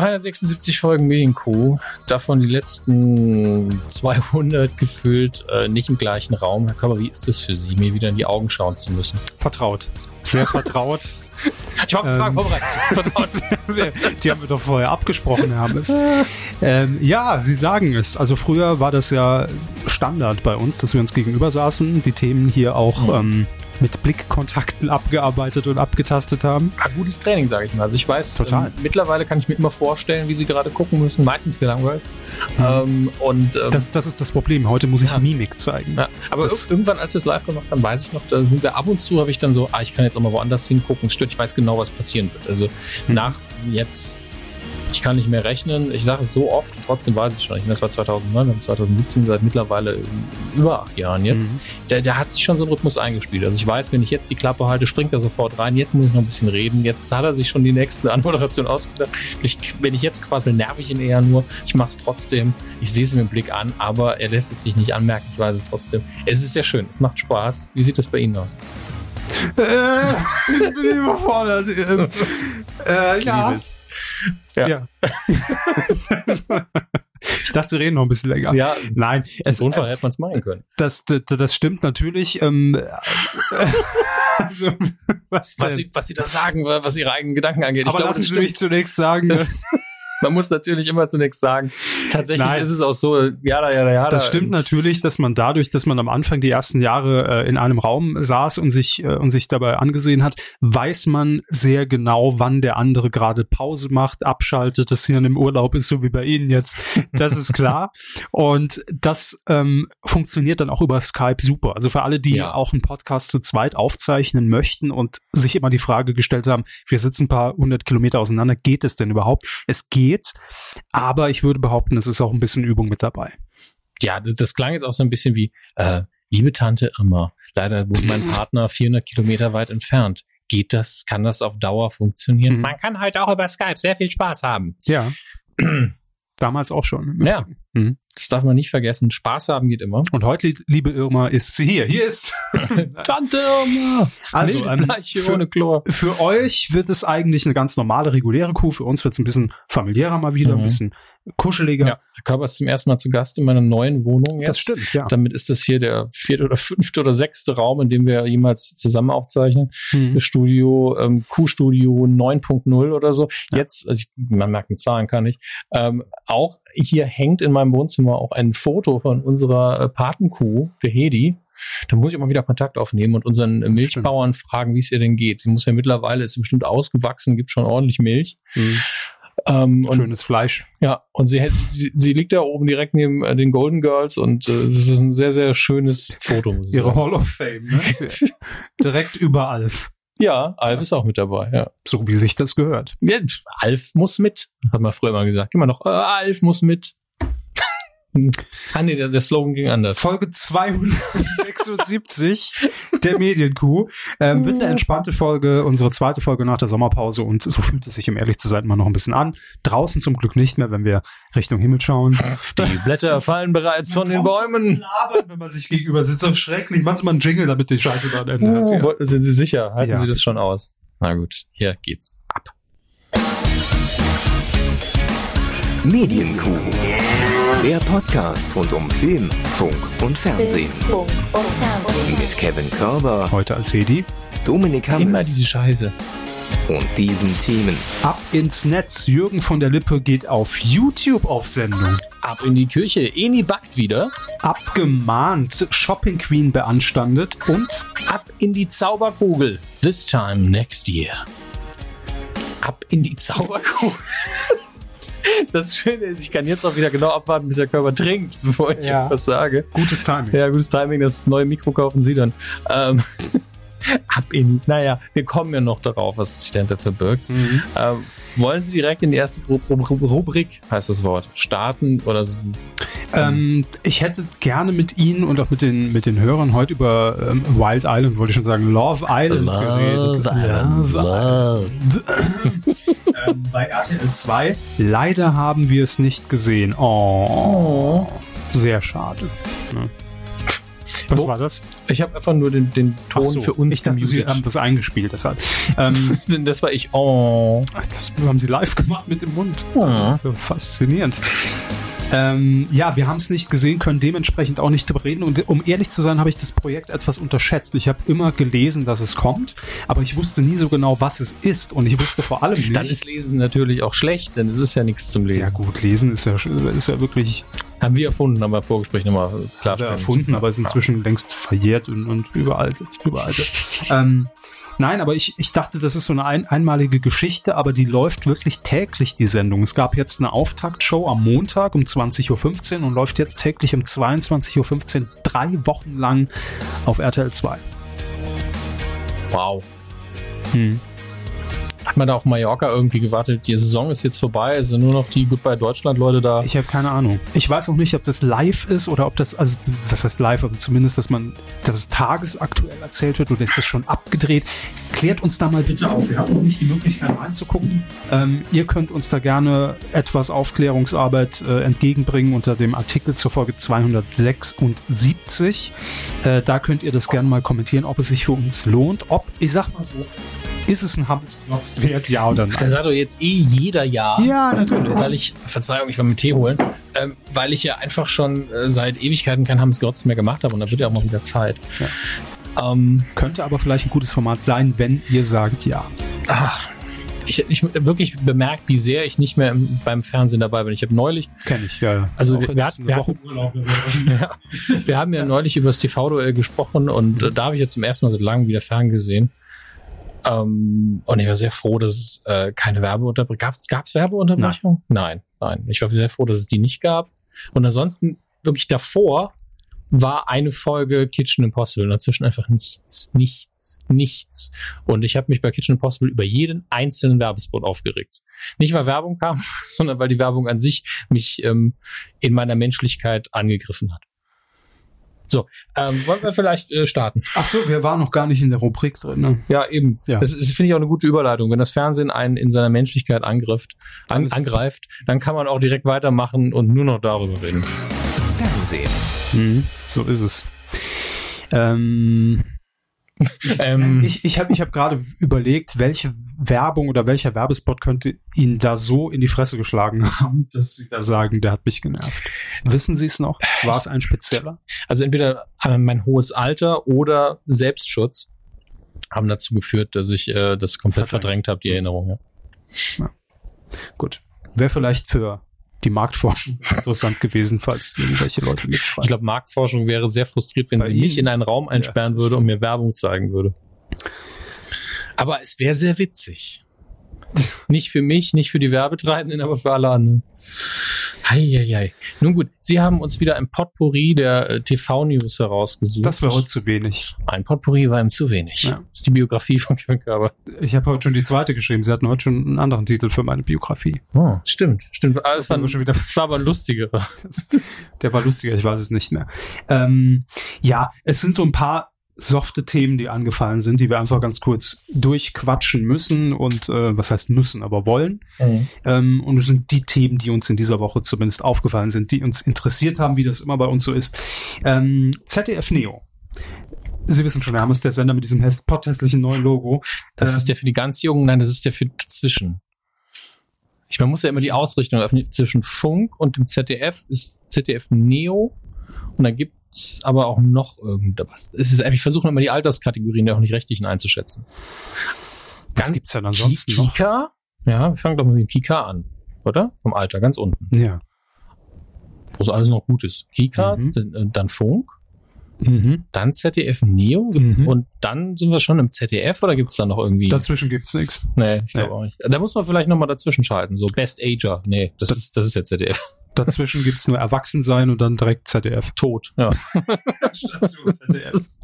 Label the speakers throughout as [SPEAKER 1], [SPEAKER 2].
[SPEAKER 1] 276 Folgen Medienkuh, davon die letzten 200 gefühlt äh, nicht im gleichen Raum. Herr Körber, wie ist das für Sie, mir wieder in die Augen schauen zu müssen?
[SPEAKER 2] Vertraut. Sehr vertraut.
[SPEAKER 1] Ich war auf die
[SPEAKER 2] Ähm.
[SPEAKER 1] Fragen vorbereitet. Vertraut.
[SPEAKER 2] Die haben wir doch vorher abgesprochen, Hermes. ähm, ja, Sie sagen es. Also früher war das ja Standard bei uns, dass wir uns gegenüber saßen, die Themen hier auch
[SPEAKER 1] Mhm.
[SPEAKER 2] ähm, mit Blickkontakten abgearbeitet und abgetastet haben.
[SPEAKER 1] Ah, gutes Training, sage ich mal. Also ich weiß,
[SPEAKER 2] Total.
[SPEAKER 1] Ähm, mittlerweile kann ich mir immer vorstellen, wie Sie gerade gucken müssen. Meistens gelangweilt. Ähm, und ähm,
[SPEAKER 2] Mhm. Das, das ist das Problem. Heute muss ich
[SPEAKER 1] Ja.
[SPEAKER 2] Mimik zeigen.
[SPEAKER 1] Ja, aber
[SPEAKER 2] Das-
[SPEAKER 1] ir- irgendwann, als wir es live gemacht haben, weiß ich noch, da sind wir ab und zu, habe ich dann so, ah, ich kann jetzt auch mal woanders hingucken. Es Stört, ich weiß genau, was passieren wird. Also
[SPEAKER 2] Mhm.
[SPEAKER 1] nach jetzt, ich kann nicht mehr rechnen. Ich sage es so oft, trotzdem weiß ich schon. Ich meine, das war 2009, wir haben 2017, seit mittlerweile über acht Jahren jetzt.
[SPEAKER 2] Mhm.
[SPEAKER 1] Da, da hat sich schon so ein Rhythmus eingespielt. Also ich weiß, wenn ich jetzt die Klappe halte, springt er sofort rein. Jetzt muss ich noch ein bisschen reden. Jetzt hat er sich schon die nächste Anmoderation ausgedacht. Ich, wenn ich jetzt quasi nerv ich ihn eher nur. Ich mache es trotzdem. Ich sehe es mit dem Blick an, aber er lässt es sich nicht anmerken. Ich weiß es trotzdem. Es ist sehr schön. Es macht Spaß. Wie sieht das bei Ihnen aus?
[SPEAKER 2] Äh, ich bin überfordert. Ähm, äh, ja.
[SPEAKER 1] es.
[SPEAKER 2] ja.
[SPEAKER 1] Ja.
[SPEAKER 2] ich dachte, Sie reden noch ein bisschen länger.
[SPEAKER 1] Ja,
[SPEAKER 2] Nein,
[SPEAKER 1] als
[SPEAKER 2] es, äh,
[SPEAKER 1] Unfall hätte man es machen können.
[SPEAKER 2] das, das, das stimmt natürlich. Ähm, also, was denn?
[SPEAKER 1] Was sie, was sie da sagen, was ihre eigenen Gedanken angeht.
[SPEAKER 2] Aber lassen
[SPEAKER 1] das
[SPEAKER 2] Sie
[SPEAKER 1] stimmt.
[SPEAKER 2] mich zunächst sagen,
[SPEAKER 1] Das- man muss natürlich immer zunächst sagen. Tatsächlich
[SPEAKER 2] Nein.
[SPEAKER 1] ist es auch so, ja, da, ja, da, ja. da,
[SPEAKER 2] das stimmt
[SPEAKER 1] ähm,
[SPEAKER 2] natürlich, dass man dadurch, dass man am Anfang die ersten Jahre äh, in einem Raum saß und sich, äh, und sich dabei angesehen hat, weiß man sehr genau, wann der andere gerade Pause macht, abschaltet, das Hirn im Urlaub ist, so wie bei Ihnen jetzt. Das ist klar. und das ähm, funktioniert dann auch über Skype super. Also für alle, die
[SPEAKER 1] Ja.
[SPEAKER 2] auch einen Podcast zu zweit aufzeichnen möchten und sich immer die Frage gestellt haben, wir sitzen ein paar hundert Kilometer auseinander, geht es denn überhaupt? Es geht, aber ich würde behaupten, es ist auch ein bisschen Übung mit dabei.
[SPEAKER 1] ja, das, das klang jetzt auch so ein bisschen wie, äh, liebe Tante Irma, leider wohnt mein Partner 400 Kilometer weit entfernt. Geht das, kann das auf Dauer funktionieren?
[SPEAKER 2] Mhm.
[SPEAKER 1] Man kann heute auch über Skype sehr viel Spaß haben.
[SPEAKER 2] Ja. Damals auch schon.
[SPEAKER 1] Ja.
[SPEAKER 2] Mhm.
[SPEAKER 1] Das darf man nicht vergessen. Spaß haben geht immer.
[SPEAKER 2] Und heute, liebe Irma, ist sie hier. Hier ist.
[SPEAKER 1] Tante Irma!
[SPEAKER 2] Also,
[SPEAKER 1] Milde
[SPEAKER 2] ähm,
[SPEAKER 1] Bleiche
[SPEAKER 2] für-
[SPEAKER 1] ohne Chlor.
[SPEAKER 2] Für euch wird es eigentlich eine ganz normale, reguläre Kuh. Für uns wird es ein bisschen familiärer mal wieder, ein
[SPEAKER 1] Mhm.
[SPEAKER 2] bisschen kuscheliger.
[SPEAKER 1] Ja, der Körper ist zum ersten Mal zu Gast in meiner neuen Wohnung jetzt.
[SPEAKER 2] stimmt, ja.
[SPEAKER 1] Damit ist das hier der vierte oder fünfte oder sechste Raum, in dem wir jemals zusammen aufzeichnen.
[SPEAKER 2] Mhm.
[SPEAKER 1] Studio, ähm, Q-Studio 9.0 oder so. Jetzt, also ich, man merkt, mit Zahlen kann ich. Ähm, auch hier hängt in meinem Wohnzimmer auch ein Foto von unserer äh, Patenkuh, der Hedi. Da muss ich immer wieder Kontakt aufnehmen und unseren äh,
[SPEAKER 2] Das
[SPEAKER 1] Milchbauern fragen, wie es ihr denn geht. Sie muss ja mittlerweile, ist sie bestimmt ausgewachsen, gibt schon ordentlich Milch.
[SPEAKER 2] Mhm.
[SPEAKER 1] Ähm, und
[SPEAKER 2] Schönes Fleisch.
[SPEAKER 1] ja, und sie, hält- sie, sie liegt da oben direkt neben äh, den Golden Girls und äh, es ist ein sehr, sehr schönes Foto. muss ich
[SPEAKER 2] Ihre
[SPEAKER 1] sagen.
[SPEAKER 2] Hall of Fame, ne? Direkt über Alf.
[SPEAKER 1] Ja, Alf ist auch mit dabei, ja.
[SPEAKER 2] So wie sich das gehört.
[SPEAKER 1] Ja, pf, Alf muss mit, hat man früher immer gesagt. Immer noch, äh, Alf muss mit. ah, nee, der, der Slogan ging anders.
[SPEAKER 2] Folge 276 der Medienkuh. Ähm, wird eine entspannte Folge, unsere zweite Folge nach der Sommerpause und so fühlt es sich, um ehrlich zu sein, mal noch ein bisschen an. Draußen zum Glück nicht mehr, wenn wir Richtung Himmel schauen.
[SPEAKER 1] Die Blätter fallen bereits von den Bäumen.
[SPEAKER 2] Labern, wenn man sich gegenüber sitzt, so schrecklich. Machen Sie mal einen Jingle, damit die Scheiße dann endet.
[SPEAKER 1] Oh, wo- sind Sie sicher? Halten
[SPEAKER 2] Ja.
[SPEAKER 1] Sie das schon aus? Na gut, hier geht's ab.
[SPEAKER 3] Medienkuh. Der Podcast rund um Film, Funk und Fernsehen.
[SPEAKER 4] Funk und Fernsehen.
[SPEAKER 3] Mit Kevin Körber,
[SPEAKER 2] Heute als Hedi.
[SPEAKER 3] Dominik
[SPEAKER 1] Immer
[SPEAKER 3] Hammes
[SPEAKER 1] diese Scheiße.
[SPEAKER 3] und diesen Themen.
[SPEAKER 2] Ab ins Netz. Jürgen von der Lippe geht auf YouTube auf Sendung.
[SPEAKER 1] Ab in die Küche. Eni backt wieder.
[SPEAKER 2] Abgemahnt. Shopping Queen beanstandet und
[SPEAKER 1] Ab in die Zauberkugel. This time next year. Ab in die Zauberkugel. Das Schöne ist, ich kann jetzt auch wieder genau abwarten, bis der Körper trinkt, bevor ich
[SPEAKER 2] Ja.
[SPEAKER 1] etwas sage.
[SPEAKER 2] gutes Timing.
[SPEAKER 1] Ja, gutes Timing, das neue Mikro kaufen Sie dann. Ähm, ab in, naja, wir kommen ja noch darauf, was sich dahinter verbirgt.
[SPEAKER 2] Mhm.
[SPEAKER 1] Ähm, wollen Sie direkt in die erste Ru- Ru- Ru- Rubrik, heißt das Wort, starten oder so?
[SPEAKER 2] Ähm, ich hätte gerne mit Ihnen und auch mit den, mit den Hörern heute über ähm, Wild Island, wollte ich schon sagen, Love Island geredet. Ähm, bei RTL 2. Leider haben Oh. Ne? wir es nicht gesehen. Oh. Sehr schade. Was
[SPEAKER 1] Wo-
[SPEAKER 2] war das?
[SPEAKER 1] Ich habe einfach nur den, den Ton
[SPEAKER 2] Ach so,
[SPEAKER 1] für uns
[SPEAKER 2] Ich dachte, sie
[SPEAKER 1] gemutet.
[SPEAKER 2] haben das eingespielt, deshalb. Ähm,
[SPEAKER 1] Das war ich. Oh.
[SPEAKER 2] ach, das haben sie live gemacht mit dem Mund.
[SPEAKER 1] Ja.
[SPEAKER 2] Das ist ja faszinierend. Ähm, ja, wir haben es nicht gesehen, können dementsprechend auch nicht drüber reden. Und um ehrlich zu sein, habe ich das Projekt etwas unterschätzt. Ich habe immer gelesen, dass es kommt, aber ich wusste nie so genau, was es ist. Und ich wusste vor allem nicht.
[SPEAKER 1] Dann ist Lesen natürlich auch schlecht, denn es ist ja nichts zum Lesen.
[SPEAKER 2] ja gut, lesen ist ja, ist ja wirklich
[SPEAKER 1] Haben wir erfunden, haben wir im Vorgespräch nochmal klar
[SPEAKER 2] wir erfunden, aber ist inzwischen längst verjährt und, und überaltet. überaltet. ähm, nein, aber ich, ich dachte, das ist so eine ein, einmalige Geschichte, aber die läuft wirklich täglich, die Sendung. Es gab jetzt eine Auftaktshow am Montag um 20.15 Uhr und läuft jetzt täglich um 22.15 Uhr drei Wochen lang auf RTL 2.
[SPEAKER 1] Wow.
[SPEAKER 2] Hm.
[SPEAKER 1] Hat man da auf Mallorca irgendwie gewartet, die Saison ist jetzt vorbei, es sind nur noch die Goodbye Deutschland-Leute da.
[SPEAKER 2] Ich habe keine Ahnung. Ich weiß auch nicht, ob das live ist oder ob das, also was heißt live, aber zumindest, dass man, dass es tagesaktuell erzählt wird oder ist das schon abgedreht. Klärt uns da mal bitte auf. Wir haben noch nicht die Möglichkeit reinzugucken. Ähm, ihr könnt uns da gerne etwas Aufklärungsarbeit äh, entgegenbringen unter dem Artikel zur Folge 276. Äh, da könnt ihr das gerne mal kommentieren, ob es sich für uns lohnt. Ob, ich sag mal so, ist es ein Hammelsklotz wert, ja oder nein?
[SPEAKER 1] Das hat doch jetzt eh jeder Jahr.
[SPEAKER 2] Ja, natürlich.
[SPEAKER 1] Weil ich, Verzeihung, ich war mit Tee holen, ähm, weil ich ja einfach schon äh, seit Ewigkeiten kein Hammes Gotts mehr gemacht habe und da wird ja auch mal wieder Zeit. Ähm,
[SPEAKER 2] Könnte aber vielleicht ein gutes Format sein, wenn ihr sagt ja.
[SPEAKER 1] ach, ich ich hab wirklich bemerkt, wie sehr ich nicht mehr im, beim Fernsehen dabei bin. Ich habe neulich
[SPEAKER 2] Kenn ich, ja. ja.
[SPEAKER 1] Also
[SPEAKER 2] Auch
[SPEAKER 1] wir-
[SPEAKER 2] jetzt
[SPEAKER 1] wir hatten-
[SPEAKER 2] eine
[SPEAKER 1] wir
[SPEAKER 2] Woche
[SPEAKER 1] hatten-
[SPEAKER 2] Urlaub.
[SPEAKER 1] ja. Wir haben ja neulich über das TV-Duell gesprochen und äh, da habe ich jetzt zum ersten Mal seit langem wieder ferngesehen. Ähm, und ich war sehr froh, dass es äh, keine Werbeunterbrechung gab. Gab es Werbeunterbrechung? Nein. nein, Ich war sehr froh, dass es die nicht gab. Und ansonsten wirklich davor war eine Folge Kitchen Impossible und dazwischen einfach nichts, nichts, nichts. Und ich habe mich bei Kitchen Impossible über jeden einzelnen Werbespot aufgeregt. Nicht, weil Werbung kam, sondern weil die Werbung an sich mich ähm, in meiner Menschlichkeit angegriffen hat. So, ähm, wollen wir vielleicht äh, starten?
[SPEAKER 2] Ach so, wir waren noch gar nicht in der Rubrik drin. Ne?
[SPEAKER 1] Ja, eben.
[SPEAKER 2] Ja.
[SPEAKER 1] Das, ist- finde ich auch eine gute Überleitung. Wenn das Fernsehen einen in seiner Menschlichkeit angreift,
[SPEAKER 2] Dann
[SPEAKER 1] an,
[SPEAKER 2] ist-
[SPEAKER 1] angreift, dann kann man auch direkt weitermachen und nur noch darüber reden.
[SPEAKER 3] Fernsehen.
[SPEAKER 2] So ist es. Ähm,
[SPEAKER 1] Ähm,
[SPEAKER 2] ich ich habe ich hab gerade überlegt, welche Werbung oder welcher Werbespot könnte Ihnen da so in die Fresse geschlagen haben, dass Sie da sagen, der hat mich genervt. Wissen Sie es noch?
[SPEAKER 1] Äh,
[SPEAKER 2] War es ein spezieller?
[SPEAKER 1] also entweder äh, mein hohes Alter oder Selbstschutz haben dazu geführt, dass ich äh, das komplett
[SPEAKER 2] Verdrängt.
[SPEAKER 1] verdrängt, habe, die Erinnerung. Ja.
[SPEAKER 2] Gut. Wäre vielleicht für die Marktforschung interessant gewesen, falls irgendwelche Leute mitschreiben.
[SPEAKER 1] Ich glaube, Marktforschung wäre sehr frustriert, wenn
[SPEAKER 2] Bei
[SPEAKER 1] sie mich
[SPEAKER 2] Ihnen?
[SPEAKER 1] in einen Raum einsperren würde und mir Werbung zeigen würde. Aber es wäre sehr witzig. Nicht für mich, nicht für die Werbetreibenden, aber für alle anderen. Eieiei. Nun gut, Sie haben uns wieder ein Potpourri der äh, TV-News herausgesucht.
[SPEAKER 2] das wäre heute zu wenig.
[SPEAKER 1] Ein Potpourri war ihm zu wenig.
[SPEAKER 2] Ja.
[SPEAKER 1] Das ist die Biografie von Kevin Körber.
[SPEAKER 2] Ich habe heute schon die zweite geschrieben. Sie hatten heute schon einen anderen Titel für meine Biografie.
[SPEAKER 1] Oh, stimmt, stimmt. Ah, Das
[SPEAKER 2] Haben
[SPEAKER 1] war,
[SPEAKER 2] Hm. wir schon wieder-
[SPEAKER 1] das war aber ein lustigerer.
[SPEAKER 2] Der war lustiger, ich weiß es nicht mehr. Ähm, ja, es sind so ein paar softe Themen, die angefallen sind, die wir einfach ganz kurz durchquatschen müssen und äh, was heißt müssen, aber wollen. Ähm, und es sind die Themen, die uns in dieser Woche zumindest aufgefallen sind, die uns interessiert haben, wie das immer bei uns so ist. Ähm, ZDF Neo. Sie wissen schon, Hermes, der Sender mit diesem häss- potthässlichen neuen Logo.
[SPEAKER 1] Das
[SPEAKER 2] Ähm,
[SPEAKER 1] ist der für die ganz Jungen, nein, das ist der für zwischen. Ich, man muss ja immer die Ausrichtung öffnen. Zwischen Funk und dem ZDF ist ZDF Neo. Und dann gibt's aber auch noch irgendwas. Es ist, ich versuche immer die Alterskategorien der auch nicht rechtlichen einzuschätzen.
[SPEAKER 2] Ähm, was
[SPEAKER 1] ganz
[SPEAKER 2] gibt's denn ansonsten
[SPEAKER 1] Pi-
[SPEAKER 2] noch?
[SPEAKER 1] Pika? Ja, wir fangen doch mal mit dem Pika an. Oder? Vom Alter, ganz unten.
[SPEAKER 2] Ja.
[SPEAKER 1] Wo so alles noch gut ist. Pika,
[SPEAKER 2] Mhm.
[SPEAKER 1] dann- äh, dann Funk,
[SPEAKER 2] Mhm.
[SPEAKER 1] dann ZDF Neo.
[SPEAKER 2] Mhm.
[SPEAKER 1] Und dann sind wir schon im ZDF oder gibt's da noch irgendwie?
[SPEAKER 2] Dazwischen gibt's nichts.
[SPEAKER 1] Nee, ich glaube
[SPEAKER 2] Nee.
[SPEAKER 1] auch nicht. Da muss man vielleicht nochmal dazwischen schalten. So Best Ager. Nee, das,
[SPEAKER 2] Das-
[SPEAKER 1] ist, das ist jetzt ZDF.
[SPEAKER 2] Dazwischen gibt's nur Erwachsensein und dann direkt ZDF.
[SPEAKER 1] Tot. Ja.
[SPEAKER 2] Station ZDF.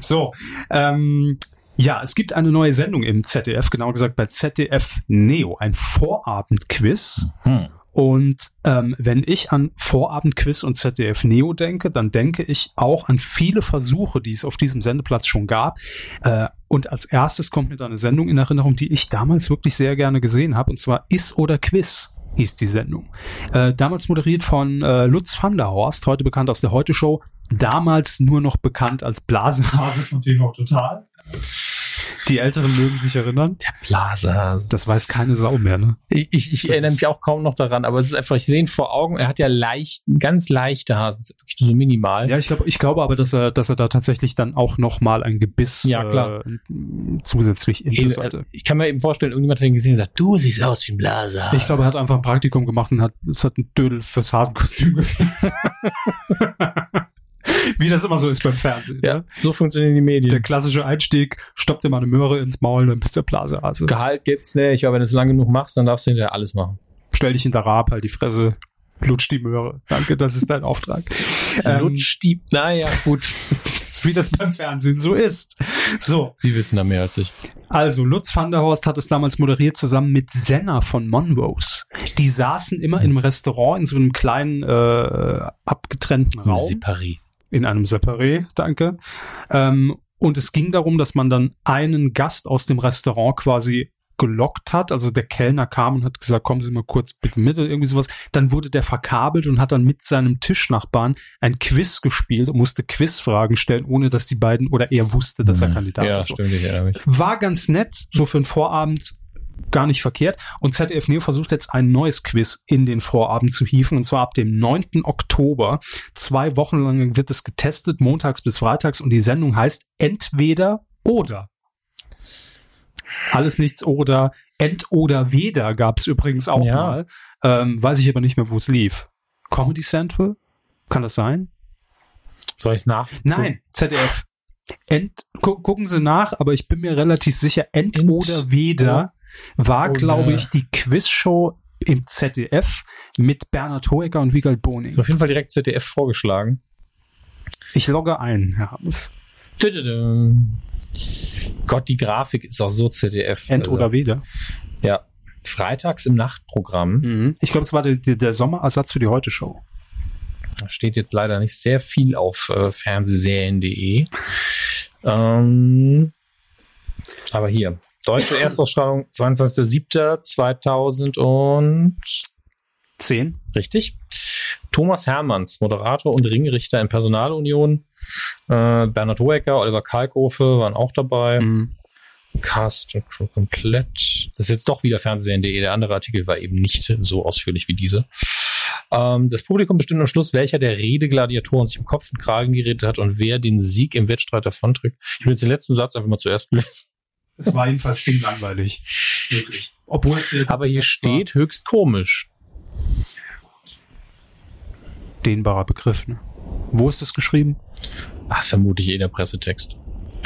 [SPEAKER 2] So, ähm, ja, es gibt eine neue Sendung im ZDF, genau gesagt bei ZDF Neo, ein Vorabendquiz.
[SPEAKER 1] Hm.
[SPEAKER 2] Und ähm, wenn ich an Vorabendquiz und ZDF Neo denke, dann denke ich auch an viele Versuche, die es auf diesem Sendeplatz schon gab. Äh, und als erstes kommt mir da eine Sendung in Erinnerung, die ich damals wirklich sehr gerne gesehen habe, und zwar Is oder Quiz hieß die Sendung. Äh, damals moderiert von äh, Lutz van der Horst, heute bekannt aus der Heute-Show, damals nur noch bekannt als Blasenhase von TV Total. Die Älteren mögen sich erinnern.
[SPEAKER 1] Der Blaser.
[SPEAKER 2] Das weiß keine Sau mehr, ne?
[SPEAKER 1] Ich, ich, ich
[SPEAKER 2] Das
[SPEAKER 1] erinnere
[SPEAKER 2] ist-
[SPEAKER 1] mich auch kaum noch daran, aber es ist einfach, ich sehe ihn vor Augen, er hat ja leicht, ganz leichte Hasenzähne, wirklich so minimal.
[SPEAKER 2] Ja, ich glaube ich glaube aber, dass er, dass er da tatsächlich dann auch nochmal ein Gebiss
[SPEAKER 1] Ja, klar.
[SPEAKER 2] Äh, zusätzlich in
[SPEAKER 1] Eben,
[SPEAKER 2] das
[SPEAKER 1] äh,
[SPEAKER 2] hatte.
[SPEAKER 1] ich kann mir eben vorstellen, irgendjemand hat ihn gesehen und gesagt, du siehst aus wie ein Blaser.
[SPEAKER 2] Ich glaube, er hat einfach ein Praktikum gemacht und hat, es hat ein Dödel fürs Hasenkostüm gefehlt. Wie das immer so ist beim Fernsehen.
[SPEAKER 1] ja,
[SPEAKER 2] Ne?
[SPEAKER 1] so funktionieren die
[SPEAKER 2] Der
[SPEAKER 1] Medien.
[SPEAKER 2] klassische Einstieg, stopp dir mal eine Möhre ins Maul, dann bist du der Blasehase.
[SPEAKER 1] Gehalt gibt's nicht, aber wenn du es lang genug machst, dann darfst du hinterher alles machen.
[SPEAKER 2] Stell dich hinter Raab, halt die Fresse, lutsch die Möhre. Danke, das ist dein Auftrag. Ähm,
[SPEAKER 1] die, naja, gut.
[SPEAKER 2] Wie das beim Fernsehen so ist. So,
[SPEAKER 1] Sie wissen da mehr als ich.
[SPEAKER 2] Also, Lutz van der Horst hat es damals moderiert, zusammen mit Senna von Monrose. Die saßen immer in einem Restaurant in so einem kleinen, äh, abgetrennten Raum.
[SPEAKER 1] Separé.
[SPEAKER 2] In einem Separé, danke. Ähm, und es ging darum, dass man dann einen Gast aus dem Restaurant quasi gelockt hat. Also der Kellner kam und hat gesagt, kommen Sie mal kurz bitte mit oder irgendwie sowas. Dann wurde der verkabelt und hat dann mit seinem Tischnachbarn ein Quiz gespielt und musste Quizfragen stellen, ohne dass die beiden oder er wusste, dass er Kandidat
[SPEAKER 1] Hm. ja,
[SPEAKER 2] also. ist.
[SPEAKER 1] stimmt, ich erinnere mich.
[SPEAKER 2] War ganz nett, so für den Vorabend gar nicht verkehrt. Und ZDF Neo versucht jetzt ein neues Quiz in den Vorabend zu hieven. Und zwar ab dem 9. Oktober. Zwei Wochen lang wird es getestet, montags bis freitags. Und die Sendung heißt Entweder oder. Alles nichts oder. Ent oder weder gab es übrigens auch
[SPEAKER 1] Ja.
[SPEAKER 2] mal. Ähm, weiß ich aber nicht mehr, wo es lief. Comedy Central? Kann das sein?
[SPEAKER 1] Soll ich nach?
[SPEAKER 2] Nein, ZDF. Ent, gu gucken Sie nach, aber ich bin mir relativ sicher, Ent, Oh.
[SPEAKER 1] Ent-
[SPEAKER 2] oder Weder war,
[SPEAKER 1] Oder-
[SPEAKER 2] glaube ich, die Quizshow im ZDF mit Bernhard Hoecker und Wiegald
[SPEAKER 1] Ist
[SPEAKER 2] Boning.
[SPEAKER 1] auf jeden Fall direkt ZDF vorgeschlagen.
[SPEAKER 2] Ich logge ein, Herr Hammes.
[SPEAKER 1] Tüdüdüm. Gott, die Grafik ist auch so ZDF.
[SPEAKER 2] Ent
[SPEAKER 1] Also,
[SPEAKER 2] oder Weder.
[SPEAKER 1] Ja. Freitags im Nachtprogramm
[SPEAKER 2] Ich glaube, es war der, der, der Sommerersatz für die Heute-Show.
[SPEAKER 1] Da steht jetzt leider nicht sehr viel auf äh, fernsehserien.de. Ähm, aber hier. Deutsche Erstausstrahlung 22.07.2000 und
[SPEAKER 2] Zehn.
[SPEAKER 1] Richtig. Thomas Hermanns, Moderator und Ringrichter in Personalunion. Äh, Bernhard Hoecker, Oliver Kalkofe waren auch dabei.
[SPEAKER 2] Mhm.
[SPEAKER 1] Cast und Crew komplett. Das ist jetzt doch wieder Fernsehen.de. Der andere Artikel war eben nicht so ausführlich wie diese. Ähm, das Publikum bestimmt am Schluss, welcher der Redegladiatoren sich im Kopf und Kragen geredet hat und wer den Sieg im Wettstreit davonträgt. Ich will jetzt den letzten Satz einfach mal zuerst lösen.
[SPEAKER 2] Es war jedenfalls stinklangweilig. Wirklich. Obwohl es sehr
[SPEAKER 1] Aber hier steht höchst komisch.
[SPEAKER 2] dehnbarer Begriff. Ne? Wo ist das geschrieben?
[SPEAKER 1] Das vermute ich eh der Pressetext.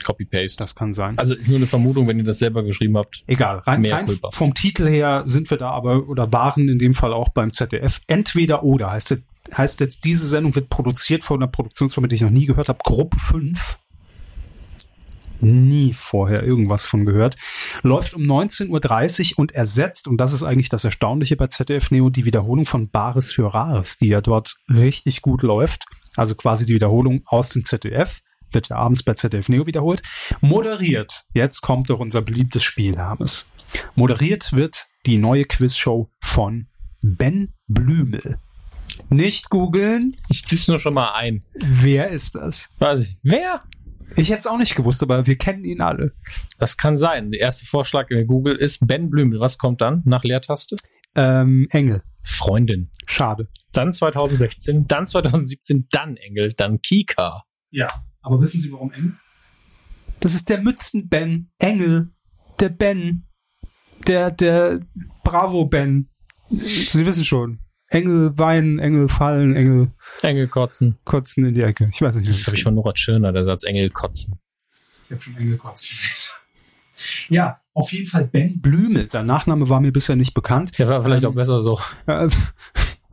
[SPEAKER 1] Copy-Paste.
[SPEAKER 2] Das kann sein.
[SPEAKER 1] Also ist nur eine Vermutung, wenn ihr das selber geschrieben habt.
[SPEAKER 2] Egal, rein,
[SPEAKER 1] Mea
[SPEAKER 2] rein
[SPEAKER 1] culpa.
[SPEAKER 2] vom Titel her sind wir da aber oder waren in dem Fall auch beim ZDF. Entweder oder heißt, jetzt- heißt jetzt, diese Sendung wird produziert von einer Produktionsfirma, die ich noch nie gehört habe, Gruppe 5. Nie vorher irgendwas von gehört. Läuft um 19.30 Uhr und ersetzt, und das ist eigentlich das Erstaunliche bei ZDF Neo, die Wiederholung von Bares für Rares, die ja dort richtig gut läuft. Also quasi die Wiederholung aus dem ZDF, wird ja abends bei ZDF Neo wiederholt. Moderiert, jetzt kommt doch unser beliebtes Spiel, Hermes. Moderiert wird die neue Quizshow von Ben Blümel. Nicht googeln.
[SPEAKER 1] Ich tipp's nur schon mal ein.
[SPEAKER 2] Wer ist das?
[SPEAKER 1] Weiß ich. Wer?
[SPEAKER 2] Ich hätte es auch nicht gewusst, aber wir kennen ihn alle.
[SPEAKER 1] Das kann sein. Der erste Vorschlag in Google ist Ben Blümel. Was kommt dann nach Leertaste?
[SPEAKER 2] Ähm, Engel.
[SPEAKER 1] Freundin.
[SPEAKER 2] Schade.
[SPEAKER 1] Dann 2016, dann 2017, dann Engel, dann Kika.
[SPEAKER 2] Aber wissen Sie, warum Engel? Das ist der Mützen-Ben. Engel. Der Ben. Der, der Bravo-Ben. Sie wissen schon. Engel weinen, Engel fallen, Engel
[SPEAKER 1] Engel kotzen.
[SPEAKER 2] kotzen in die Ecke. Ich weiß nicht,
[SPEAKER 1] Das habe ich von Nora Tschirner, der Satz Engel kotzen.
[SPEAKER 2] Ich habe schon Engel gekotzt. ja, auf jeden Fall Ben Blümel. Sein Nachname war mir bisher nicht bekannt.
[SPEAKER 1] Der war vielleicht
[SPEAKER 2] Ähm,
[SPEAKER 1] auch besser so.
[SPEAKER 2] Äh,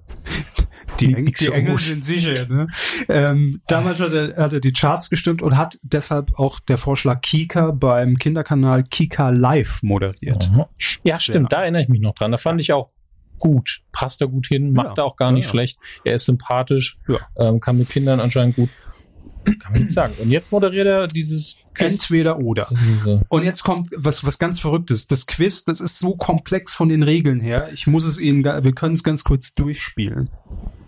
[SPEAKER 1] Die
[SPEAKER 2] Engel-
[SPEAKER 1] Engel-
[SPEAKER 2] sind sicher. Ne? Ähm, damals hat er, hat er die Charts gestimmt und hat deshalb auch der Vorschlag Kika beim Kinderkanal Kika Live moderiert.
[SPEAKER 1] Mhm. Ja, stimmt,
[SPEAKER 2] Ja.
[SPEAKER 1] da erinnere ich mich noch dran. Da fand ich auch gut. Passt da gut hin, macht
[SPEAKER 2] Ja.
[SPEAKER 1] er auch gar nicht
[SPEAKER 2] Ja, ja.
[SPEAKER 1] schlecht. Er ist sympathisch,
[SPEAKER 2] Ja.
[SPEAKER 1] ähm, kann mit Kindern anscheinend gut. Kann man nicht sagen. Und jetzt moderiert er dieses
[SPEAKER 2] Entweder oder.
[SPEAKER 1] Das ist, äh,
[SPEAKER 2] Und jetzt kommt was, was ganz Verrücktes. Das Quiz, das ist so komplex von den Regeln her. Ich muss es Ihnen, ga- wir können es ganz kurz durchspielen.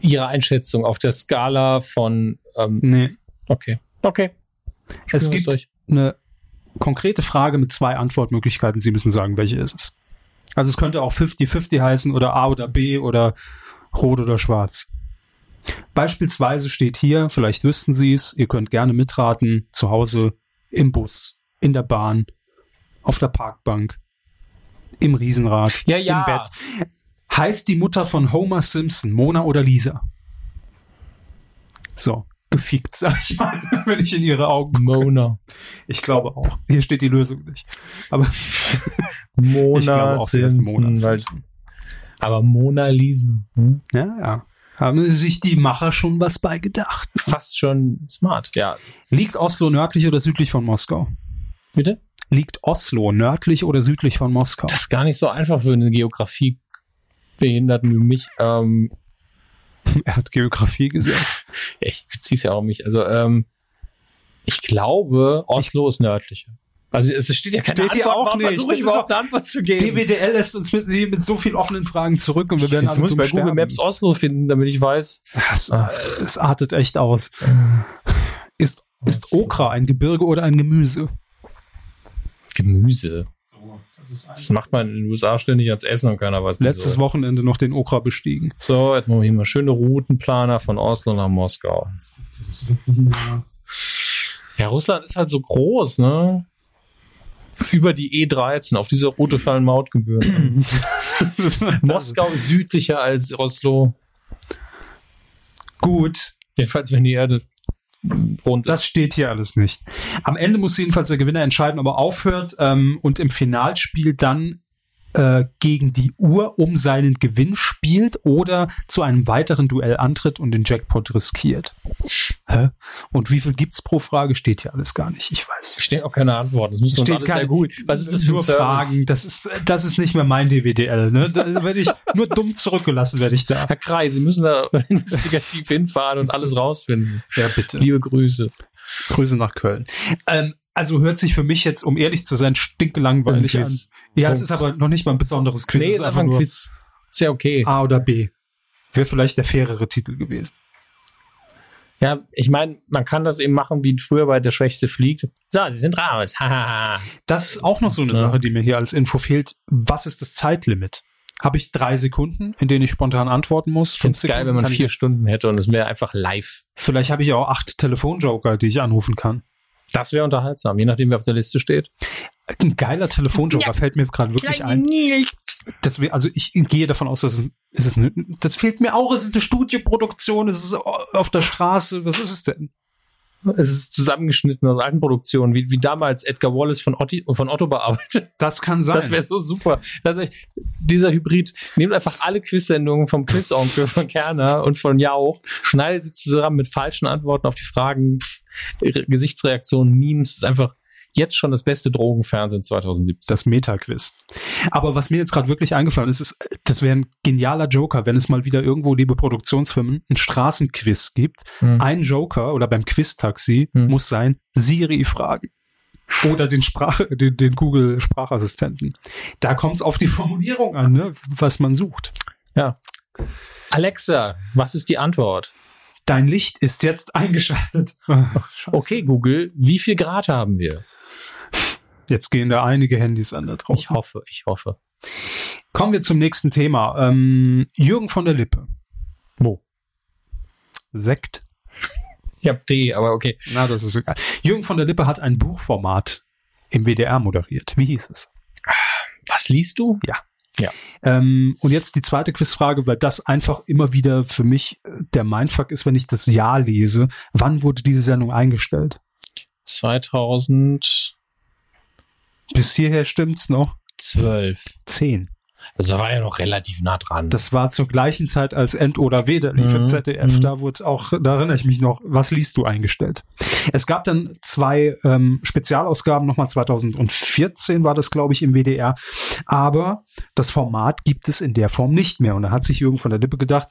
[SPEAKER 1] Ihre Einschätzung auf der Skala von. Ähm,
[SPEAKER 2] Nee.
[SPEAKER 1] okay. Okay. Führen
[SPEAKER 2] Es
[SPEAKER 1] wir
[SPEAKER 2] gibt
[SPEAKER 1] durch.
[SPEAKER 2] eine konkrete Frage mit zwei Antwortmöglichkeiten. Sie müssen sagen, welche ist es. Also es könnte auch 50-50 heißen oder A oder B oder Rot oder Schwarz. Beispielsweise steht hier, vielleicht wüssten Sie es, ihr könnt gerne mitraten, zu Hause, im Bus, in der Bahn, auf der Parkbank, im Riesenrad,
[SPEAKER 1] Ja, ja.
[SPEAKER 2] im Bett. Heißt die Mutter von Homer Simpson Mona oder Lisa? So, gefickt, sag ich mal, wenn ich in ihre Augen gucke.
[SPEAKER 1] Mona.
[SPEAKER 2] Ich glaube auch. Hier steht die Lösung nicht. Aber
[SPEAKER 1] Mona
[SPEAKER 2] ich glaube auch, sie heißt Mona.
[SPEAKER 1] Simpson, weil,
[SPEAKER 2] Simpson.
[SPEAKER 1] aber Mona Lisa. Hm?
[SPEAKER 2] Ja, ja. Haben sich die Macher schon was bei gedacht?
[SPEAKER 1] Fast schon smart. Ja.
[SPEAKER 2] Liegt Oslo nördlich oder südlich von Moskau?
[SPEAKER 1] Bitte?
[SPEAKER 2] Liegt Oslo nördlich oder südlich von Moskau?
[SPEAKER 1] Das ist gar nicht so einfach für eine Geografie. Behinderten wie mich. Ähm,
[SPEAKER 2] er hat Geografie gesagt.
[SPEAKER 1] ich beziehe es ja auch auf mich. Also, ähm, ich glaube, Oslo ist nördlicher. Also, es steht ja keine
[SPEAKER 2] Steht hier
[SPEAKER 1] Antwort.
[SPEAKER 2] auch
[SPEAKER 1] Warum
[SPEAKER 2] nicht.
[SPEAKER 1] versuche
[SPEAKER 2] Das
[SPEAKER 1] ich
[SPEAKER 2] ist
[SPEAKER 1] überhaupt eine Antwort zu geben?
[SPEAKER 2] DWDL lässt uns mit, mit so vielen offenen Fragen zurück und wir werden
[SPEAKER 1] Jetzt
[SPEAKER 2] alle
[SPEAKER 1] muss ich
[SPEAKER 2] dumm
[SPEAKER 1] bei
[SPEAKER 2] sterben.
[SPEAKER 1] Google Maps Oslo finden, damit ich weiß.
[SPEAKER 2] Das,
[SPEAKER 1] Ah.
[SPEAKER 2] das artet echt aus. Ist, ist
[SPEAKER 1] Oslo.
[SPEAKER 2] Okra ein Gebirge oder ein Gemüse?
[SPEAKER 1] Gemüse. Das macht man in den USA ständig als Essen und keiner weiß
[SPEAKER 2] Letztes Wochenende noch den Okra bestiegen.
[SPEAKER 1] So, jetzt machen wir hier mal schöne Routenplaner von Oslo nach Moskau.
[SPEAKER 2] Mhm.
[SPEAKER 1] Ja, Russland ist halt so groß, ne? Über die E13. Auf dieser Route fallen Mautgebühren. Moskau ist südlicher als Oslo.
[SPEAKER 2] Gut.
[SPEAKER 1] Jedenfalls, wenn die Erde rund ist.
[SPEAKER 2] Das steht hier alles nicht. Am Ende muss jedenfalls der Gewinner entscheiden, ob er aufhört ähm, und im Finalspiel dann äh, gegen die Uhr um seinen Gewinn spielt oder zu einem weiteren Duell antritt und den Jackpot riskiert. Hä? Und wie viel gibt's pro Frage? Steht hier alles gar nicht. Ich weiß es nicht.
[SPEAKER 1] Stehen auch keine Antworten. Das muss uns alles sehr gut. Was ist das für ein
[SPEAKER 2] nur
[SPEAKER 1] Service?
[SPEAKER 2] Fragen? Das ist, das ist nicht mehr mein DWDL. Ne? Da werde ich nur dumm zurückgelassen, werde ich da.
[SPEAKER 1] Herr Krei, Sie müssen da investigativ hinfahren und alles rausfinden.
[SPEAKER 2] Ja, bitte.
[SPEAKER 1] Liebe Grüße.
[SPEAKER 2] Grüße nach Köln. Ähm, also hört sich für mich jetzt, um ehrlich zu sein, stinkelangweilig
[SPEAKER 1] Ist ein
[SPEAKER 2] an.
[SPEAKER 1] Quiz.
[SPEAKER 2] Ja, es
[SPEAKER 1] Punkt.
[SPEAKER 2] ist aber noch nicht mal ein besonderes Quiz.
[SPEAKER 1] Nee,
[SPEAKER 2] es
[SPEAKER 1] ist einfach Ah. ein
[SPEAKER 2] nur
[SPEAKER 1] Quiz. Ist ja okay.
[SPEAKER 2] A oder B. Wäre vielleicht der fairere Titel gewesen.
[SPEAKER 1] Ja, ich meine, man kann das eben machen, wie früher bei Der Schwächste fliegt. So, Sie sind raus. Hahaha.
[SPEAKER 2] Das ist auch noch so eine
[SPEAKER 1] Ja.
[SPEAKER 2] Sache, die mir hier als Info fehlt. Was ist das Zeitlimit? Habe ich drei Sekunden, in denen ich spontan antworten muss?
[SPEAKER 1] Ich finde es geil, wenn man
[SPEAKER 2] kann ich-
[SPEAKER 1] vier Stunden hätte und es wäre einfach live.
[SPEAKER 2] Vielleicht habe ich auch acht Telefonjoker, die ich anrufen kann.
[SPEAKER 1] Das wäre unterhaltsam, je nachdem, wer auf der Liste steht.
[SPEAKER 2] Ein geiler Telefonjoker fällt mir gerade wirklich ein. Das wir, also ich gehe davon aus, dass es, ist es eine, das fehlt mir auch. Es ist eine Studioproduktion, es ist auf der Straße. Was ist es denn?
[SPEAKER 1] Es ist zusammengeschnitten aus alten Produktionen, wie, wie damals Edgar Wallace von, Otti, von Otto bearbeitet.
[SPEAKER 2] Das kann sein.
[SPEAKER 1] Das wäre so super. Das ist echt, dieser Hybrid nehmt einfach alle Quiz-Sendungen vom Quiz-Onkel, von Kerner und von Jauch, schneidet sie zusammen mit falschen Antworten auf die Fragen, Pff, Re- Gesichtsreaktionen, Memes. Das ist einfach jetzt schon das beste Drogenfernsehen 2017.
[SPEAKER 2] das Meta-Quiz. Aber was mir jetzt gerade wirklich eingefallen ist, ist, das wäre ein genialer Joker, wenn es mal wieder irgendwo, liebe Produktionsfirmen, ein Straßenquiz gibt.
[SPEAKER 1] Hm.
[SPEAKER 2] Ein Joker oder beim Quiz-Taxi
[SPEAKER 1] Hm.
[SPEAKER 2] muss sein, Siri fragen. Oder den, Sprach, den, den Google-Sprachassistenten. Da kommt es auf die Formulierung an, ne? was man sucht.
[SPEAKER 1] Alexa, was ist die Antwort?
[SPEAKER 2] Dein Licht ist jetzt eingeschaltet.
[SPEAKER 1] Okay, Google, wie viel Grad haben wir?
[SPEAKER 2] Jetzt gehen da einige Handys an da draußen.
[SPEAKER 1] Ich hoffe, ich hoffe.
[SPEAKER 2] Kommen wir zum nächsten Thema. Ähm, Jürgen von der Lippe.
[SPEAKER 1] Wo?
[SPEAKER 2] Sekt.
[SPEAKER 1] Ich hab D, aber okay.
[SPEAKER 2] Na, das ist egal. Jürgen von der Lippe hat ein Buchformat im WDR moderiert. Wie hieß es?
[SPEAKER 1] Was liest du?
[SPEAKER 2] Ähm, und jetzt die zweite Quizfrage, weil das einfach immer wieder für mich äh, der Mindfuck ist, wenn ich das Jahr lese. Wann wurde diese Sendung eingestellt?
[SPEAKER 1] 2012.
[SPEAKER 2] Bis hierher stimmt's noch. Zehn.
[SPEAKER 1] Also da war ja noch relativ nah dran.
[SPEAKER 2] Das war zur gleichen Zeit, als End oder Weder lief im
[SPEAKER 1] Mhm,
[SPEAKER 2] ZDF.
[SPEAKER 1] mhm.
[SPEAKER 2] Da wurde auch, da erinnere ich mich noch, was liest du eingestellt? Es gab dann zwei ähm, Spezialausgaben, nochmal 2014 war das, glaube ich, im WDR. Aber das Format gibt es in der Form nicht mehr. Und da hat sich Jürgen von der Lippe gedacht,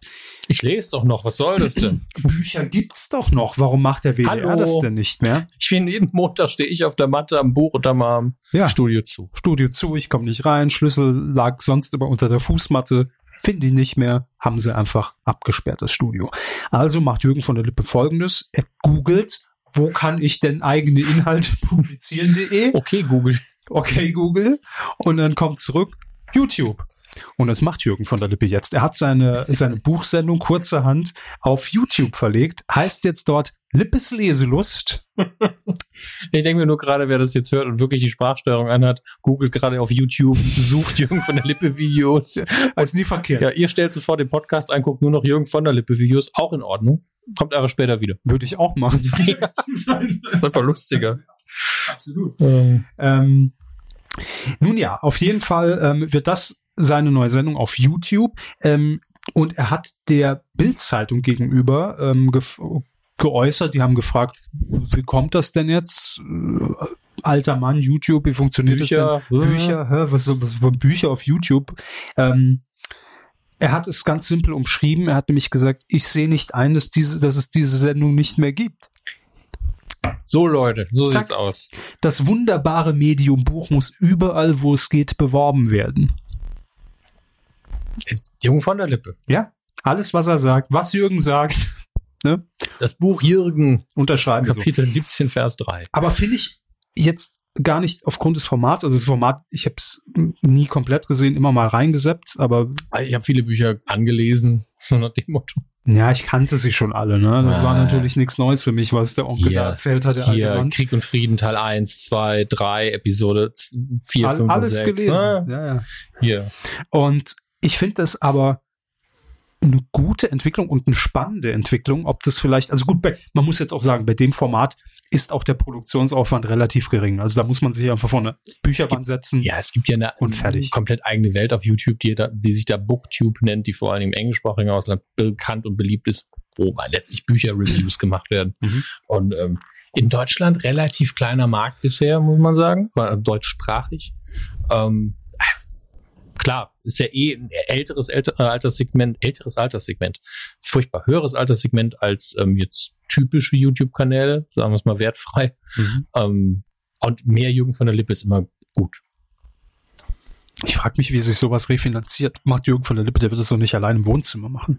[SPEAKER 1] ich lese doch noch, was soll das denn?
[SPEAKER 2] Bücher gibt's doch noch. Warum macht der WDR
[SPEAKER 1] Hallo.
[SPEAKER 2] das denn nicht mehr?
[SPEAKER 1] Ich bin jeden Montag stehe ich auf der Matte am Buch unterm Arm.
[SPEAKER 2] Ja.
[SPEAKER 1] Studio zu.
[SPEAKER 2] Studio zu, ich komme nicht rein, Schlüssel lag sonst immer unter der Fußmatte. Finden die nicht mehr, haben sie einfach abgesperrt, das Studio. Also macht Jürgen von der Lippe folgendes. Er googelt, wo kann ich denn eigene Inhalte publizieren.de?
[SPEAKER 1] Okay, Google.
[SPEAKER 2] okay Google und dann kommt zurück YouTube. Und das macht Jürgen von der Lippe jetzt. Er hat seine, seine Buchsendung kurzerhand auf YouTube verlegt, heißt jetzt dort Lippes Leselust.
[SPEAKER 1] Ich denke mir nur gerade, wer das jetzt hört und wirklich die Sprachsteuerung anhat, googelt gerade auf YouTube, sucht Jürgen von der Lippe Videos.
[SPEAKER 2] Ist nie verkehrt.
[SPEAKER 1] Ja, ihr stellt sofort den Podcast ein, guckt nur noch Jürgen von der Lippe Videos, auch in Ordnung. Kommt aber später wieder.
[SPEAKER 2] Würde ich auch machen.
[SPEAKER 1] ist einfach lustiger.
[SPEAKER 2] Absolut. Ähm, nun ja, auf jeden Fall ähm, wird das seine neue Sendung auf YouTube. Ähm, und er hat der Bild-Zeitung gegenüber ähm, gef- geäußert, die haben gefragt, wie kommt das denn jetzt? Äh, Alter Mann, YouTube, wie funktioniert
[SPEAKER 1] Bücher,
[SPEAKER 2] das denn? Bücher, hä, was, was für Bücher auf YouTube? Ähm, er hat es ganz simpel umschrieben. Er hat nämlich gesagt, ich sehe nicht ein, dass, diese, dass es diese Sendung nicht mehr gibt.
[SPEAKER 1] So, Leute, so
[SPEAKER 2] Zack.
[SPEAKER 1] sieht's aus.
[SPEAKER 2] Das wunderbare Medium Buch muss überall, wo es geht, beworben werden.
[SPEAKER 1] Jürgen Äh, von der Lippe.
[SPEAKER 2] Ja, alles, was er sagt, was Jürgen sagt,
[SPEAKER 1] Das Buch Jürgen,
[SPEAKER 2] unterschreiben wir so.
[SPEAKER 1] Kapitel 17, Vers 3.
[SPEAKER 2] Aber finde ich jetzt gar nicht aufgrund des Formats, also das Format, ich habe es nie komplett gesehen, immer mal reingeseppt, aber
[SPEAKER 1] Ich habe viele Bücher angelesen, so nach dem Motto.
[SPEAKER 2] ja, ich kannte sie schon alle, ne? Das
[SPEAKER 1] Ah.
[SPEAKER 2] war natürlich nichts Neues für mich, was der Onkel
[SPEAKER 1] Hier,
[SPEAKER 2] da erzählt hat, der alte
[SPEAKER 1] Hier,
[SPEAKER 2] Mann.
[SPEAKER 1] Krieg und Frieden, Teil 1, 2, 3, Episode 4,
[SPEAKER 2] All-
[SPEAKER 1] 5 und
[SPEAKER 2] alles
[SPEAKER 1] 6.
[SPEAKER 2] gelesen.
[SPEAKER 1] Ne?
[SPEAKER 2] Ja, ja.
[SPEAKER 1] Hier.
[SPEAKER 2] Und ich finde das aber eine gute Entwicklung und eine spannende Entwicklung, ob das vielleicht, also gut, bei, man muss jetzt auch sagen, bei dem Format ist auch der Produktionsaufwand relativ gering. Also da muss man sich einfach vor eine Bücherwand setzen.
[SPEAKER 1] Ja, es gibt ja eine
[SPEAKER 2] Und fertig.
[SPEAKER 1] komplett eigene Welt auf YouTube, die, da, die sich da Booktube nennt, die vor allem im englischsprachigen Ausland bekannt und beliebt ist, wobei letztlich Bücherreviews gemacht werden.
[SPEAKER 2] Mhm.
[SPEAKER 1] Und ähm, in Deutschland relativ kleiner Markt bisher, muss man sagen, war deutschsprachig. Ähm, klar, ist ja eh ein älteres älter, äh, Alterssegment, älteres Alterssegment, furchtbar höheres Alterssegment als ähm, jetzt typische YouTube-Kanäle, sagen wir es mal wertfrei.
[SPEAKER 2] Mhm.
[SPEAKER 1] Ähm, und mehr Jugend von der Lippe ist immer gut.
[SPEAKER 2] Ich frage mich, wie sich sowas refinanziert. Macht Jürgen von der Lippe, der wird das doch nicht allein im Wohnzimmer machen.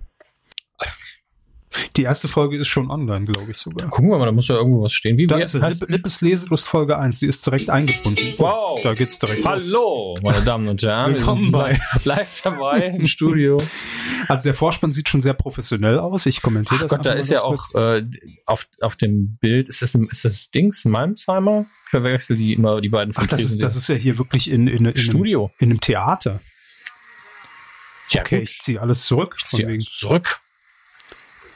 [SPEAKER 2] Die erste Folge ist schon online, glaube ich sogar.
[SPEAKER 1] Gucken wir mal, da muss ja irgendwo was stehen. Wie halt-
[SPEAKER 2] Da
[SPEAKER 1] wie
[SPEAKER 2] ist es.
[SPEAKER 1] heißt-
[SPEAKER 2] Lippe- Lippes Leselust Folge 1, die ist direkt eingebunden.
[SPEAKER 1] Wow.
[SPEAKER 2] Da geht's direkt los.
[SPEAKER 1] Hallo, meine Damen und Herren.
[SPEAKER 2] Willkommen
[SPEAKER 1] Wir sind live dabei im Studio.
[SPEAKER 2] Also der Vorspann sieht schon sehr professionell aus. Ich kommentiere
[SPEAKER 1] Ach
[SPEAKER 2] das.
[SPEAKER 1] Gott, da
[SPEAKER 2] einfach
[SPEAKER 1] ist
[SPEAKER 2] mal
[SPEAKER 1] ja
[SPEAKER 2] ganz kurz.
[SPEAKER 1] auch äh, auf, auf dem Bild, ist das, ein- ist das Dings, ein Malmsheimer? Ich verwechsel die immer, die beiden
[SPEAKER 2] Ach, das ist,
[SPEAKER 1] Tresen-
[SPEAKER 2] das ist ja hier wirklich in, in, in, einem,
[SPEAKER 1] Studio.
[SPEAKER 2] in einem Theater.
[SPEAKER 1] Ja,
[SPEAKER 2] Okay,
[SPEAKER 1] gut.
[SPEAKER 2] ich ziehe alles zurück. Von
[SPEAKER 1] Zieh
[SPEAKER 2] wegen.
[SPEAKER 1] zurück.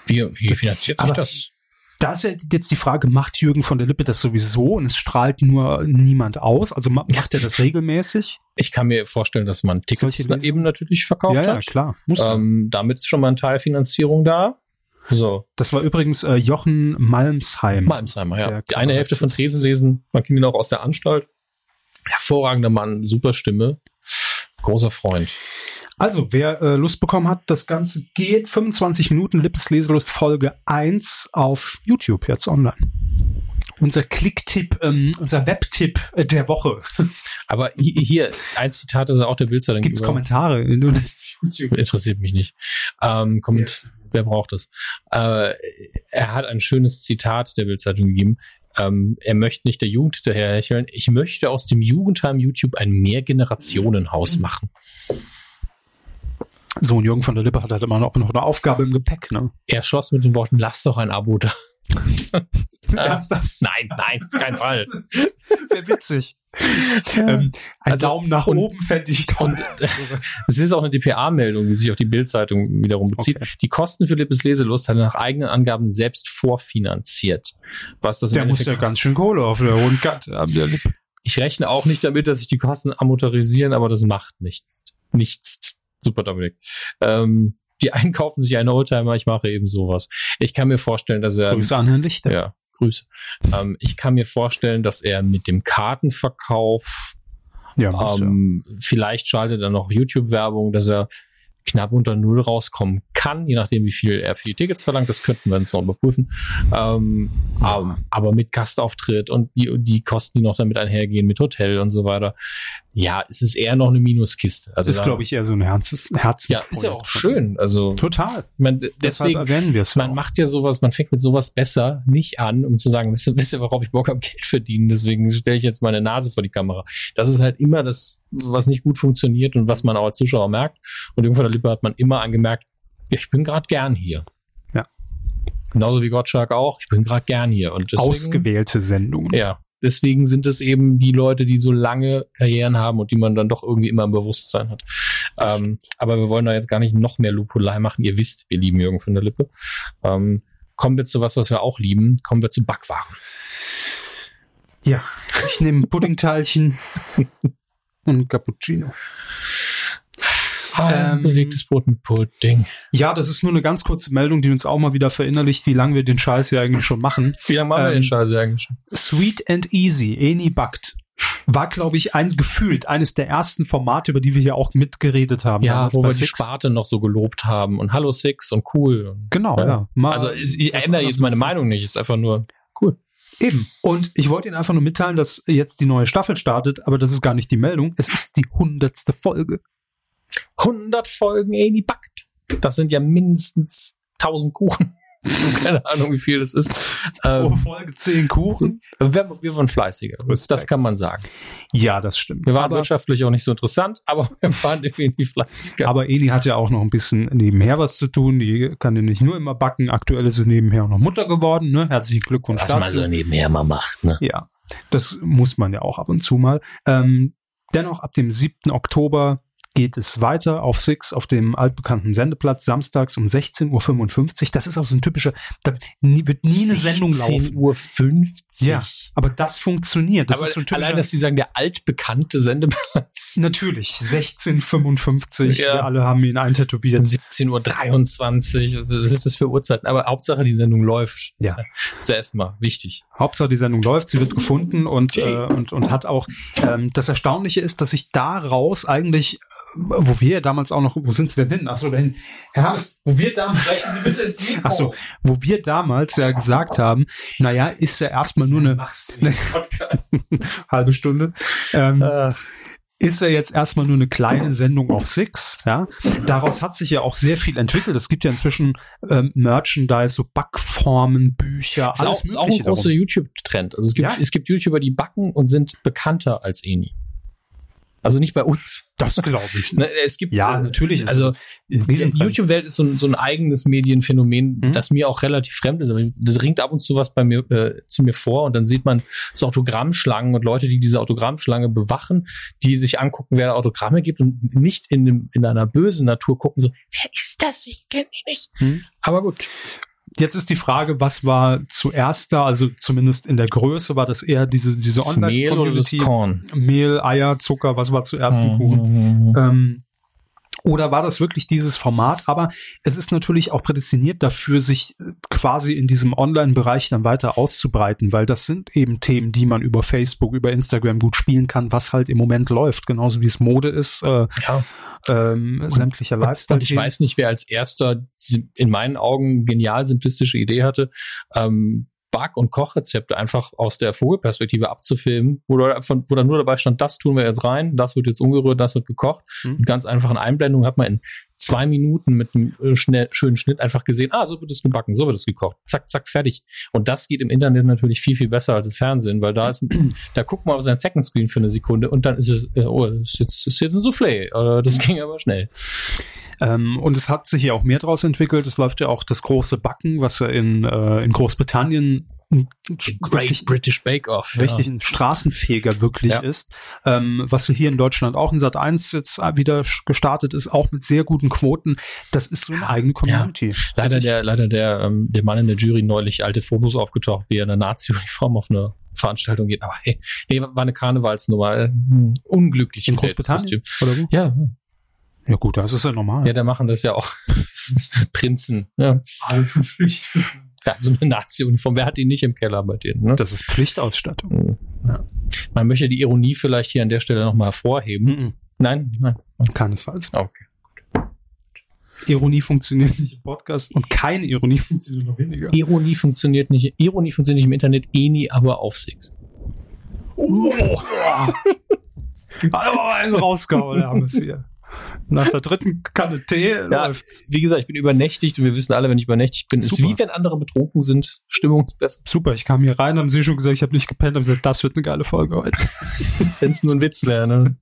[SPEAKER 1] Wie, wie finanziert sich
[SPEAKER 2] Aber-
[SPEAKER 1] das?
[SPEAKER 2] Da ist ja jetzt die Frage, macht Jürgen von der Lippe das sowieso und es strahlt nur niemand aus? Also ma- macht er das regelmäßig?
[SPEAKER 1] Ich kann mir vorstellen, dass man Tickets
[SPEAKER 2] Solche Lesen-
[SPEAKER 1] eben natürlich verkauft
[SPEAKER 2] ja, ja,
[SPEAKER 1] hat.
[SPEAKER 2] klar. Muss er.
[SPEAKER 1] ähm, damit ist schon mal ein Teilfinanzierung da. So,
[SPEAKER 2] Das war übrigens äh, Jochen Malmsheim.
[SPEAKER 1] Malmsheimer, ja.
[SPEAKER 2] Der
[SPEAKER 1] Die eine Hälfte von Tresen lesen, man kennt ihn auch aus der Anstalt. Hervorragender Mann, super Stimme, großer Freund.
[SPEAKER 2] Also, wer äh, Lust bekommen hat, das Ganze geht 25 Minuten Lippes Leselust Folge 1 auf YouTube jetzt online. Unser Klicktipp, ähm, unser Webtipp äh, der Woche.
[SPEAKER 1] Aber hi- hier, ein Zitat ist auch der Bildzeitung.
[SPEAKER 2] Gibt's
[SPEAKER 1] über-
[SPEAKER 2] Kommentare? in-
[SPEAKER 1] Interessiert mich nicht. Ähm, kommt, Wer braucht es? Äh, er hat ein schönes Zitat der Bildzeitung gegeben. Ähm, er möchte nicht der Jugend hinterherhecheln. Ich möchte aus dem Jugendheim YouTube ein Mehrgenerationenhaus machen.
[SPEAKER 2] So, und Jürgen von der Lippe hat halt immer noch, noch eine Aufgabe im Gepäck, ne?
[SPEAKER 1] Er schloss mit den Worten, lass doch ein Abo da.
[SPEAKER 2] Ernsthaft?
[SPEAKER 1] Nein, nein, auf keinen Fall.
[SPEAKER 2] Sehr witzig. ähm, ein
[SPEAKER 1] Also,
[SPEAKER 2] Daumen nach
[SPEAKER 1] und-
[SPEAKER 2] oben fände ich toll.
[SPEAKER 1] Also Es ist auch eine DPA-Meldung, die sich auf die Bild-Zeitung wiederum bezieht.
[SPEAKER 2] Okay.
[SPEAKER 1] Die Kosten für Lippes Leselust hat er nach eigenen Angaben selbst vorfinanziert. Was das im
[SPEAKER 2] der muss ja
[SPEAKER 1] Endeffekt-
[SPEAKER 2] ganz schön Kohle auf der hohen Kante haben, der Lippe.
[SPEAKER 1] Ich rechne auch nicht damit, dass sich die Kosten amortarisieren, aber das macht nichts. Nichts. Super, Dominik. Ähm, die einen kaufen sich einen Oldtimer, ich mache eben sowas. Ich kann mir vorstellen, dass er.
[SPEAKER 2] Grüße an Herrn Lichter.
[SPEAKER 1] Ja, Grüße. Ähm, ich kann mir vorstellen, dass er mit dem Kartenverkauf
[SPEAKER 2] Ja, muss ja.
[SPEAKER 1] ähm, Vielleicht schaltet er noch YouTube-Werbung, dass er knapp unter Null rauskommen kann, je nachdem, wie viel er für die Tickets verlangt. Das könnten wir uns noch überprüfen. Ähm, aber, aber mit Gastauftritt und die, die Kosten, die noch damit einhergehen, mit Hotel und so weiter. ja, es ist eher noch eine Minuskiste. Also
[SPEAKER 2] Das ist, glaube ich, eher so ein Herzens Herzensprojekt.
[SPEAKER 1] Ja, ist ja auch schön. Also
[SPEAKER 2] Total.
[SPEAKER 1] ich meine, d-
[SPEAKER 2] Deshalb
[SPEAKER 1] deswegen,
[SPEAKER 2] erwähnen wir es.
[SPEAKER 1] man macht ja sowas, man fängt mit sowas besser nicht an, um zu sagen, wisst ihr, wisst ihr worauf ich Bock habe, Geld verdienen, deswegen stelle ich jetzt meine Nase vor die Kamera. Das ist halt immer das, was nicht gut funktioniert und was man auch als Zuschauer merkt. Und irgendwann der Lippe hat man immer angemerkt, ja, ich bin gerade gern hier.
[SPEAKER 2] Ja.
[SPEAKER 1] Genauso wie Gottschalk auch, ich bin gerade gern hier. Und deswegen,
[SPEAKER 2] Ausgewählte Sendungen.
[SPEAKER 1] Ja. Deswegen sind es eben die Leute, die so lange Karrieren haben und die man dann doch irgendwie immer im Bewusstsein hat. Ähm, aber wir wollen da jetzt gar nicht noch mehr Lupulei machen. Ihr wisst, wir lieben Jürgen von der Lippe. Ähm, kommen wir zu was, was wir auch lieben. Kommen wir zu Backwaren.
[SPEAKER 2] Ja, ich nehme ein Puddingteilchen und ein Cappuccino.
[SPEAKER 1] Ein
[SPEAKER 2] Ähm,
[SPEAKER 1] belegtes Ah, Brot mit Pudding.
[SPEAKER 2] Ja, das ist nur eine ganz kurze Meldung, die uns auch mal wieder verinnerlicht, wie lange wir den Scheiß hier eigentlich schon machen.
[SPEAKER 1] Wie lange machen wir
[SPEAKER 2] ähm,
[SPEAKER 1] den Scheiß eigentlich?
[SPEAKER 2] Sweet and Easy, Eni backt. War, glaube ich, eins gefühlt, eines der ersten Formate, über die wir hier auch mitgeredet haben.
[SPEAKER 1] Ja,
[SPEAKER 2] damals
[SPEAKER 1] wo
[SPEAKER 2] bei
[SPEAKER 1] wir die
[SPEAKER 2] Six.
[SPEAKER 1] Sparte noch so gelobt haben und Hallo Six und cool. Und,
[SPEAKER 2] Genau, ja.
[SPEAKER 1] Ja.
[SPEAKER 2] Mal-
[SPEAKER 1] also ich, ich ändere jetzt meine Meinung nicht. Ist einfach nur cool.
[SPEAKER 2] Eben. Und ich wollte Ihnen einfach nur mitteilen, dass jetzt die neue Staffel startet, aber das ist gar nicht die Meldung. Es ist die hundertste Folge.
[SPEAKER 1] 100 Folgen Eni backt. Das sind ja mindestens 1000 Kuchen. Keine Ahnung, wie viel das ist. Ähm,
[SPEAKER 2] Oh, Folge 10 Kuchen?
[SPEAKER 1] wir, wir waren fleißiger. Das
[SPEAKER 2] Respekt.
[SPEAKER 1] kann man sagen.
[SPEAKER 2] Ja, das stimmt.
[SPEAKER 1] Wir waren
[SPEAKER 2] aber,
[SPEAKER 1] wirtschaftlich auch nicht so interessant, aber wir waren definitiv fleißiger.
[SPEAKER 2] aber Eli hat ja auch noch ein bisschen nebenher was zu tun. Die kann ja nicht nur immer backen. Aktuell ist sie nebenher auch noch Mutter geworden. Ne? Herzlichen Glückwunsch dazu.
[SPEAKER 1] nebenher mal macht. Ne?
[SPEAKER 2] Ja, das muss man ja auch ab und zu mal. Ähm, dennoch, ab dem 7. Oktober geht es weiter auf Six, auf dem altbekannten Sendeplatz, samstags um 16.55 Uhr. Das ist auch so ein typischer, da nie, wird nie eine Sendung laufen.
[SPEAKER 1] Uhr 50.
[SPEAKER 2] Ja, aber das funktioniert. Das
[SPEAKER 1] aber
[SPEAKER 2] ist so ein typischer,
[SPEAKER 1] allein, dass sie sagen, der altbekannte Sendeplatz.
[SPEAKER 2] natürlich, 16.55
[SPEAKER 1] Ja.
[SPEAKER 2] wir alle haben ihn eintätowiert.
[SPEAKER 1] 17.23 Uhr, was sind das für Uhrzeiten? Aber Hauptsache, die Sendung läuft.
[SPEAKER 2] Ja.
[SPEAKER 1] Das ist ja erstmal wichtig.
[SPEAKER 2] Hauptsache die Sendung läuft, sie wird gefunden und, äh,
[SPEAKER 1] Yay.
[SPEAKER 2] und, und hat auch, ähm, das Erstaunliche ist, dass ich daraus eigentlich, äh, wo wir damals auch noch, wo sind sie denn hin? Achso, dahin. Herr Hammes, wo wir damals,
[SPEAKER 1] Sprechen Sie bitte ins Mikro.
[SPEAKER 2] achso, wo wir damals ja gesagt haben, naja, ist ja erstmal nur eine
[SPEAKER 1] Machst du den Podcast?
[SPEAKER 2] halbe Stunde, ähm, ist ja jetzt erstmal nur eine kleine Sendung auf Six, ja. Daraus hat sich ja auch sehr viel entwickelt. Es gibt ja inzwischen ähm, Merchandise, so Backformen, Bücher,
[SPEAKER 1] Ist auch,
[SPEAKER 2] alles
[SPEAKER 1] ist auch ein
[SPEAKER 2] Mögliche.
[SPEAKER 1] großer
[SPEAKER 2] darum.
[SPEAKER 1] YouTube-Trend. Also es gibt,
[SPEAKER 2] Ja.
[SPEAKER 1] es gibt YouTuber, die backen und sind bekannter als Eni. Also nicht bei uns.
[SPEAKER 2] Das glaube ich.
[SPEAKER 1] Ne, Es gibt
[SPEAKER 2] Ja,
[SPEAKER 1] äh,
[SPEAKER 2] natürlich ist
[SPEAKER 1] Also die
[SPEAKER 2] ein Riesentrend.
[SPEAKER 1] YouTube-Welt ist so ein, so ein eigenes Medienphänomen,
[SPEAKER 2] Mhm.
[SPEAKER 1] das mir auch relativ fremd ist. Aber da dringt ab und zu was bei mir äh, zu mir vor und dann sieht man so Autogrammschlangen und Leute, die diese Autogrammschlange bewachen, die sich angucken, wer Autogramme gibt und nicht in, dem, in einer bösen Natur gucken so, wer ist das? Ich kenne ihn nicht.
[SPEAKER 2] Mhm.
[SPEAKER 1] Aber gut.
[SPEAKER 2] Jetzt ist die Frage, was war zuerst da, also zumindest in der Größe, war das eher diese, diese
[SPEAKER 1] Das Mehl oder das
[SPEAKER 2] Online-Community?
[SPEAKER 1] Korn?
[SPEAKER 2] Mehl, Eier, Zucker, was war zuerst im Kuchen?
[SPEAKER 1] Mhm.
[SPEAKER 2] Ähm, oder war das wirklich dieses Format? Aber es ist natürlich auch prädestiniert dafür, sich äh, quasi in diesem Online-Bereich dann weiter auszubreiten, weil das sind eben Themen, die man über Facebook, über Instagram gut spielen kann, was halt im Moment läuft, genauso wie es Mode ist, äh,
[SPEAKER 1] Ja.
[SPEAKER 2] ähm, sämtlicher Lifestyle.
[SPEAKER 1] Und ich weiß nicht, wer als erster diese in meinen Augen genial simplistische Idee hatte, ähm, Back- und Kochrezepte einfach aus der Vogelperspektive abzufilmen, wo, da- von, wo dann nur dabei stand, das tun wir jetzt rein, das wird jetzt umgerührt, das wird gekocht.
[SPEAKER 2] Mhm.
[SPEAKER 1] Mit ganz einfachen Einblendungen hat man in zwei Minuten mit einem äh, schnell, schönen Schnitt einfach gesehen, ah, so wird es gebacken, so wird es gekocht. Zack, zack, fertig. Und das geht im Internet natürlich viel, viel besser als im Fernsehen, weil da ist, da guckt man auf sein Second Screen für eine Sekunde und dann ist es, äh, oh, das ist jetzt, ist jetzt ein Soufflé. Äh, das ging aber schnell.
[SPEAKER 2] Ähm, und es hat sich ja auch mehr draus entwickelt. Es läuft ja auch das große Backen, was ja in, äh, in Großbritannien ein
[SPEAKER 1] Great
[SPEAKER 2] richtig,
[SPEAKER 1] British Bake Off.
[SPEAKER 2] richtig ein Straßenfeger wirklich
[SPEAKER 1] Ja.
[SPEAKER 2] ist. Ähm, was hier in Deutschland auch in Sat 1 jetzt wieder sch- gestartet ist, auch mit sehr guten Quoten. Das ist so eine eigene Community.
[SPEAKER 1] Leider der, leider der, ähm, der Mann in der Jury neulich alte Fotos aufgetaucht, wie er in einer Nazi-Uniform auf eine Veranstaltung geht. Aber hey, nee, war eine Karnevalsnummer. äh, hm, Unglücklich
[SPEAKER 2] in
[SPEAKER 1] im Kostüm.
[SPEAKER 2] Großbritannien. Oder wo?
[SPEAKER 1] Ja, hm.
[SPEAKER 2] Ja gut, das ist ja normal.
[SPEAKER 1] ja, da machen das ja auch Prinzen. Ja. ja, so eine Nazi-Uniform. Wer hat die nicht im Keller bei denen? Ne?
[SPEAKER 2] Das ist Pflichtausstattung.
[SPEAKER 1] Hm. Man möchte die Ironie vielleicht hier an der Stelle nochmal hervorheben.
[SPEAKER 2] Mhm.
[SPEAKER 1] Nein, nein.
[SPEAKER 2] Keinesfalls.
[SPEAKER 1] Okay.
[SPEAKER 2] Ironie funktioniert nicht im Podcast und keine Ironie funktioniert noch weniger.
[SPEAKER 1] Ironie funktioniert nicht. Ironie funktioniert nicht im Internet, eh nie, aber auf Six.
[SPEAKER 2] oh, einen rausgehauen, da haben wir es hier. Nach der dritten Kanne Tee
[SPEAKER 1] Ja.
[SPEAKER 2] läuft's.
[SPEAKER 1] Wie gesagt, ich bin übernächtigt und wir wissen alle, wenn ich übernächtigt bin, ist
[SPEAKER 2] Super.
[SPEAKER 1] wie wenn andere betrunken sind, stimmungsbesser.
[SPEAKER 2] Super, ich kam hier rein, haben sie schon gesagt, ich habe nicht gepennt, haben gesagt, das wird eine geile Folge heute.
[SPEAKER 1] Wenn es nur ein Witz wäre, ne?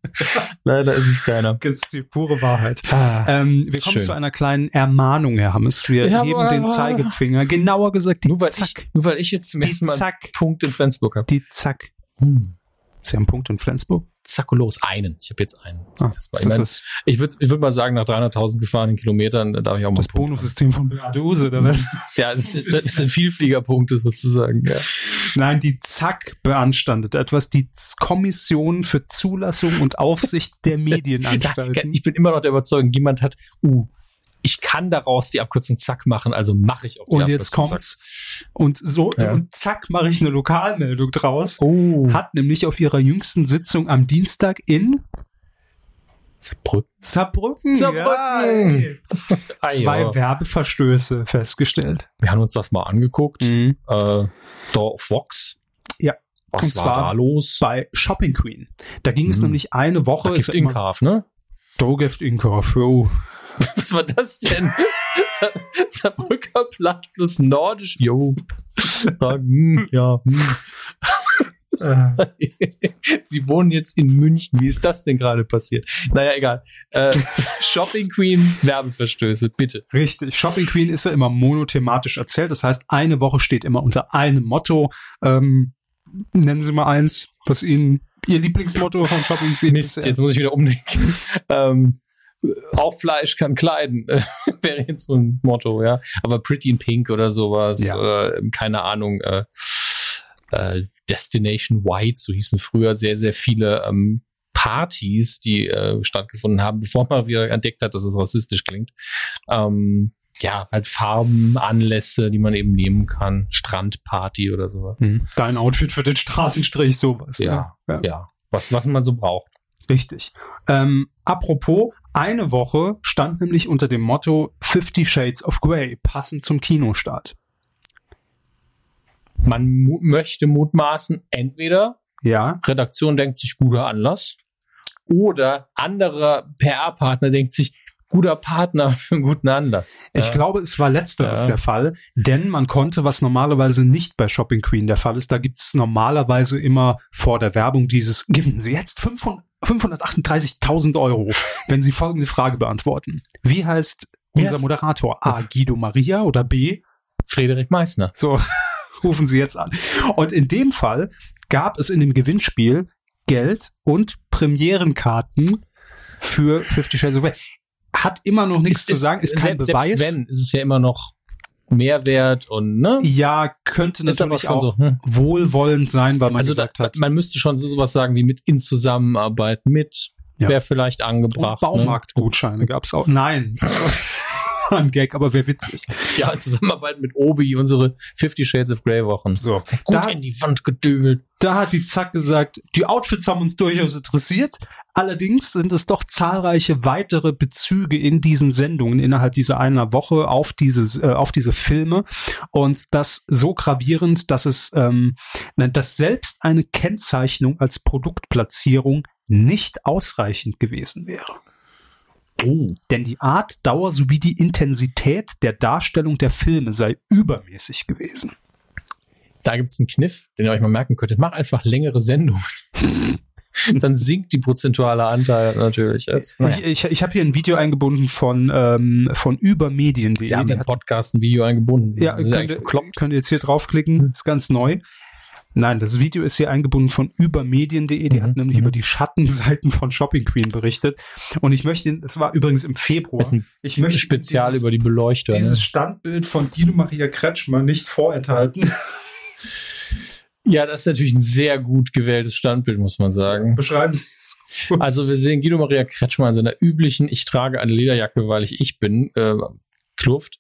[SPEAKER 1] Leider ist es keiner.
[SPEAKER 2] Das ist die pure Wahrheit. Ähm, wir kommen
[SPEAKER 1] Schön.
[SPEAKER 2] zu einer kleinen Ermahnung, Herr Hammes. Wir
[SPEAKER 1] Ja,
[SPEAKER 2] heben
[SPEAKER 1] aber-
[SPEAKER 2] den Zeigefinger, genauer gesagt die
[SPEAKER 1] Äh, Nur weil,
[SPEAKER 2] Zack.
[SPEAKER 1] ich, nur weil ich jetzt zum
[SPEAKER 2] Die
[SPEAKER 1] ersten Mal
[SPEAKER 2] Zack.
[SPEAKER 1] einen Punkt in Flensburg habe.
[SPEAKER 2] Die Zack.
[SPEAKER 1] Hm.
[SPEAKER 2] Sie haben Punkt in Flensburg.
[SPEAKER 1] Zackolos, einen. Ich habe jetzt einen. Zum
[SPEAKER 2] Ah,
[SPEAKER 1] ersten Mal. Ich,
[SPEAKER 2] das ist
[SPEAKER 1] mein,
[SPEAKER 2] das,
[SPEAKER 1] ich würde ich würd mal sagen, nach 300.000 gefahrenen Kilometern äh, darf ich auch mal
[SPEAKER 2] das
[SPEAKER 1] einen Punkt
[SPEAKER 2] Bonussystem von Beatuse. oder was?
[SPEAKER 1] haben. Ja, es, ist- es sind Vielfliegerpunkte sozusagen. Ja.
[SPEAKER 2] Nein, die Zack beanstandet etwas, die Z- Kommission für Zulassung und Aufsicht der
[SPEAKER 1] Ja,
[SPEAKER 2] Medienanstalten.
[SPEAKER 1] Ich bin immer noch der Überzeugung, jemand hat, uh, ich kann daraus die Abkürzung Zack machen, also mache ich auch die
[SPEAKER 2] Und jetzt
[SPEAKER 1] Abkürzung
[SPEAKER 2] kommt's. Und so,
[SPEAKER 1] Ja.
[SPEAKER 2] und zack, mache ich eine Lokalmeldung draus.
[SPEAKER 1] Zack. Oh.
[SPEAKER 2] Hat nämlich auf ihrer jüngsten Sitzung am Dienstag in
[SPEAKER 1] Saarbrücken.
[SPEAKER 2] Saarbrücken, Ja,
[SPEAKER 1] Saarbrücken. oh.
[SPEAKER 2] ey.
[SPEAKER 1] Ah,
[SPEAKER 2] zwei
[SPEAKER 1] Zwei Wer-
[SPEAKER 2] Werbeverstöße festgestellt.
[SPEAKER 1] Wir haben uns das mal angeguckt. Äh, da auf Vox.
[SPEAKER 2] Mhm. Ja.
[SPEAKER 1] Was
[SPEAKER 2] Und
[SPEAKER 1] war
[SPEAKER 2] zwar
[SPEAKER 1] da los?
[SPEAKER 2] Bei Shopping Queen. Da ging es
[SPEAKER 1] Mhm.
[SPEAKER 2] nämlich eine Woche.
[SPEAKER 1] Bei Gift Inkauf, ne?
[SPEAKER 2] Dogeft Inkauf. Oh.
[SPEAKER 1] Was war das denn? Sa- Saarbrücker Platt plus Nordisch. Jo. Ja, hm, ja. hm. Äh. Sie wohnen jetzt in München. Wie ist das denn gerade passiert? Naja, egal. Äh, Shopping Queen, Werbeverstöße, bitte.
[SPEAKER 2] Richtig. Shopping Queen ist ja immer monothematisch erzählt. Das heißt, eine Woche steht immer unter einem Motto. Ähm, nennen Sie mal eins, was Ihnen Ihr Lieblingsmotto von Shopping Queen
[SPEAKER 1] Mist,
[SPEAKER 2] ist. äh,
[SPEAKER 1] jetzt muss ich wieder umdenken. Ähm, auch Fleisch kann kleiden, äh, wäre jetzt so ein Motto, ja. Aber Pretty in Pink oder sowas,
[SPEAKER 2] Ja.
[SPEAKER 1] äh, keine Ahnung, äh, äh, Destination White, so hießen früher sehr, sehr viele ähm, Partys, die äh, stattgefunden haben, bevor man wieder entdeckt hat, dass es rassistisch klingt. Ähm, ja, halt Farben, Anlässe, die man eben nehmen kann, Strandparty oder sowas.
[SPEAKER 2] Hm. Dein Outfit für den Straßenstrich, sowas.
[SPEAKER 1] Ja.
[SPEAKER 2] Ne? ja.
[SPEAKER 1] Ja, was, was man so braucht.
[SPEAKER 2] Richtig. Ähm, apropos, eine Woche stand nämlich unter dem Motto Fifty Shades of Grey, passend zum Kinostart.
[SPEAKER 1] Man mu möchte mutmaßen, entweder
[SPEAKER 2] Ja,
[SPEAKER 1] Redaktion denkt sich guter Anlass oder anderer PR-Partner denkt sich guter Partner für einen guten Anlass.
[SPEAKER 2] Ich
[SPEAKER 1] Ja.
[SPEAKER 2] glaube, es war letzteres
[SPEAKER 1] Ja.
[SPEAKER 2] der Fall, denn man konnte, was normalerweise nicht bei Shopping Queen der Fall ist, da gibt's normalerweise immer vor der Werbung dieses, gewinnen Sie jetzt 500 538.000 Euro, wenn Sie folgende Frage beantworten. Wie heißt unser
[SPEAKER 1] Yes.
[SPEAKER 2] Moderator? A. Guido Maria oder B.
[SPEAKER 1] Friedrich Meissner.
[SPEAKER 2] So, rufen Sie jetzt an. Und in dem Fall gab es in dem Gewinnspiel Geld und Premierenkarten für 50 Shades of Grey. Hat immer noch nichts
[SPEAKER 1] Ist-
[SPEAKER 2] zu
[SPEAKER 1] ist-
[SPEAKER 2] sagen, ist kein
[SPEAKER 1] selbst,
[SPEAKER 2] Beweis.
[SPEAKER 1] Selbst wenn, ist es ja immer noch Mehrwert und ne?
[SPEAKER 2] Ja, könnte
[SPEAKER 1] Ist aber
[SPEAKER 2] natürlich
[SPEAKER 1] schon
[SPEAKER 2] auch
[SPEAKER 1] so, hm.
[SPEAKER 2] wohlwollend sein, weil man
[SPEAKER 1] Also da,
[SPEAKER 2] gesagt hat,
[SPEAKER 1] man müsste schon so sowas sagen wie mit in Zusammenarbeit mit
[SPEAKER 2] Ja.
[SPEAKER 1] wäre vielleicht
[SPEAKER 2] und
[SPEAKER 1] angebracht. ne?
[SPEAKER 2] Baumarktgutscheine gab's auch. Nein, ein Gag, aber wäre witzig.
[SPEAKER 1] Ne? Ja, in Zusammenarbeit mit Obi, unsere 50 Shades of Grey Wochen.
[SPEAKER 2] So,
[SPEAKER 1] Gut
[SPEAKER 2] da,
[SPEAKER 1] in die Wand gedübelt.
[SPEAKER 2] da hat die Zack gesagt, die Outfits haben uns durchaus interessiert. Allerdings sind es doch zahlreiche weitere Bezüge in diesen Sendungen innerhalb dieser einer Woche auf dieses, äh, auf diese Filme und das so gravierend, dass es, ähm, nein, dass selbst eine Kennzeichnung als Produktplatzierung nicht ausreichend gewesen wäre.
[SPEAKER 1] Oh.
[SPEAKER 2] Denn die Art, Dauer sowie die Intensität der Darstellung der Filme sei übermäßig gewesen.
[SPEAKER 1] Da gibt's einen Kniff, den ihr euch mal merken könntet. Mach einfach längere Sendungen. Dann sinkt die prozentuale Anteil natürlich. Das, naja.
[SPEAKER 2] Ich, ich, ich habe hier ein Video eingebunden von, ähm, von übermedien.de.
[SPEAKER 1] Sie haben
[SPEAKER 2] Die
[SPEAKER 1] im
[SPEAKER 2] hat-
[SPEAKER 1] Podcast ein Video eingebunden.
[SPEAKER 2] Ja,
[SPEAKER 1] Sie sind
[SPEAKER 2] könnt, ihr-
[SPEAKER 1] eigentlich bekloppt.
[SPEAKER 2] könnt ihr jetzt hier
[SPEAKER 1] Hm.
[SPEAKER 2] draufklicken, ist ganz neu. Nein, das Video ist hier eingebunden von übermedien.de, die
[SPEAKER 1] Mhm,
[SPEAKER 2] hat nämlich
[SPEAKER 1] mhm.
[SPEAKER 2] über die Schattenseiten von Shopping Queen berichtet. Und ich möchte, es war übrigens im Februar,
[SPEAKER 1] Das ist ein
[SPEAKER 2] ich möchte
[SPEAKER 1] Spezial
[SPEAKER 2] dieses,
[SPEAKER 1] über die ne? Beleuchtung.
[SPEAKER 2] dieses Standbild von Guido Maria Kretschmer nicht vorenthalten.
[SPEAKER 1] ne? Ja, das ist natürlich ein sehr gut gewähltes Standbild, muss man sagen.
[SPEAKER 2] Beschreiben Sie es.
[SPEAKER 1] Also wir sehen Guido Maria Kretschmer in seiner üblichen Ich trage eine Lederjacke, weil ich ich bin, äh, Kluft.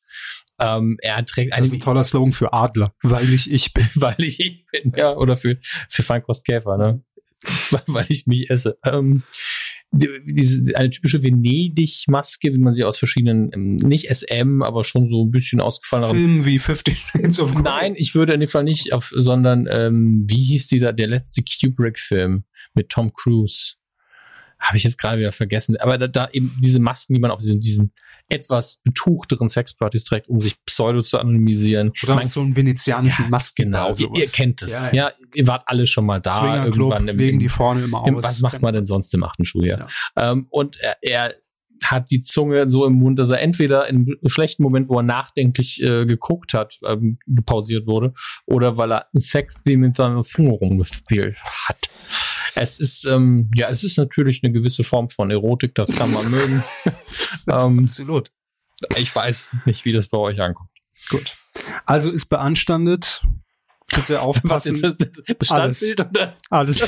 [SPEAKER 1] Ähm, er trägt
[SPEAKER 2] Das ist ein
[SPEAKER 1] eine,
[SPEAKER 2] toller Slogan für Adler, weil ich ich bin.
[SPEAKER 1] weil ich ich bin, ja, oder für, für Feinkostkäfer, ne? Weil- weil ich mich esse. Ähm, die- diese, eine typische Venedig-Maske, wie man sie aus verschiedenen, ähm, nicht SM, aber schon so ein bisschen ausgefalleneren.
[SPEAKER 2] Film wie Fifty Shades of Grey.
[SPEAKER 1] Nein, ich würde in dem Fall nicht auf, sondern ähm, wie hieß dieser, der letzte Kubrick-Film mit Tom Cruise? Habe ich jetzt gerade wieder vergessen. Aber da, da eben diese Masken, die man auf diesen, diesen etwas betuchteren Sexpartys trägt, um sich pseudo zu anonymisieren.
[SPEAKER 2] Oder
[SPEAKER 1] Man-
[SPEAKER 2] mit so einem venezianischen Masken.
[SPEAKER 1] genau, ihr, ihr kennt es. Ja, ihr wart alle schon mal da.
[SPEAKER 2] Swingerclub
[SPEAKER 1] irgendwann im,
[SPEAKER 2] legen die vorne immer
[SPEAKER 1] im,
[SPEAKER 2] aus.
[SPEAKER 1] was macht man denn sonst im achten Schuljahr?
[SPEAKER 2] Ja.
[SPEAKER 1] Ähm, und er, er hat die Zunge so im Mund, dass er entweder in einem schlechten Moment, wo er nachdenklich äh, geguckt hat, ähm, gepausiert wurde, oder weil er sexy mit seiner Zunge rumgespielt hat. Es ist, ähm, ja, es ist natürlich eine gewisse Form von Erotik, das kann man mögen. ähm,
[SPEAKER 2] Absolut.
[SPEAKER 1] ich weiß nicht, wie das bei euch ankommt.
[SPEAKER 2] Gut. Also ist beanstandet. Bitte
[SPEAKER 1] Was
[SPEAKER 2] aufpassen.
[SPEAKER 1] ist das? das Standbild oder?
[SPEAKER 2] Alles.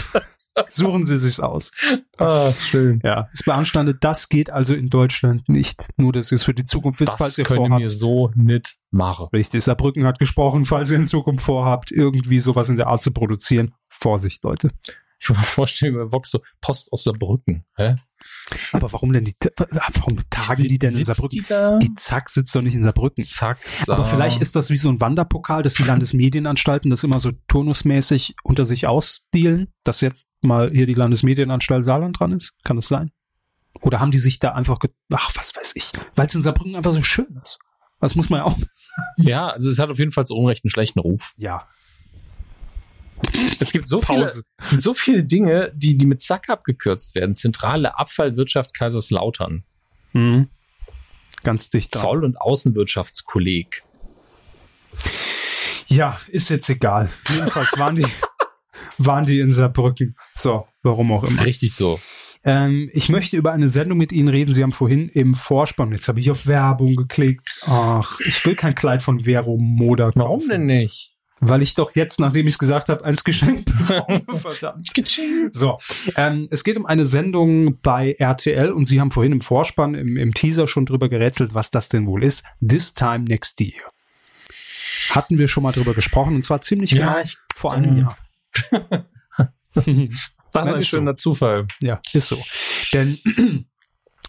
[SPEAKER 2] Suchen Sie sich's aus.
[SPEAKER 1] Ah, schön.
[SPEAKER 2] Ja, ist beanstandet. Das geht also in Deutschland nicht. Nur, dass ihr es für die Zukunft wisst,
[SPEAKER 1] Das
[SPEAKER 2] falls ihr
[SPEAKER 1] können wir
[SPEAKER 2] vorhabt.
[SPEAKER 1] so nicht machen.
[SPEAKER 2] Richtig, Saarbrücken hat gesprochen, falls ihr in Zukunft vorhabt, irgendwie sowas in der Art zu produzieren. Vorsicht, Leute.
[SPEAKER 1] Ich kann mir vorstellen, bei Vox so Post aus Saarbrücken. Hä?
[SPEAKER 2] Aber warum denn die, warum tagen die denn in
[SPEAKER 1] Sitzt
[SPEAKER 2] Saarbrücken?
[SPEAKER 1] Die da?
[SPEAKER 2] Die Zack sitzt doch nicht in Saarbrücken.
[SPEAKER 1] Zack,
[SPEAKER 2] Aber vielleicht ist das wie so ein Wanderpokal, dass die Landesmedienanstalten das immer so turnusmäßig unter sich ausspielen, dass jetzt mal hier die Landesmedienanstalt Saarland dran ist. Kann das sein? Oder haben die sich da einfach, ge ach, was weiß ich, weil es in Saarbrücken einfach so schön ist. Das muss man ja auch
[SPEAKER 1] Ja, also es hat auf jeden Fall zu Unrecht einen schlechten Ruf.
[SPEAKER 2] Ja.
[SPEAKER 1] Es gibt so
[SPEAKER 2] Pause.
[SPEAKER 1] viele, es gibt so viele Dinge, die, die mit Zack abgekürzt werden. Zentrale Abfallwirtschaft Kaiserslautern.
[SPEAKER 2] Mhm. Ganz dicht dran.
[SPEAKER 1] Zoll- und Außenwirtschaftskolleg.
[SPEAKER 2] Ja, ist jetzt egal. Jedenfalls waren die, waren die in Saarbrücken. So, warum auch immer.
[SPEAKER 1] Richtig so.
[SPEAKER 2] Ähm, ich möchte über eine Sendung mit Ihnen reden. Sie haben vorhin im Vorspann, jetzt habe ich auf Werbung geklickt. Ach, ich will kein Kleid von Vero Moda kaufen.
[SPEAKER 1] Warum denn nicht?
[SPEAKER 2] Weil ich doch jetzt, nachdem ich es gesagt habe, eins geschenkt bekomme. Verdammt. So, ähm, es geht um eine Sendung bei RTL und Sie haben vorhin im Vorspann, im, im Teaser schon drüber gerätselt, was das denn wohl ist. This Time Next Year. Hatten wir schon mal drüber gesprochen und zwar ziemlich
[SPEAKER 1] Ja,
[SPEAKER 2] genau
[SPEAKER 1] ich-
[SPEAKER 2] vor einem Jahr.
[SPEAKER 1] Das ist
[SPEAKER 2] Nein,
[SPEAKER 1] ein
[SPEAKER 2] ist so.
[SPEAKER 1] schöner Zufall.
[SPEAKER 2] Ja, ist so. Denn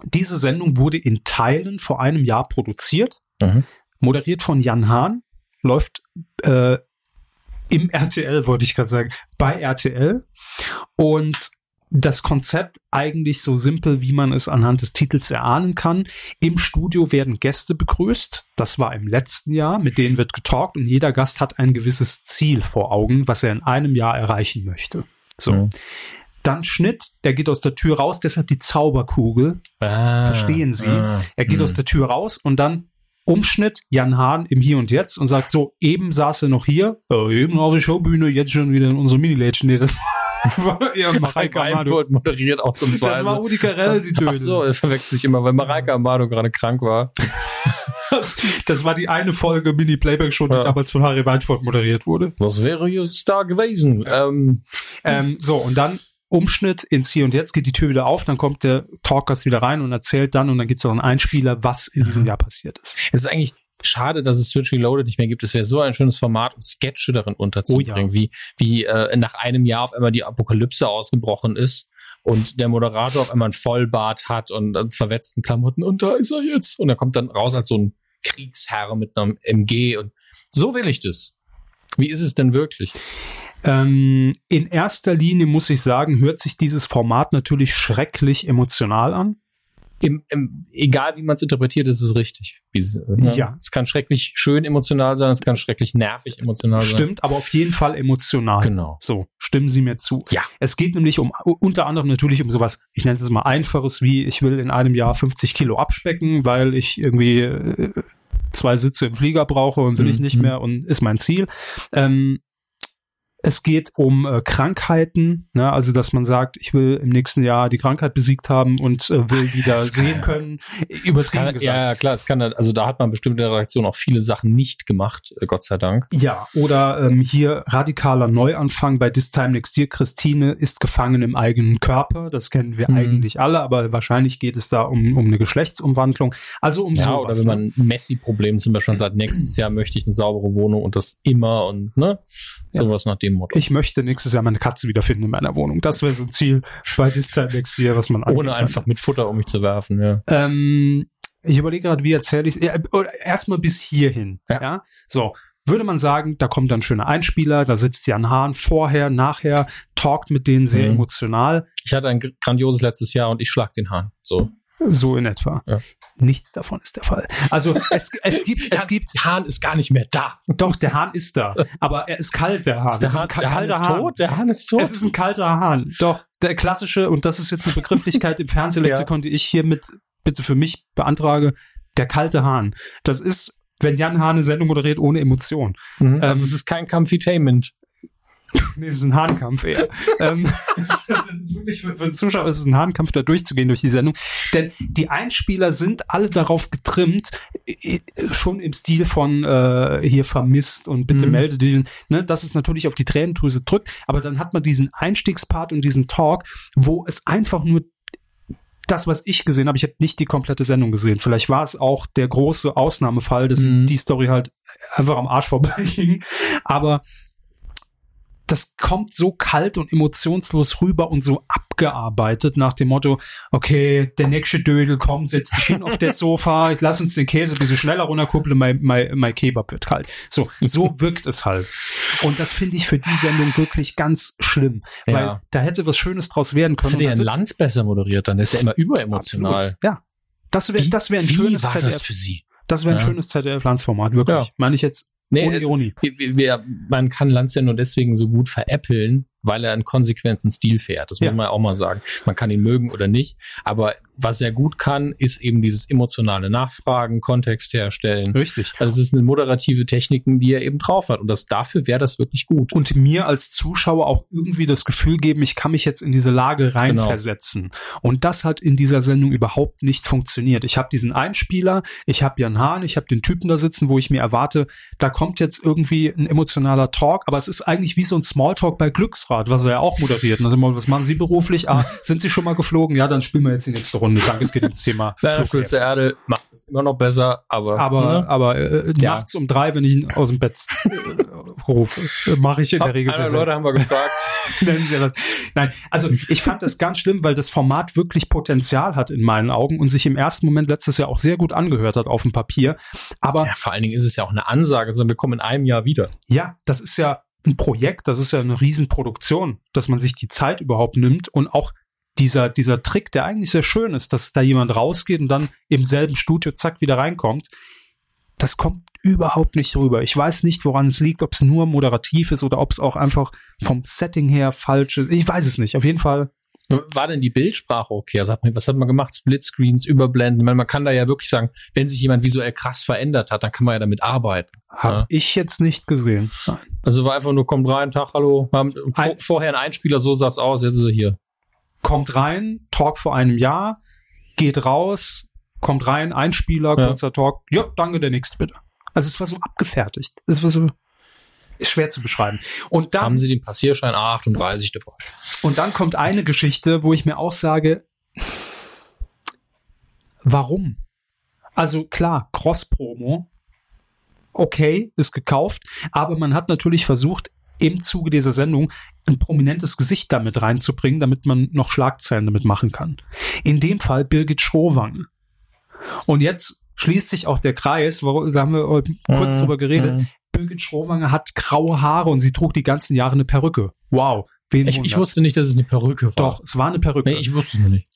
[SPEAKER 2] diese Sendung wurde in Teilen vor einem Jahr produziert,
[SPEAKER 1] Mhm.
[SPEAKER 2] moderiert von Jan Hahn, läuft äh, im RTL, wollte ich gerade sagen, bei RTL. Und das Konzept eigentlich so simpel, wie man es anhand des Titels erahnen kann. Im Studio werden Gäste begrüßt. Das war im letzten Jahr. Mit denen wird getalkt und jeder Gast hat ein gewisses Ziel vor Augen, was er in einem Jahr erreichen möchte. So.
[SPEAKER 1] Mhm.
[SPEAKER 2] Dann Schnitt, der geht aus der Tür raus, deshalb die Zauberkugel.
[SPEAKER 1] Ah,
[SPEAKER 2] Verstehen Sie?
[SPEAKER 1] ah,
[SPEAKER 2] Er geht
[SPEAKER 1] hm.
[SPEAKER 2] aus der Tür raus und dann Umschnitt, Jan Hahn im Hier und Jetzt und sagt so, eben saß er noch hier, äh, eben auf der Showbühne, jetzt schon wieder in unserem Minilädchen. Nee, das war ja, Mareike
[SPEAKER 1] Mareike
[SPEAKER 2] Amado.
[SPEAKER 1] Amado moderiert ausnahmsweise.
[SPEAKER 2] Das war Rudi Carell, sie
[SPEAKER 1] Ach
[SPEAKER 2] Dödel.
[SPEAKER 1] so, das verwechsel ich immer, weil Mareike Amado gerade krank war.
[SPEAKER 2] Das war die eine Folge Mini-Playback-Show, die
[SPEAKER 1] Ja.
[SPEAKER 2] damals von Harry Weinfurt moderiert wurde.
[SPEAKER 1] Was wäre jetzt da gewesen? Ähm,
[SPEAKER 2] Ähm, so, und dann Umschnitt ins Hier und Jetzt, geht die Tür wieder auf, dann kommt der Talkers wieder rein und erzählt dann und dann gibt es noch einen Einspieler, was in
[SPEAKER 1] Mhm.
[SPEAKER 2] diesem Jahr passiert ist.
[SPEAKER 1] Es ist eigentlich schade, dass es Switch Reloaded nicht mehr gibt. Es wäre so ein schönes Format, um Sketche darin unterzubringen, wie, wie äh, nach einem Jahr auf einmal die Apokalypse ausgebrochen ist und der Moderator auf einmal einen Vollbart hat und äh, verwetzten Klamotten und da ist er jetzt. Und er kommt dann raus als so ein Kriegsherr mit einem MG und so will ich das. Wie ist es denn wirklich?
[SPEAKER 2] Ähm, in erster Linie muss ich sagen, hört sich dieses Format natürlich schrecklich emotional an.
[SPEAKER 1] Im, im, egal wie man es interpretiert, ist es richtig. Wie es, äh,
[SPEAKER 2] Ja.
[SPEAKER 1] Es kann schrecklich schön emotional sein, es kann schrecklich nervig emotional sein.
[SPEAKER 2] Stimmt, aber auf jeden Fall emotional.
[SPEAKER 1] Also. Genau.
[SPEAKER 2] So, stimmen Sie mir zu.
[SPEAKER 1] Ja.
[SPEAKER 2] Es geht nämlich um, unter anderem natürlich um sowas, ich nenne es mal einfaches, wie ich will in einem Jahr 50 Kilo abspecken, weil ich irgendwie äh, zwei Sitze im Flieger brauche und will ich nicht
[SPEAKER 1] Mhm.
[SPEAKER 2] mehr und ist mein Ziel. Ähm, es geht um äh, Krankheiten, ne? also dass man sagt, ich will im nächsten Jahr die Krankheit besiegt haben und äh, will wieder
[SPEAKER 1] das kann
[SPEAKER 2] sehen
[SPEAKER 1] ja-
[SPEAKER 2] können. Übertrieben
[SPEAKER 1] Kann,
[SPEAKER 2] gesagt.
[SPEAKER 1] ja, ja, klar, es kann, also da hat man bestimmt in der Redaktion auch viele Sachen nicht gemacht, äh, Gott sei Dank.
[SPEAKER 2] Ja, oder ähm, hier radikaler Neuanfang bei This Time Next Year. Christine ist gefangen im eigenen Körper. Das kennen wir
[SPEAKER 1] Mhm.
[SPEAKER 2] eigentlich alle, aber wahrscheinlich geht es da um, um eine Geschlechtsumwandlung. Also um
[SPEAKER 1] Ja,
[SPEAKER 2] sowas,
[SPEAKER 1] oder wenn
[SPEAKER 2] ne?
[SPEAKER 1] man ein Messi-Problem zum Beispiel sagt, nächstes Jahr möchte ich eine saubere Wohnung und das immer und ne,
[SPEAKER 2] Ja.
[SPEAKER 1] sowas nach dem Motto.
[SPEAKER 2] Ich möchte nächstes Jahr meine Katze wiederfinden in meiner Wohnung. Das wäre so ein Ziel bei This Time Next Year, was man angehen
[SPEAKER 1] Ohne
[SPEAKER 2] kann.
[SPEAKER 1] einfach mit Futter um mich zu werfen, ja.
[SPEAKER 2] Ähm, ich überlege gerade, wie erzähle ich es. Ja, oder Erstmal bis äh, hierhin. Ja.
[SPEAKER 1] Ja.
[SPEAKER 2] So. würde man sagen, da kommt dann ein schöner Einspieler, da sitzt Jan Hahn vorher, nachher, talkt mit denen sehr
[SPEAKER 1] Mhm.
[SPEAKER 2] emotional,
[SPEAKER 1] Ich hatte ein gr- grandioses letztes Jahr und ich schlag den Hahn. So.
[SPEAKER 2] so in etwa.
[SPEAKER 1] Ja.
[SPEAKER 2] Nichts davon ist der Fall. Also es, es gibt, es gibt,
[SPEAKER 1] Hahn ist gar nicht mehr da.
[SPEAKER 2] doch, der Hahn ist da, aber er ist kalt, der Hahn.
[SPEAKER 1] Ist der,
[SPEAKER 2] Es
[SPEAKER 1] Hahn,
[SPEAKER 2] Ah, ist ein ka-
[SPEAKER 1] der Hahn
[SPEAKER 2] kalter
[SPEAKER 1] ist tot. Der Hahn ist tot.
[SPEAKER 2] Es ist ein kalter Hahn. Doch, der klassische, und das ist jetzt eine Begrifflichkeit im Fernsehlexikon, die ich hiermit bitte für mich beantrage, der kalte Hahn. Das ist, wenn Jan Hahn eine Sendung moderiert ohne Emotion.
[SPEAKER 1] Mhm.
[SPEAKER 2] ähm,
[SPEAKER 1] also es ist kein Comfitainment.
[SPEAKER 2] Nee, es ist ein Hahnkampf eher. ähm, das ist wirklich für, für den Zuschauer ist es ein Hahnkampf, da durchzugehen durch die Sendung. Denn die Einspieler sind alle darauf getrimmt, äh, äh, schon im Stil von äh, hier vermisst und bitte
[SPEAKER 1] Mhm.
[SPEAKER 2] melde diesen, ne, dass es natürlich auf die Tränendrüse drückt, aber dann hat man diesen Einstiegspart und diesen Talk, wo es einfach nur das, was ich gesehen habe, ich habe nicht die komplette Sendung gesehen. Vielleicht war es auch der große Ausnahmefall, dass
[SPEAKER 1] Mhm.
[SPEAKER 2] die Story halt einfach am Arsch vorbeiging. Aber das kommt so kalt und emotionslos rüber und so abgearbeitet nach dem Motto, okay, der nächste Dödel, komm, setz dich hin auf das Sofa, lass uns den Käse ein bisschen schneller runterkuppeln, mein, mein, mein Kebab wird kalt. So, so wirkt es halt. Und das finde ich für die Sendung wirklich ganz schlimm, weil
[SPEAKER 1] Ja.
[SPEAKER 2] da hätte was Schönes draus werden können.
[SPEAKER 1] Hätte
[SPEAKER 2] Und da
[SPEAKER 1] ja ein
[SPEAKER 2] sitzt-
[SPEAKER 1] Lanz besser moderiert, dann ist er immer
[SPEAKER 2] Absolut.
[SPEAKER 1] überemotional.
[SPEAKER 2] Ja. Das wäre das wär ein schönes
[SPEAKER 1] war das
[SPEAKER 2] ZDF.
[SPEAKER 1] für Sie?
[SPEAKER 2] Das wäre ein
[SPEAKER 1] Ja.
[SPEAKER 2] schönes ZDF-Landsformat, wirklich.
[SPEAKER 1] Ja.
[SPEAKER 2] Meine ich jetzt
[SPEAKER 1] Nee,
[SPEAKER 2] ohne
[SPEAKER 1] es-
[SPEAKER 2] Ironie.
[SPEAKER 1] wir, wir- wir, man kann Lanz ja nur deswegen so gut veräppeln, weil er einen konsequenten Stil fährt. Das muss
[SPEAKER 2] Ja.
[SPEAKER 1] man auch mal sagen. Man kann ihn mögen oder nicht. Aber was er gut kann, ist eben dieses emotionale Nachfragen, Kontext herstellen.
[SPEAKER 2] Richtig.
[SPEAKER 1] Also es ist eine moderative Techniken, die er eben drauf hat. Und das, dafür wäre das wirklich gut.
[SPEAKER 2] Und mir als Zuschauer auch irgendwie das Gefühl geben, ich kann mich jetzt in diese Lage reinversetzen. Und das hat in dieser Sendung überhaupt nicht funktioniert. Ich habe diesen Einspieler, ich habe Jan Hahn, ich habe den Typen da sitzen, wo ich mir erwarte, da kommt jetzt irgendwie ein emotionaler Talk, aber es ist eigentlich wie so ein Smalltalk bei Glücksrad, was er ja auch moderiert. Also, was machen Sie beruflich? Ah, sind Sie schon mal geflogen? Ja, dann spielen wir jetzt die nächste Runde. Danke, es geht ins Thema.
[SPEAKER 1] Leider
[SPEAKER 2] Flughafen.
[SPEAKER 1] Schulze Erde macht es immer noch besser, aber,
[SPEAKER 2] Aber,
[SPEAKER 1] ne?
[SPEAKER 2] aber äh,
[SPEAKER 1] Ja.
[SPEAKER 2] nachts um drei, wenn ich ihn aus dem Bett äh, rufe, äh, mache ich in der Regel sehr
[SPEAKER 1] Andere
[SPEAKER 2] selten.
[SPEAKER 1] Leute haben wir gefragt.
[SPEAKER 2] Nennen Sie das. Nein, also ich fand das ganz schlimm, weil das Format wirklich Potenzial hat in meinen Augen und sich im ersten Moment letztes Jahr auch sehr gut angehört hat auf dem Papier. Aber
[SPEAKER 1] ja, vor allen Dingen ist es ja auch eine Ansage, sondern wir kommen in einem Jahr wieder.
[SPEAKER 2] ja, das ist ja ein Projekt, das ist ja eine Riesenproduktion, dass man sich die Zeit überhaupt nimmt und auch dieser, dieser Trick, der eigentlich sehr schön ist, dass da jemand rausgeht und dann im selben Studio zack wieder reinkommt, das kommt überhaupt nicht rüber. Ich weiß nicht, woran es liegt, ob es nur moderativ ist oder ob es auch einfach vom Setting her falsch ist. Ich weiß es nicht. Auf jeden Fall
[SPEAKER 1] War denn die Bildsprache okay? Also hat man, was hat man gemacht? Splitscreens, Überblenden. Ich meine, man kann da ja wirklich sagen, wenn sich jemand visuell krass verändert hat, dann kann man ja damit arbeiten.
[SPEAKER 2] habe
[SPEAKER 1] Ja.
[SPEAKER 2] ich jetzt nicht gesehen.
[SPEAKER 1] Also war einfach nur, kommt rein, Tag, hallo. Wir haben vor,
[SPEAKER 2] Ein-
[SPEAKER 1] vorher ein Einspieler, so sah's aus, jetzt ist er hier.
[SPEAKER 2] kommt rein, Talk vor einem Jahr, geht raus, kommt rein, Einspieler,
[SPEAKER 1] Ja.
[SPEAKER 2] kurzer Talk, ja, danke, der nächste bitte. Also es war so abgefertigt. Es war so ist schwer zu beschreiben. Und dann,
[SPEAKER 1] Haben Sie den Passierschein A38 dabei?
[SPEAKER 2] und dann kommt eine Geschichte, wo ich mir auch sage, warum? Also klar, Cross-Promo, okay, ist gekauft, aber man hat natürlich versucht, im Zuge dieser Sendung ein prominentes Gesicht damit reinzubringen, damit man noch Schlagzeilen damit machen kann. In dem Fall Birgit Schrowange. Und jetzt schließt sich auch der Kreis, wo- da haben wir äh, kurz
[SPEAKER 1] Mhm.
[SPEAKER 2] drüber geredet.
[SPEAKER 1] Mhm.
[SPEAKER 2] Birgit Schrowange hat graue Haare und sie trug die ganzen Jahre eine Perücke. Wow, wen
[SPEAKER 1] Ich, ich
[SPEAKER 2] wundert's?
[SPEAKER 1] wusste nicht, dass es eine Perücke war.
[SPEAKER 2] Doch, es war eine Perücke.
[SPEAKER 1] Nee, ich wusste es noch nicht.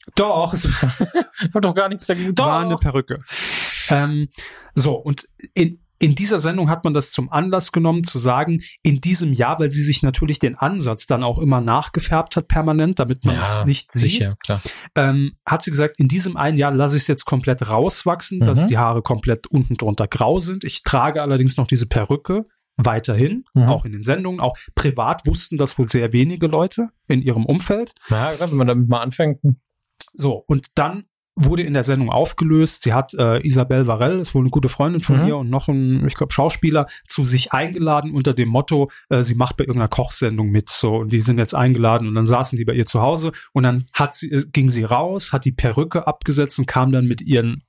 [SPEAKER 2] Doch, es
[SPEAKER 1] Ich hab doch gar nichts dagegen. Doch.
[SPEAKER 2] war eine Perücke. Ähm, so, und in, in dieser Sendung hat man das zum Anlass genommen, zu sagen, in diesem Jahr, weil sie sich natürlich den Ansatz dann auch immer nachgefärbt hat, permanent, damit man
[SPEAKER 1] ja,
[SPEAKER 2] es nicht
[SPEAKER 1] sicher,
[SPEAKER 2] sieht,
[SPEAKER 1] klar.
[SPEAKER 2] ähm, hat sie gesagt, in diesem einen Jahr lasse ich es jetzt komplett rauswachsen, dass
[SPEAKER 1] Mhm.
[SPEAKER 2] die Haare komplett unten drunter grau sind. Ich trage allerdings noch diese Perücke weiterhin,
[SPEAKER 1] Mhm.
[SPEAKER 2] auch in den Sendungen, auch privat wussten das wohl sehr wenige Leute in ihrem Umfeld.
[SPEAKER 1] Na, ja, wenn man damit mal anfängt. hm.
[SPEAKER 2] So, und dann wurde in der Sendung aufgelöst. Sie hat äh, Isabel Varell, ist wohl eine gute Freundin von
[SPEAKER 1] Mhm.
[SPEAKER 2] ihr und noch ein, ich glaube, Schauspieler, zu sich eingeladen unter dem Motto, äh, sie macht bei irgendeiner Kochsendung mit. So, und die sind jetzt eingeladen und dann saßen die bei ihr zu Hause und dann hat sie, äh, ging sie raus, hat die Perücke abgesetzt und kam dann mit ihren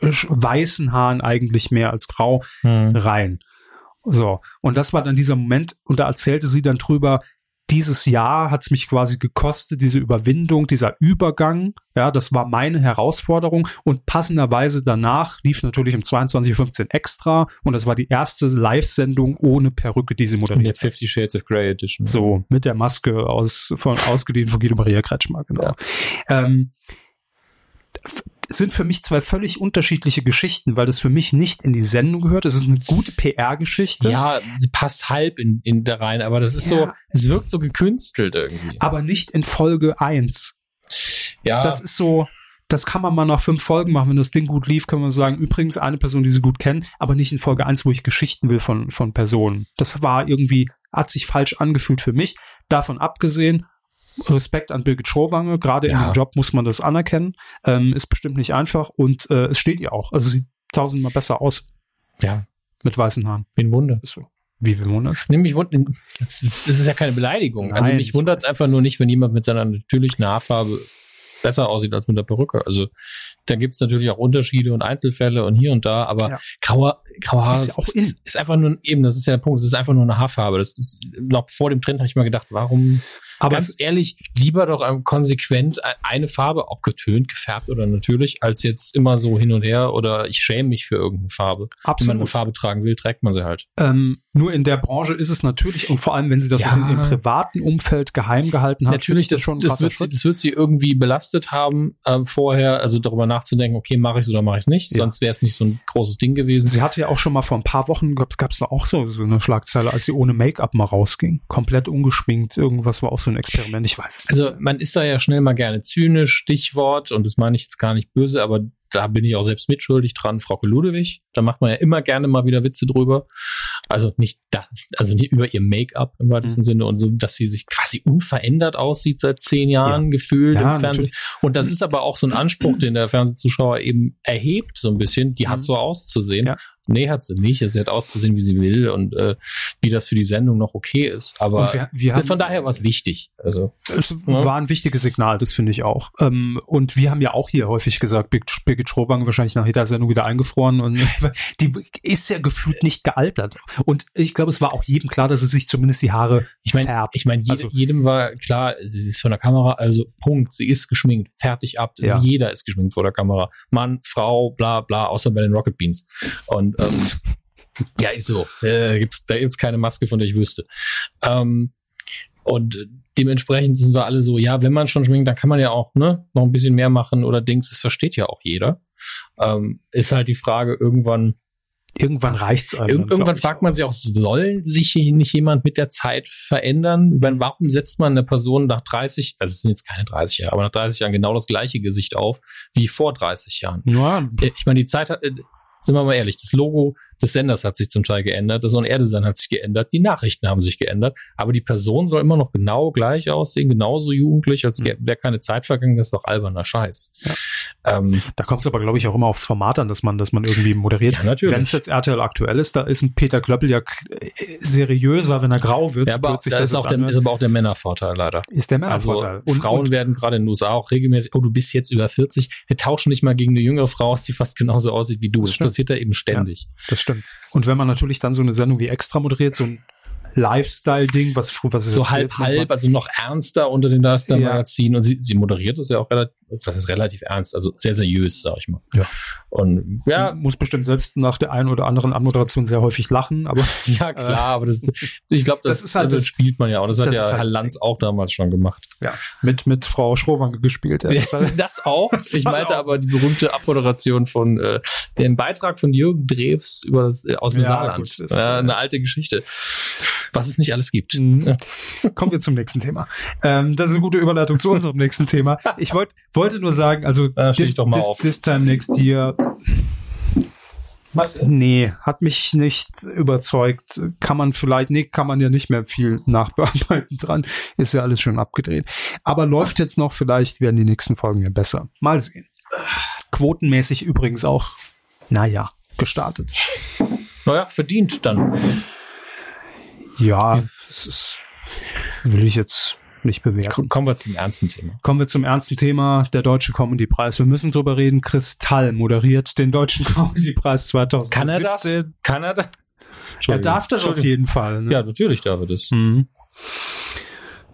[SPEAKER 2] äh, sch- weißen Haaren eigentlich mehr als grau
[SPEAKER 1] Hm.
[SPEAKER 2] rein. So, und das war dann dieser Moment, und da erzählte sie dann drüber, dieses Jahr hat es mich quasi gekostet, diese Überwindung, dieser Übergang. Ja, das war meine Herausforderung. Und passenderweise danach lief natürlich um 22.15 Uhr extra. Und das war die erste Live-Sendung ohne Perücke, die sie
[SPEAKER 1] In der
[SPEAKER 2] moderiert. hat.
[SPEAKER 1] Fifty Shades of Grey Edition.
[SPEAKER 2] So, mit der Maske aus, von, ausgeliehen von Guido Maria Kretschmer, genau. Ähm, f- sind für mich zwei völlig unterschiedliche Geschichten, weil das für mich nicht in die Sendung gehört. Es ist eine gute PR-Geschichte.
[SPEAKER 1] Ja, sie passt halb in, in da rein, aber das ist
[SPEAKER 2] Ja.
[SPEAKER 1] so, es wirkt so gekünstelt irgendwie.
[SPEAKER 2] aber nicht in Folge 1.
[SPEAKER 1] Ja,
[SPEAKER 2] Das ist so, das kann man mal nach fünf Folgen machen. Wenn das Ding gut lief, kann man sagen, übrigens eine Person, die sie gut kennen, aber nicht in Folge 1, wo ich Geschichten will von, von Personen. Das war irgendwie, hat sich falsch angefühlt für mich. Davon abgesehen, Respekt an Birgit Schrowange, gerade in
[SPEAKER 1] Ja.
[SPEAKER 2] dem Job muss man das anerkennen. Ähm, ist bestimmt nicht einfach und äh, es steht ihr auch. Also sieht tausendmal besser aus
[SPEAKER 1] ja,
[SPEAKER 2] mit weißen Haaren.
[SPEAKER 1] bin Wunder.
[SPEAKER 2] Ist so. Wie will man das?
[SPEAKER 1] Nimm mich wund das ist, das ist ja keine Beleidigung. also
[SPEAKER 2] Nein,
[SPEAKER 1] mich
[SPEAKER 2] ich
[SPEAKER 1] wundert es einfach nur nicht, wenn jemand mit seiner natürlichen Haarfarbe besser aussieht als mit der Perücke. Also da gibt es natürlich auch Unterschiede und Einzelfälle und hier und da, aber
[SPEAKER 2] Ja.
[SPEAKER 1] grauer, grauer Haar
[SPEAKER 2] Ist ja
[SPEAKER 1] ist,
[SPEAKER 2] auch
[SPEAKER 1] ist,
[SPEAKER 2] in.
[SPEAKER 1] ist, einfach nur, eben, das ist ja der Punkt, es ist einfach nur eine Haarfarbe. Das ist, noch vor dem Trend habe ich mal gedacht, warum,
[SPEAKER 2] Aber
[SPEAKER 1] ganz
[SPEAKER 2] es-
[SPEAKER 1] ehrlich, lieber doch ähm, konsequent e- eine Farbe, ob getönt, gefärbt oder natürlich, als jetzt immer so hin und her oder ich schäme mich für irgendeine Farbe. Wenn man eine Farbe tragen will, trägt man sie halt.
[SPEAKER 2] Ähm, nur in der Branche ist es natürlich, und vor allem, wenn sie das
[SPEAKER 1] Ja.
[SPEAKER 2] in, im privaten Umfeld geheim gehalten haben,
[SPEAKER 1] Natürlich,
[SPEAKER 2] finde
[SPEAKER 1] das,
[SPEAKER 2] ich schon ein
[SPEAKER 1] das,
[SPEAKER 2] krasser
[SPEAKER 1] wird sie,
[SPEAKER 2] Schritt.
[SPEAKER 1] das wird sie irgendwie belastet haben ähm, vorher, also darüber nachzudenken, okay, mache ich es oder mache ich es nicht,
[SPEAKER 2] Ja.
[SPEAKER 1] sonst wäre es nicht so ein großes Ding gewesen.
[SPEAKER 2] Sie hatte ja auch schon mal vor ein paar Wochen, gab es da auch so, so eine Schlagzeile, als sie ohne Make-up mal rausging. Komplett ungeschminkt. Irgendwas war auch so ein Experiment. Ich weiß es nicht.
[SPEAKER 1] also man ist da ja schnell mal gerne zynisch, Stichwort, und das meine ich jetzt gar nicht böse, aber da bin ich auch selbst mitschuldig dran, Frauke Ludewig. Da macht man ja immer gerne mal wieder Witze drüber. Also nicht das, also nicht über ihr Make-up im weitesten
[SPEAKER 2] Mhm.
[SPEAKER 1] Sinne und so, dass sie sich quasi unverändert aussieht seit zehn Jahren gefühlt
[SPEAKER 2] Ja,
[SPEAKER 1] im Fernsehen.
[SPEAKER 2] natürlich.
[SPEAKER 1] Und das ist aber auch so ein Anspruch, den der Fernsehzuschauer eben erhebt, so ein bisschen. Die hat so auszusehen.
[SPEAKER 2] Mhm. Ja.
[SPEAKER 1] Nee, hat sie nicht. Also Sie hat auszusehen, wie sie will und äh, wie das für die Sendung noch okay ist. Aber
[SPEAKER 2] Und wir, wir haben,
[SPEAKER 1] von daher war es wichtig. Also,
[SPEAKER 2] es
[SPEAKER 1] Ja.
[SPEAKER 2] war ein wichtiges Signal, das finde ich auch. Ähm, und wir haben ja auch hier häufig gesagt, Birgit, Birgit Schrowange wahrscheinlich nach jeder Sendung wieder eingefroren und die ist ja gefühlt nicht gealtert. Und ich glaube, es war auch jedem klar, dass sie sich zumindest die Haare
[SPEAKER 1] ich meine,
[SPEAKER 2] färbt.
[SPEAKER 1] ich meine, jed
[SPEAKER 2] Also-
[SPEAKER 1] jedem war klar, sie ist von der Kamera, also Punkt, sie ist geschminkt, fertig ab.
[SPEAKER 2] Ja.
[SPEAKER 1] Jeder ist geschminkt vor der Kamera. Mann, Frau, bla bla, außer bei den Rocket Beans. Und ähm, ja, ist so. Äh, gibt's, da gibt's keine Maske, von der ich wüsste. Ähm, und äh, dementsprechend sind wir alle so, ja, wenn man schon schminkt, dann kann man ja auch ne, noch ein bisschen mehr machen oder Dings, das versteht ja auch jeder. Ähm, ist halt die Frage, irgendwann,
[SPEAKER 2] Irgendwann reicht's einem.
[SPEAKER 1] Irgend-
[SPEAKER 2] glaub
[SPEAKER 1] irgendwann
[SPEAKER 2] ich.
[SPEAKER 1] fragt man sich auch, soll sich hier nicht jemand mit der Zeit verändern? Ich meine, warum setzt man eine Person nach 30, also es sind jetzt keine 30 Jahre, aber nach 30 Jahren genau das gleiche Gesicht auf wie vor 30 Jahren?
[SPEAKER 2] Ja,
[SPEAKER 1] Äh, Ich meine, die Zeit hat, äh, sind wir mal ehrlich, das Logo des Senders hat sich zum Teil geändert, das On-Air-Design hat sich geändert, die Nachrichten haben sich geändert, aber die Person soll immer noch genau gleich aussehen, genauso jugendlich, als
[SPEAKER 2] Hm.
[SPEAKER 1] wäre keine Zeit vergangen, das ist doch alberner Scheiß. Ähm,
[SPEAKER 2] da kommt es aber, glaube ich, auch immer aufs Format an, dass man, dass man irgendwie moderiert.
[SPEAKER 1] Ja, natürlich.
[SPEAKER 2] Wenn es jetzt RTL aktuell ist, da ist ein Peter Klöppel ja kl- äh, seriöser, wenn er grau wird.
[SPEAKER 1] ja, aber
[SPEAKER 2] plötzlich,
[SPEAKER 1] da
[SPEAKER 2] dass
[SPEAKER 1] ist,
[SPEAKER 2] es
[SPEAKER 1] auch der,
[SPEAKER 2] anhört.
[SPEAKER 1] ist aber auch der Männervorteil leider.
[SPEAKER 2] ist der
[SPEAKER 1] Also
[SPEAKER 2] Männervorteil.
[SPEAKER 1] Frauen werden gerade in den USA auch regelmäßig, oh, du bist jetzt über 40, wir tauschen dich mal gegen eine jüngere Frau aus, die fast genauso aussieht wie du. Das,
[SPEAKER 2] Das stimmt.
[SPEAKER 1] passiert da eben ständig.
[SPEAKER 2] das stimmt. Und wenn man natürlich dann so eine Sendung wie Extra moderiert, so ein Lifestyle-Ding, was, fr- was ist
[SPEAKER 1] So
[SPEAKER 2] jetzt
[SPEAKER 1] halb,
[SPEAKER 2] letztens
[SPEAKER 1] halb,
[SPEAKER 2] mal-
[SPEAKER 1] also noch ernster unter den
[SPEAKER 2] Ja.
[SPEAKER 1] Darsteller-Magazinen. Und sie, sie moderiert es ja auch relativ, das ist relativ ernst, also sehr seriös, sag ich mal.
[SPEAKER 2] Ja.
[SPEAKER 1] Und
[SPEAKER 2] Ja.
[SPEAKER 1] ja,
[SPEAKER 2] Muss bestimmt selbst nach der einen oder anderen Anmoderation sehr häufig lachen, aber
[SPEAKER 1] ja klar, aber das, ich glaube, das,
[SPEAKER 2] Äh. das ist halt
[SPEAKER 1] das
[SPEAKER 2] das-
[SPEAKER 1] spielt man ja auch. Das, hat
[SPEAKER 2] das
[SPEAKER 1] ja
[SPEAKER 2] ist halt
[SPEAKER 1] Herr
[SPEAKER 2] das
[SPEAKER 1] Lanz auch damals schon gemacht.
[SPEAKER 2] ja, mit, mit Frau Schrowange gespielt. Ja. Das halt war-
[SPEAKER 1] Das auch. ich
[SPEAKER 2] war
[SPEAKER 1] meinte
[SPEAKER 2] auch-
[SPEAKER 1] aber die berühmte Abmoderation von äh, dem Beitrag von Jürgen Drews über das, äh, aus dem
[SPEAKER 2] Ja,
[SPEAKER 1] Saarland.
[SPEAKER 2] gut, das-
[SPEAKER 1] äh, Hm. eine alte Geschichte. Was es nicht alles gibt.
[SPEAKER 2] Mhm. Kommen wir zum nächsten Thema. Ähm, das ist eine gute Überleitung zu unserem nächsten Thema. Ich wollt, wollte nur sagen, also
[SPEAKER 1] Äh, steh ich doch mal
[SPEAKER 2] this,
[SPEAKER 1] auf.
[SPEAKER 2] this time next year,
[SPEAKER 1] Was?
[SPEAKER 2] nee, hat mich nicht überzeugt. Kann man vielleicht, nee, kann man ja nicht mehr viel nachbearbeiten dran. Ist ja alles schon abgedreht. Aber läuft jetzt noch, vielleicht werden die nächsten Folgen ja besser. Mal sehen. Quotenmäßig übrigens auch, naja, gestartet.
[SPEAKER 1] Naja, verdient dann.
[SPEAKER 2] Ja, es ist, will ich jetzt nicht bewerten.
[SPEAKER 1] K- Kommen wir zum ernsten Thema.
[SPEAKER 2] Kommen wir zum ernsten Thema, der Deutsche Comedy-Preis. Wir müssen drüber reden. Kristall moderiert den Deutschen Comedy-Preis 2017.
[SPEAKER 1] Kann er das? Kann er das?
[SPEAKER 2] Er darf das auf jeden Fall. Ne?
[SPEAKER 1] Hm. Mhm. Ja, natürlich darf er das.
[SPEAKER 2] Mhm.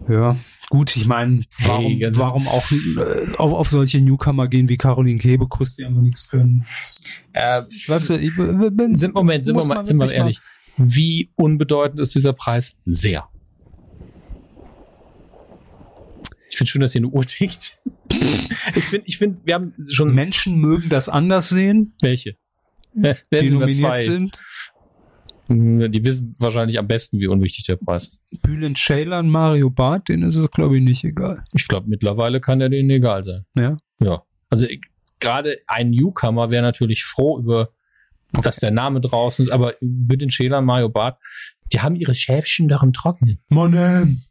[SPEAKER 2] Ja, gut, ich meine,
[SPEAKER 1] Hey,
[SPEAKER 2] warum,
[SPEAKER 1] ganz-
[SPEAKER 2] warum auch äh, auf, auf solche Newcomer gehen wie Caroline Kebekus, die einfach nichts können?
[SPEAKER 1] Äh,
[SPEAKER 2] Weißt du, ich, wenn,
[SPEAKER 1] sind Moment, sind wir mal, sind wir mal ehrlich. Wie unbedeutend ist dieser Preis? Sehr. Ich finde schön, dass ihr eine Uhr tickt. Ich finde, ich finde, wir haben schon
[SPEAKER 2] Menschen mögen das anders sehen,
[SPEAKER 1] welche.
[SPEAKER 2] Hm.
[SPEAKER 1] Werden
[SPEAKER 2] die
[SPEAKER 1] sogar
[SPEAKER 2] nominiert
[SPEAKER 1] zwei. Hm,
[SPEAKER 2] sind.
[SPEAKER 1] Die wissen wahrscheinlich am besten, wie unwichtig der Preis ist.
[SPEAKER 2] Bülent Schäler und Mario Barth, denen ist es, glaube ich, nicht egal.
[SPEAKER 1] Ich glaube, mittlerweile kann der denen egal sein.
[SPEAKER 2] Ja.
[SPEAKER 1] Ja. Also ich- gerade ein Newcomer wäre natürlich froh über, dass der Name draußen ist, aber mit den Schälern Mario Barth, die haben ihre Schäfchen doch im Trockenen.
[SPEAKER 2] Mann,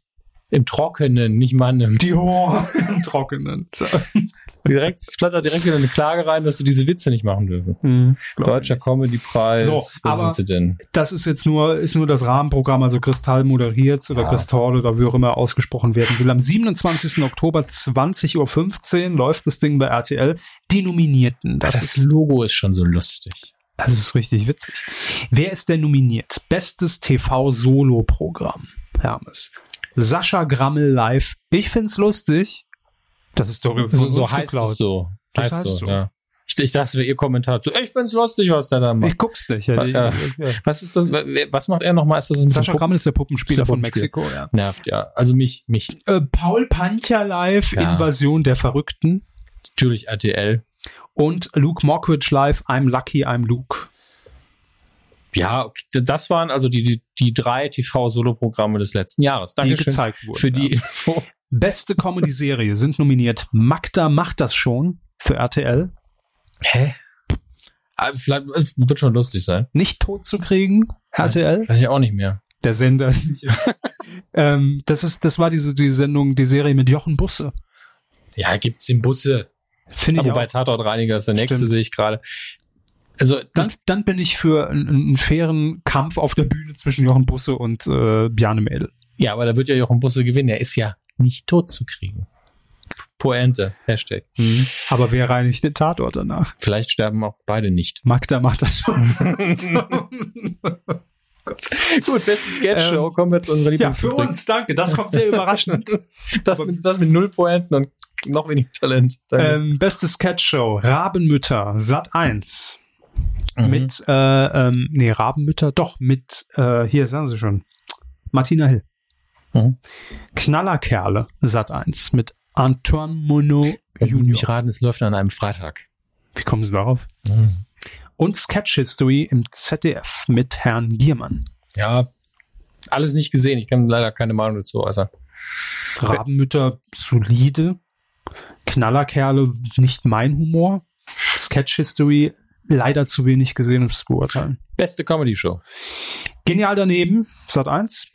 [SPEAKER 1] Im Trockenen, nicht mal im
[SPEAKER 2] die Horror im Trockenen.
[SPEAKER 1] direkt, flattert direkt wieder eine Klage rein, dass sie diese Witze nicht machen dürfen. Deutscher Comedy-Preis,
[SPEAKER 2] So,
[SPEAKER 1] wo
[SPEAKER 2] aber-
[SPEAKER 1] sind sie denn?
[SPEAKER 2] Hm. Das ist jetzt nur, ist nur das Rahmenprogramm, also Kristall moderiert oder
[SPEAKER 1] Ah.
[SPEAKER 2] Kristall oder wie auch immer ausgesprochen werden will. Am 27. Oktober 20.15 Uhr läuft das Ding bei RTL. Die Nominierten, das,
[SPEAKER 1] Das,
[SPEAKER 2] ist,
[SPEAKER 1] Logo ist schon so lustig.
[SPEAKER 2] das ist richtig witzig. Wer ist denn nominiert? Bestes TV-Solo-Programm, Hermes. Sascha Grammel live. Ich find's lustig. Das ist doch
[SPEAKER 1] So,
[SPEAKER 2] von
[SPEAKER 1] so
[SPEAKER 2] uns
[SPEAKER 1] heißt es so.
[SPEAKER 2] Das
[SPEAKER 1] heißt
[SPEAKER 2] heißt
[SPEAKER 1] so,
[SPEAKER 2] so.
[SPEAKER 1] ja. Ich, ich dachte, das wäre ihr Kommentar zu, ich find's lustig, was der da macht.
[SPEAKER 2] Ich guck's nicht. Ja,
[SPEAKER 1] Ja.
[SPEAKER 2] ja.
[SPEAKER 1] was ist das? Was macht er nochmal? Ist das ein
[SPEAKER 2] Sascha
[SPEAKER 1] Puppen-
[SPEAKER 2] Grammel ist der Puppenspieler
[SPEAKER 1] Ist der
[SPEAKER 2] von
[SPEAKER 1] Puppenspieler.
[SPEAKER 2] Mexiko, ja.
[SPEAKER 1] Nervt, ja. Also mich, mich.
[SPEAKER 2] Äh, Paul Pancher live,
[SPEAKER 1] Ja.
[SPEAKER 2] Invasion der Verrückten.
[SPEAKER 1] Natürlich RTL.
[SPEAKER 2] und Luke Mockridge live I'm Lucky, I'm Luke.
[SPEAKER 1] Ja, okay, das waren also die, die, die drei TV-Solo-Programme des letzten Jahres. Dankeschön
[SPEAKER 2] gezeigt wurden,
[SPEAKER 1] Für die
[SPEAKER 2] ja.
[SPEAKER 1] Info.
[SPEAKER 2] Beste Comedy-Serie sind nominiert Magda macht das schon für RTL.
[SPEAKER 1] Hä? Ah, Vielleicht es wird schon lustig sein.
[SPEAKER 2] Nicht tot zu kriegen, RTL.
[SPEAKER 1] Vielleicht auch nicht mehr.
[SPEAKER 2] Der Sender ist nicht. ähm, das, ist, das war diese die Sendung, die Serie mit Jochen Busse.
[SPEAKER 1] Ja, gibt's den Busse.
[SPEAKER 2] Finde ich
[SPEAKER 1] Aber bei
[SPEAKER 2] auch.
[SPEAKER 1] Tatortreiniger ist der nächste,
[SPEAKER 2] Stimmt.
[SPEAKER 1] sehe ich gerade. Also,
[SPEAKER 2] Dann, dann bin ich für einen, einen fairen Kampf auf der Bühne zwischen Jochen Busse und äh, Bjarne Mädel.
[SPEAKER 1] ja, aber da wird ja Jochen Busse gewinnen. Er ist ja nicht tot zu kriegen. Poente, Hashtag.
[SPEAKER 2] Aber wer reinigt den Tatort danach?
[SPEAKER 1] Vielleicht sterben auch beide nicht.
[SPEAKER 2] Magda macht das schon.
[SPEAKER 1] Gut, beste Sketch-Show.
[SPEAKER 2] Ähm,
[SPEAKER 1] Kommen wir zu unserer Lieblingsrubrik.
[SPEAKER 2] danke. Das kommt sehr überraschend.
[SPEAKER 1] Das mit, das mit null Pointen und noch wenig Talent. Danke.
[SPEAKER 2] Ähm, beste Sketchshow, Rabenmütter, Sat 1.
[SPEAKER 1] Mhm.
[SPEAKER 2] Ähm, Mit, äh, ähm, nee, Rabenmütter, doch, mit, äh, hier sagen sie schon, Martina Hill.
[SPEAKER 1] Mhm.
[SPEAKER 2] Knallerkerle, Sat 1, mit Antoine Monod
[SPEAKER 1] Lassen Sie mich
[SPEAKER 2] Junior.
[SPEAKER 1] raten, es läuft an einem Freitag. Mhm.
[SPEAKER 2] Wie kommen sie darauf? Und Sketch History im ZDF mit Herrn Giermann.
[SPEAKER 1] Ja, alles nicht gesehen. Ich kann leider keine Meinung dazu äußern.
[SPEAKER 2] Rabenmütter, solide. Knallerkerle, nicht mein Humor. Sketch History, leider zu wenig gesehen, um es zu beurteilen.
[SPEAKER 1] Beste Comedy-Show.
[SPEAKER 2] Genial daneben, Sat 1.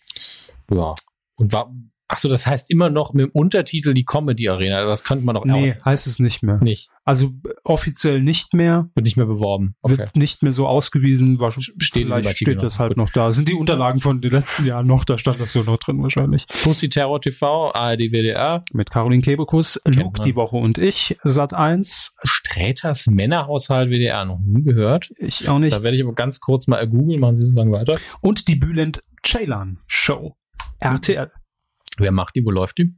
[SPEAKER 1] Ja. Und war, ach so, das heißt immer noch mit dem Untertitel die Comedy-Arena. Das könnte man doch
[SPEAKER 2] Nee,
[SPEAKER 1] auch
[SPEAKER 2] heißt es nicht mehr.
[SPEAKER 1] nicht.
[SPEAKER 2] Also b- offiziell nicht mehr,
[SPEAKER 1] Wird nicht mehr beworben. Okay.
[SPEAKER 2] wird nicht mehr so ausgewiesen, wahrscheinlich
[SPEAKER 1] steht in dem
[SPEAKER 2] vielleicht
[SPEAKER 1] Artikel
[SPEAKER 2] steht
[SPEAKER 1] noch.
[SPEAKER 2] das halt
[SPEAKER 1] Gut.
[SPEAKER 2] noch da. Sind die Unterlagen von den letzten Jahren noch, da stand das so noch drin wahrscheinlich.
[SPEAKER 1] Pussy Terror TV, ARD, WDR.
[SPEAKER 2] Mit Caroline Kebekus, Luke
[SPEAKER 1] man.
[SPEAKER 2] die Woche und ich, Sat 1,
[SPEAKER 1] Sträters Männerhaushalt WDR. Noch nie gehört.
[SPEAKER 2] ich auch nicht.
[SPEAKER 1] Da werde ich aber ganz kurz mal googeln. Machen Sie so lange weiter.
[SPEAKER 2] Und die Bülent Ceylan Show.
[SPEAKER 1] Hm.
[SPEAKER 2] RTL.
[SPEAKER 1] Wer macht die? Wo läuft die?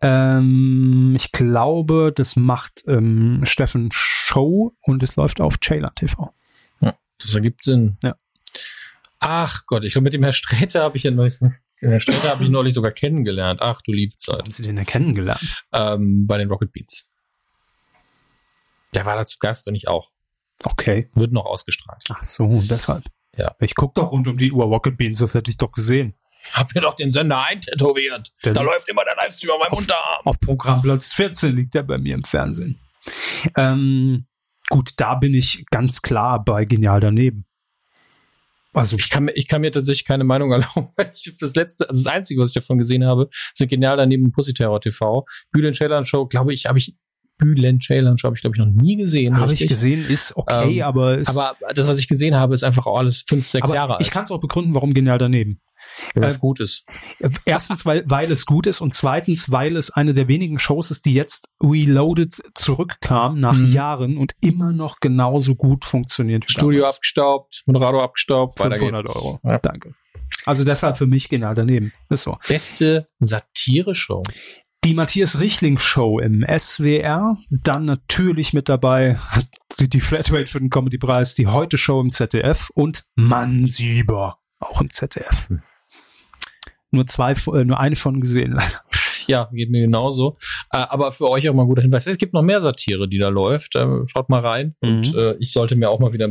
[SPEAKER 2] Ähm, ich glaube, das macht ähm, Steffen Show und es läuft auf Ceylan TV.
[SPEAKER 1] Ja, das ergibt Sinn.
[SPEAKER 2] Ja.
[SPEAKER 1] Ach Gott, ich glaube, mit dem Herr Sträter habe ich ja neulich, den Herr Sträter habe ich neulich sogar kennengelernt. Ach du liebe Zeit.
[SPEAKER 2] Haben Sie den ja kennengelernt?
[SPEAKER 1] Ähm, bei den Rocket Beats. Der war da zu Gast und ich auch.
[SPEAKER 2] Okay.
[SPEAKER 1] Wird noch ausgestrahlt.
[SPEAKER 2] Ach so, deshalb.
[SPEAKER 1] Ja.
[SPEAKER 2] Ich guck doch rund um die Uhr Rocket Beans, das hätte ich doch gesehen.
[SPEAKER 1] Hab mir doch den Sender eintätowiert.
[SPEAKER 2] Der
[SPEAKER 1] da
[SPEAKER 2] liegt-
[SPEAKER 1] läuft immer der Livestream auf meinem Unterarm.
[SPEAKER 2] Auf Programmplatz 14 liegt er bei mir im Fernsehen. Ähm, gut, da bin ich ganz klar bei Genial daneben. Also,
[SPEAKER 1] Ich kann, mir- ich kann mir tatsächlich keine Meinung erlauben, weil ich das letzte, also das Einzige, was ich davon gesehen habe, sind genial daneben Pussy Terror TV. Bühlen Schälern Show, glaube ich, habe ich, Bühlen Schälern Show habe ich, glaube ich, noch nie gesehen.
[SPEAKER 2] habe ich
[SPEAKER 1] richtig.
[SPEAKER 2] gesehen, ist okay,
[SPEAKER 1] Ähm,
[SPEAKER 2] aber ist.
[SPEAKER 1] Aber das, was ich gesehen habe, ist einfach auch alles fünf, sechs
[SPEAKER 2] aber
[SPEAKER 1] Jahre alt.
[SPEAKER 2] ich kann es auch begründen, warum Genial daneben.
[SPEAKER 1] was
[SPEAKER 2] äh,
[SPEAKER 1] gut ist.
[SPEAKER 2] Äh, Erstens, weil, weil es gut ist und zweitens, weil es eine der wenigen Shows ist, die jetzt reloaded zurückkam nach
[SPEAKER 1] Mhm.
[SPEAKER 2] Jahren und immer noch genauso gut funktioniert. wie
[SPEAKER 1] Studio
[SPEAKER 2] damals.
[SPEAKER 1] abgestaubt, Moderator abgestaubt, weiter
[SPEAKER 2] 500
[SPEAKER 1] geht's.
[SPEAKER 2] Euro.
[SPEAKER 1] Ja.
[SPEAKER 2] Danke. Also deshalb für mich genial daneben. Ist so.
[SPEAKER 1] Beste Satire-Show.
[SPEAKER 2] Die Matthias Richtling Show im SWR, dann natürlich mit dabei die, die Flatrate für den Comedy Preis, die Heute Show im ZDF und Mann Sieber auch im ZDF.
[SPEAKER 1] Hm.
[SPEAKER 2] Nur zwei, äh, nur eine von gesehen leider.
[SPEAKER 1] Ja, geht mir genauso. Äh, aber für euch auch mal ein guter Hinweis. Es gibt noch mehr Satire, die da läuft. Ähm, schaut mal rein. Und äh, ich sollte mir auch mal wieder.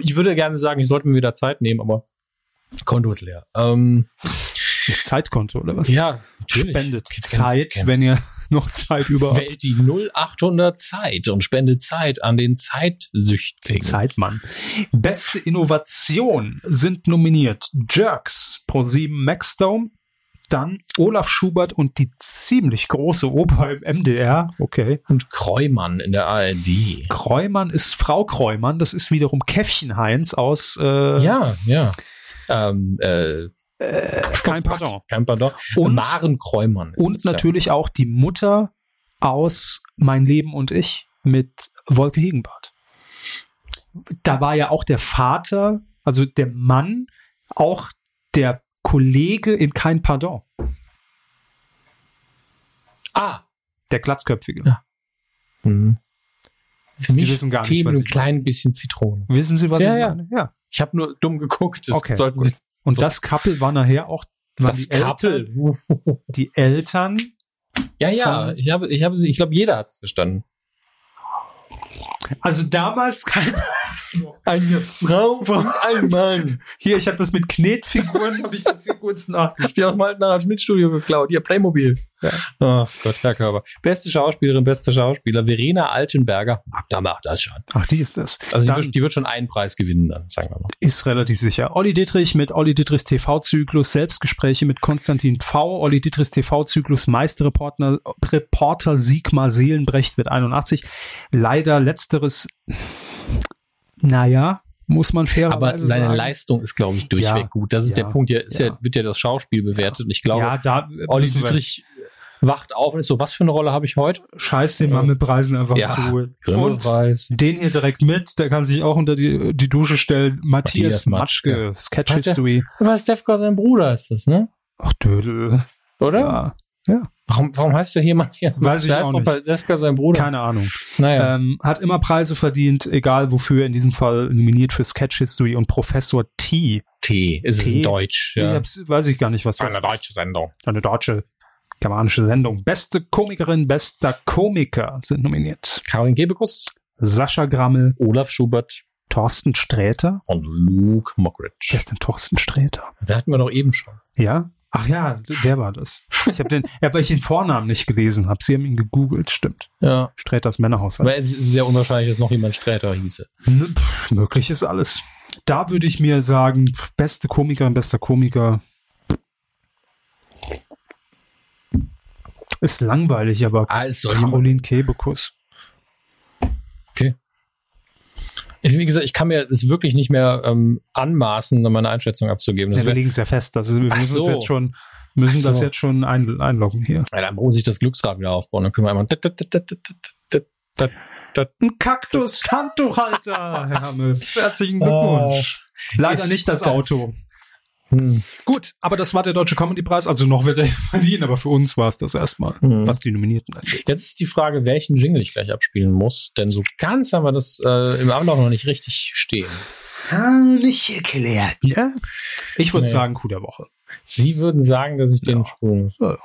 [SPEAKER 1] Ich würde gerne sagen, ich sollte mir wieder Zeit nehmen, aber Konto ist leer. Ähm,
[SPEAKER 2] Mit Zeitkonto oder was?
[SPEAKER 1] ja, natürlich.
[SPEAKER 2] Spendet
[SPEAKER 1] Geht's ganz
[SPEAKER 2] Zeit,
[SPEAKER 1] gerne.
[SPEAKER 2] wenn ihr noch Zeit über habt.
[SPEAKER 1] Wählt die 0800 Zeit und spendet Zeit an den Zeitsüchtigen.
[SPEAKER 2] Zeitmann. Beste Innovation sind nominiert Jerks, ProSieben Maxdome, dann Olaf Schubert und die ziemlich große Oper im MDR. Okay.
[SPEAKER 1] Und Kreumann in der ARD.
[SPEAKER 2] Kreumann ist Frau Kreumann, das ist wiederum Käffchenheinz aus äh,
[SPEAKER 1] Ja, ja. Ähm, äh,
[SPEAKER 2] Kein Pardon.
[SPEAKER 1] Kein Pardon.
[SPEAKER 2] Und-
[SPEAKER 1] Maren Kreumann. ist
[SPEAKER 2] Und
[SPEAKER 1] es, ja.
[SPEAKER 2] natürlich auch die Mutter aus Mein Leben und ich mit Wolke Hegenbart. Da war ja auch der Vater, also der Mann, auch der Kollege in Kein Pardon,
[SPEAKER 1] Ah,
[SPEAKER 2] der Glatzköpfige.
[SPEAKER 1] Ja.
[SPEAKER 2] Mhm.
[SPEAKER 1] Hm. Für
[SPEAKER 2] Sie
[SPEAKER 1] mich
[SPEAKER 2] wissen gar nicht,
[SPEAKER 1] Tee mit
[SPEAKER 2] was
[SPEAKER 1] einem
[SPEAKER 2] ich
[SPEAKER 1] kleinen bisschen Zitrone.
[SPEAKER 2] Wissen Sie, was
[SPEAKER 1] Ja,
[SPEAKER 2] ich
[SPEAKER 1] ja.
[SPEAKER 2] meine? Ja.
[SPEAKER 1] Ich habe nur dumm geguckt.
[SPEAKER 2] Okay,
[SPEAKER 1] sollten
[SPEAKER 2] gut.
[SPEAKER 1] Sie,
[SPEAKER 2] Und das Couple war nachher auch waren
[SPEAKER 1] das
[SPEAKER 2] die Eltern-
[SPEAKER 1] Kappel.
[SPEAKER 2] die Eltern
[SPEAKER 1] Ja, ja.
[SPEAKER 2] Von-
[SPEAKER 1] Ich habe, ich habe sie. Ich glaube, jeder hat es verstanden.
[SPEAKER 2] Also damals kein eine Frau und ein Mann. Hier, ich habe das mit Knetfiguren, habe ich das hier kurz nach.
[SPEAKER 1] Ich habe mal halt nach einem Schmidt-Studio geklaut. Ihr Playmobil. Ach Gott, Herr Körber. Beste Schauspielerin, bester Schauspieler. Verena Altenberger. Da macht das schon.
[SPEAKER 2] Ach, die ist das.
[SPEAKER 1] Also die
[SPEAKER 2] Dann
[SPEAKER 1] wird, die wird schon einen Preis gewinnen dann, sagen wir mal.
[SPEAKER 2] ist relativ sicher. Olli Dittrich mit Olli Dittrichs TV-Zyklus, Selbstgespräche mit Konstantin V, Olli Dittrichs TV-Zyklus, Meisterreporter Reporter Sigmar Seelenbrecht wird 81. Leider letzteres, naja, muss man fairerweise
[SPEAKER 1] Aber seine
[SPEAKER 2] sagen.
[SPEAKER 1] Leistung ist, glaube ich, durchweg
[SPEAKER 2] Ja.
[SPEAKER 1] gut. Das ist
[SPEAKER 2] Ja.
[SPEAKER 1] der Punkt. Hier ist ja.
[SPEAKER 2] Ja.
[SPEAKER 1] wird ja das Schauspiel bewertet. Und ich glaube,
[SPEAKER 2] ja, da
[SPEAKER 1] Olli
[SPEAKER 2] müssen wir-
[SPEAKER 1] Dietrich wacht auf und ist so, was für eine Rolle habe ich heute?
[SPEAKER 2] Scheiß den Mann mit Preisen einfach
[SPEAKER 1] Ja.
[SPEAKER 2] zu. Und
[SPEAKER 1] Grimme-Preis.
[SPEAKER 2] den hier direkt mit, der kann sich auch unter die, die Dusche stellen.
[SPEAKER 1] Matthias
[SPEAKER 2] Matthias, Matschke,
[SPEAKER 1] Matschke.
[SPEAKER 2] Sketch
[SPEAKER 1] Hat er-
[SPEAKER 2] History.
[SPEAKER 1] Was Stefka sein Bruder ist das, ne?
[SPEAKER 2] Ach, Dödel.
[SPEAKER 1] Oder?
[SPEAKER 2] Ja,
[SPEAKER 1] Warum, warum heißt der hier Matthias?
[SPEAKER 2] Weiß ich
[SPEAKER 1] da
[SPEAKER 2] auch
[SPEAKER 1] ist doch
[SPEAKER 2] nicht.
[SPEAKER 1] bei Stefka sein Bruder.
[SPEAKER 2] keine Ahnung.
[SPEAKER 1] naja.
[SPEAKER 2] Ähm, hat immer Preise verdient, egal wofür, in diesem Fall nominiert für Sketch History und Professor T.
[SPEAKER 1] T ist es
[SPEAKER 2] T.
[SPEAKER 1] in Deutsch.
[SPEAKER 2] Ich
[SPEAKER 1] Ja.
[SPEAKER 2] hab's, weiß ich gar nicht, was das ist.
[SPEAKER 1] Sendung.
[SPEAKER 2] Eine deutsche, germanische Sendung. Beste Komikerin, bester Komiker sind nominiert.
[SPEAKER 1] Karin Gebekus,
[SPEAKER 2] Sascha Grammel,
[SPEAKER 1] Olaf Schubert
[SPEAKER 2] Thorsten Sträter.
[SPEAKER 1] und Luke Mockridge.
[SPEAKER 2] Wer ist denn Thorsten Sträter?
[SPEAKER 1] Da hatten wir doch eben schon.
[SPEAKER 2] Ja? Ach ja, der war das. Ich habe den, ja, weil ich den Vornamen nicht gelesen habe. Sie haben ihn gegoogelt, stimmt.
[SPEAKER 1] Ja.
[SPEAKER 2] Sträters Männerhaushalt.
[SPEAKER 1] Weil es ist sehr unwahrscheinlich, dass noch jemand Sträter hieße.
[SPEAKER 2] Nö, pff, möglich ist alles. Da würde ich mir sagen, pff, beste Komikerin, bester Komiker. Ist langweilig, aber
[SPEAKER 1] Ah, es soll jemand
[SPEAKER 2] Caroline Kebekus.
[SPEAKER 1] Wie gesagt, ich kann mir das wirklich nicht mehr ähm, anmaßen, meine Einschätzung abzugeben. Das
[SPEAKER 2] Ja, wir
[SPEAKER 1] wär,
[SPEAKER 2] legen es ja fest. Also wir
[SPEAKER 1] Ach
[SPEAKER 2] müssen, uns
[SPEAKER 1] so.
[SPEAKER 2] jetzt schon, müssen
[SPEAKER 1] Ach
[SPEAKER 2] das
[SPEAKER 1] so.
[SPEAKER 2] jetzt schon ein, einloggen hier.
[SPEAKER 1] ja, dann muss ich das Glücksrad wieder aufbauen. Dann können wir einmal.
[SPEAKER 2] Ein Kaktus-Handtuchhalter, Hermes. Herzlichen
[SPEAKER 1] Glückwunsch.
[SPEAKER 2] Leider
[SPEAKER 1] Ah, ist
[SPEAKER 2] nicht das,
[SPEAKER 1] das-
[SPEAKER 2] Auto.
[SPEAKER 1] Hm.
[SPEAKER 2] Gut, aber das war der Deutsche Comedy-Preis. Also noch wird er verliehen, aber für uns war es das erstmal,
[SPEAKER 1] Mhm.
[SPEAKER 2] was die Nominierten angeht.
[SPEAKER 1] Jetzt ist die Frage, welchen Jingle ich gleich abspielen muss, denn so ganz haben wir das äh, im Ablauf noch nicht richtig stehen.
[SPEAKER 2] nicht erklärt, ne? Ich würde
[SPEAKER 1] Nee.
[SPEAKER 2] sagen, Coup der Woche.
[SPEAKER 1] Sie würden sagen, dass ich den
[SPEAKER 2] Ja.
[SPEAKER 1] spielen muss.
[SPEAKER 2] Ja.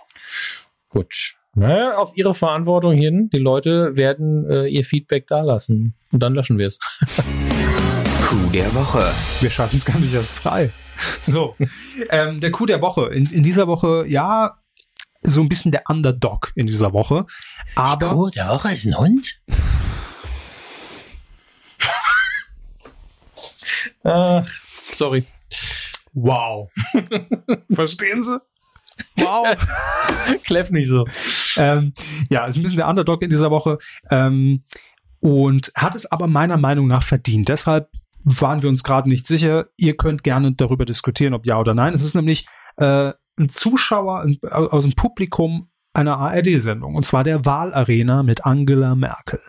[SPEAKER 1] Gut. Naja, auf Ihre Verantwortung hin. Die Leute werden äh, ihr Feedback dalassen. Und dann löschen wir es.
[SPEAKER 3] Coup der Woche.
[SPEAKER 2] Wir schaffen es gar nicht erst drei. So, ähm, der Coup der Woche. In, in dieser Woche, ja, so ein bisschen der Underdog in dieser Woche. Aber
[SPEAKER 1] Oh, der Woche ist ein Hund?
[SPEAKER 2] äh,
[SPEAKER 1] Ach, sorry.
[SPEAKER 2] wow. Verstehen Sie? Wow.
[SPEAKER 1] Kleff nicht so.
[SPEAKER 2] ähm, ja, ist ein bisschen der Underdog in dieser Woche ähm, und hat es aber meiner Meinung nach verdient. Deshalb waren wir uns gerade nicht sicher. Ihr könnt gerne darüber diskutieren, ob ja oder nein. Es ist nämlich äh, ein Zuschauer in- au- aus dem Publikum einer ARD-Sendung und zwar der Wahlarena mit Angela Merkel.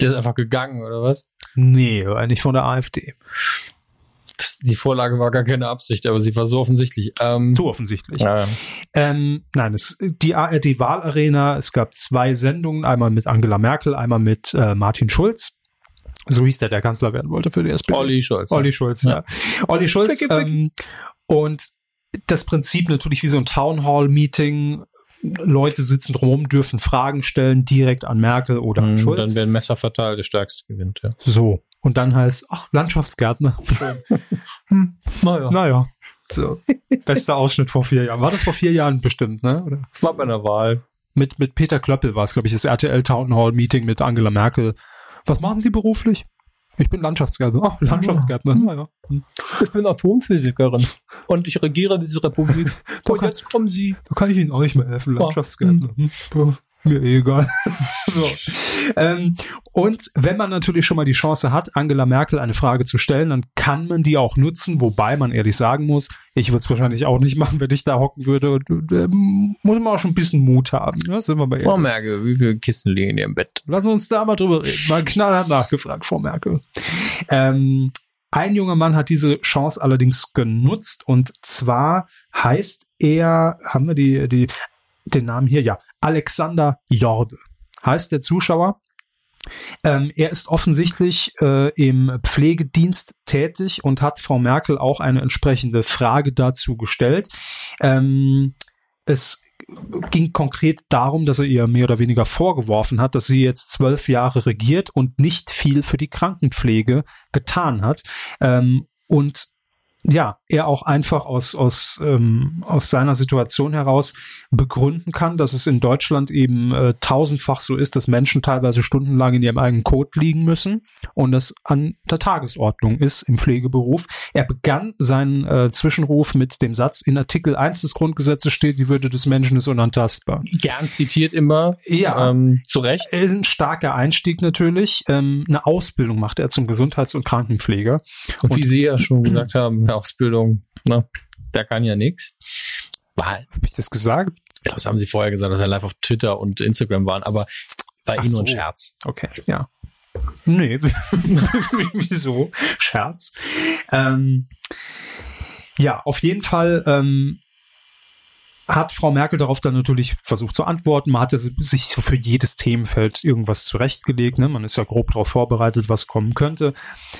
[SPEAKER 1] Der ist einfach gegangen, oder was?
[SPEAKER 2] Nee, nicht von der AfD.
[SPEAKER 1] Das die Vorlage war gar keine Absicht, aber sie war so offensichtlich. Ähm,
[SPEAKER 2] Zu offensichtlich.
[SPEAKER 1] ja, ja.
[SPEAKER 2] Ähm, nein, es, die ARD-Wahlarena, es gab zwei Sendungen, einmal mit Angela Merkel, einmal mit äh, Martin Schulz. So hieß der, der Kanzler werden wollte für die SPD.
[SPEAKER 1] Olli Scholz.
[SPEAKER 2] Olli Schulz, ja. Olli Schulz.
[SPEAKER 1] Ficky,
[SPEAKER 2] Ähm, und das Prinzip natürlich wie so ein Town Hall-Meeting. Leute sitzen drumherum, dürfen Fragen stellen, direkt an Merkel oder an
[SPEAKER 1] Mhm,
[SPEAKER 2] Schulz.
[SPEAKER 1] Dann werden Messer verteilt, der stärkste gewinnt. Ja.
[SPEAKER 2] So. Und dann heißt, ach, Landschaftsgärtner. hm,
[SPEAKER 1] Naja,
[SPEAKER 2] naja. So. Bester Ausschnitt vor vier Jahren. War das vor vier Jahren bestimmt, ne? Oder?
[SPEAKER 1] war bei einer Wahl.
[SPEAKER 2] Mit, mit Peter Klöppel war es, glaube ich, das RTL Town Hall Meeting mit Angela Merkel. Was machen Sie beruflich? Ich bin Landschaftsgärtner. Ach, Landschaftsgärtner. Naja. Hm.
[SPEAKER 1] Ich bin Atomphysikerin und ich regiere diese Republik.
[SPEAKER 2] Und
[SPEAKER 1] jetzt kommen Sie.
[SPEAKER 2] Da kann ich Ihnen auch nicht mehr helfen,
[SPEAKER 1] Ah,
[SPEAKER 2] Landschaftsgärtner. Hm. Mir eh egal. so. ähm, und wenn man natürlich schon mal die Chance hat, Angela Merkel eine Frage zu stellen, dann kann man die auch nutzen, wobei man ehrlich sagen muss, ich würde es wahrscheinlich auch nicht machen, wenn ich da hocken würde. Und, und, ähm, muss man auch schon ein bisschen Mut haben. Ja, sind wir bei
[SPEAKER 1] Frau Merkel, wie viele Kissen liegen in Ihrem Bett?
[SPEAKER 2] Lass uns da mal drüber reden. Mal knallhart nachgefragt, Frau Merkel. Ähm, ein junger Mann hat diese Chance allerdings genutzt und zwar heißt er, haben wir die, die, den Namen hier? Ja, Alexander Jorde heißt der Zuschauer. Ähm, er ist offensichtlich äh, im Pflegedienst tätig und hat Frau Merkel auch eine entsprechende Frage dazu gestellt. Ähm, es ging konkret darum, dass er ihr mehr oder weniger vorgeworfen hat, dass sie jetzt zwölf Jahre regiert und nicht viel für die Krankenpflege getan hat. Ähm, und ja, er auch einfach aus, aus, ähm, aus seiner Situation heraus begründen kann, dass es in Deutschland eben äh, tausendfach so ist, dass Menschen teilweise stundenlang in ihrem eigenen Kot liegen müssen und das an der Tagesordnung ist im Pflegeberuf. Er begann seinen äh, Zwischenruf mit dem Satz, in Artikel 1 des Grundgesetzes steht, die Würde des Menschen ist unantastbar.
[SPEAKER 1] Gern zitiert immer.
[SPEAKER 2] Ja.
[SPEAKER 1] Ähm, zu Recht.
[SPEAKER 2] Ist ein starker Einstieg natürlich. Ähm, eine Ausbildung macht er zum Gesundheits- und Krankenpfleger.
[SPEAKER 1] Und, wie Sie ja schon gesagt haben, Ausbildung, ne, da kann ja nichts. Wahl.
[SPEAKER 2] Habe ich das gesagt?
[SPEAKER 1] Ich glaube, das haben Sie vorher gesagt, dass wir live auf Twitter und Instagram waren, aber war
[SPEAKER 2] Ach
[SPEAKER 1] eh nur ein
[SPEAKER 2] so.
[SPEAKER 1] Scherz.
[SPEAKER 2] Okay, ja. Nee, wieso? Scherz. Ähm, ja, auf jeden Fall ähm, hat Frau Merkel darauf dann natürlich versucht zu antworten. Man hatte sich so für jedes Themenfeld irgendwas zurechtgelegt. Ne? Man ist ja grob darauf vorbereitet, was kommen könnte.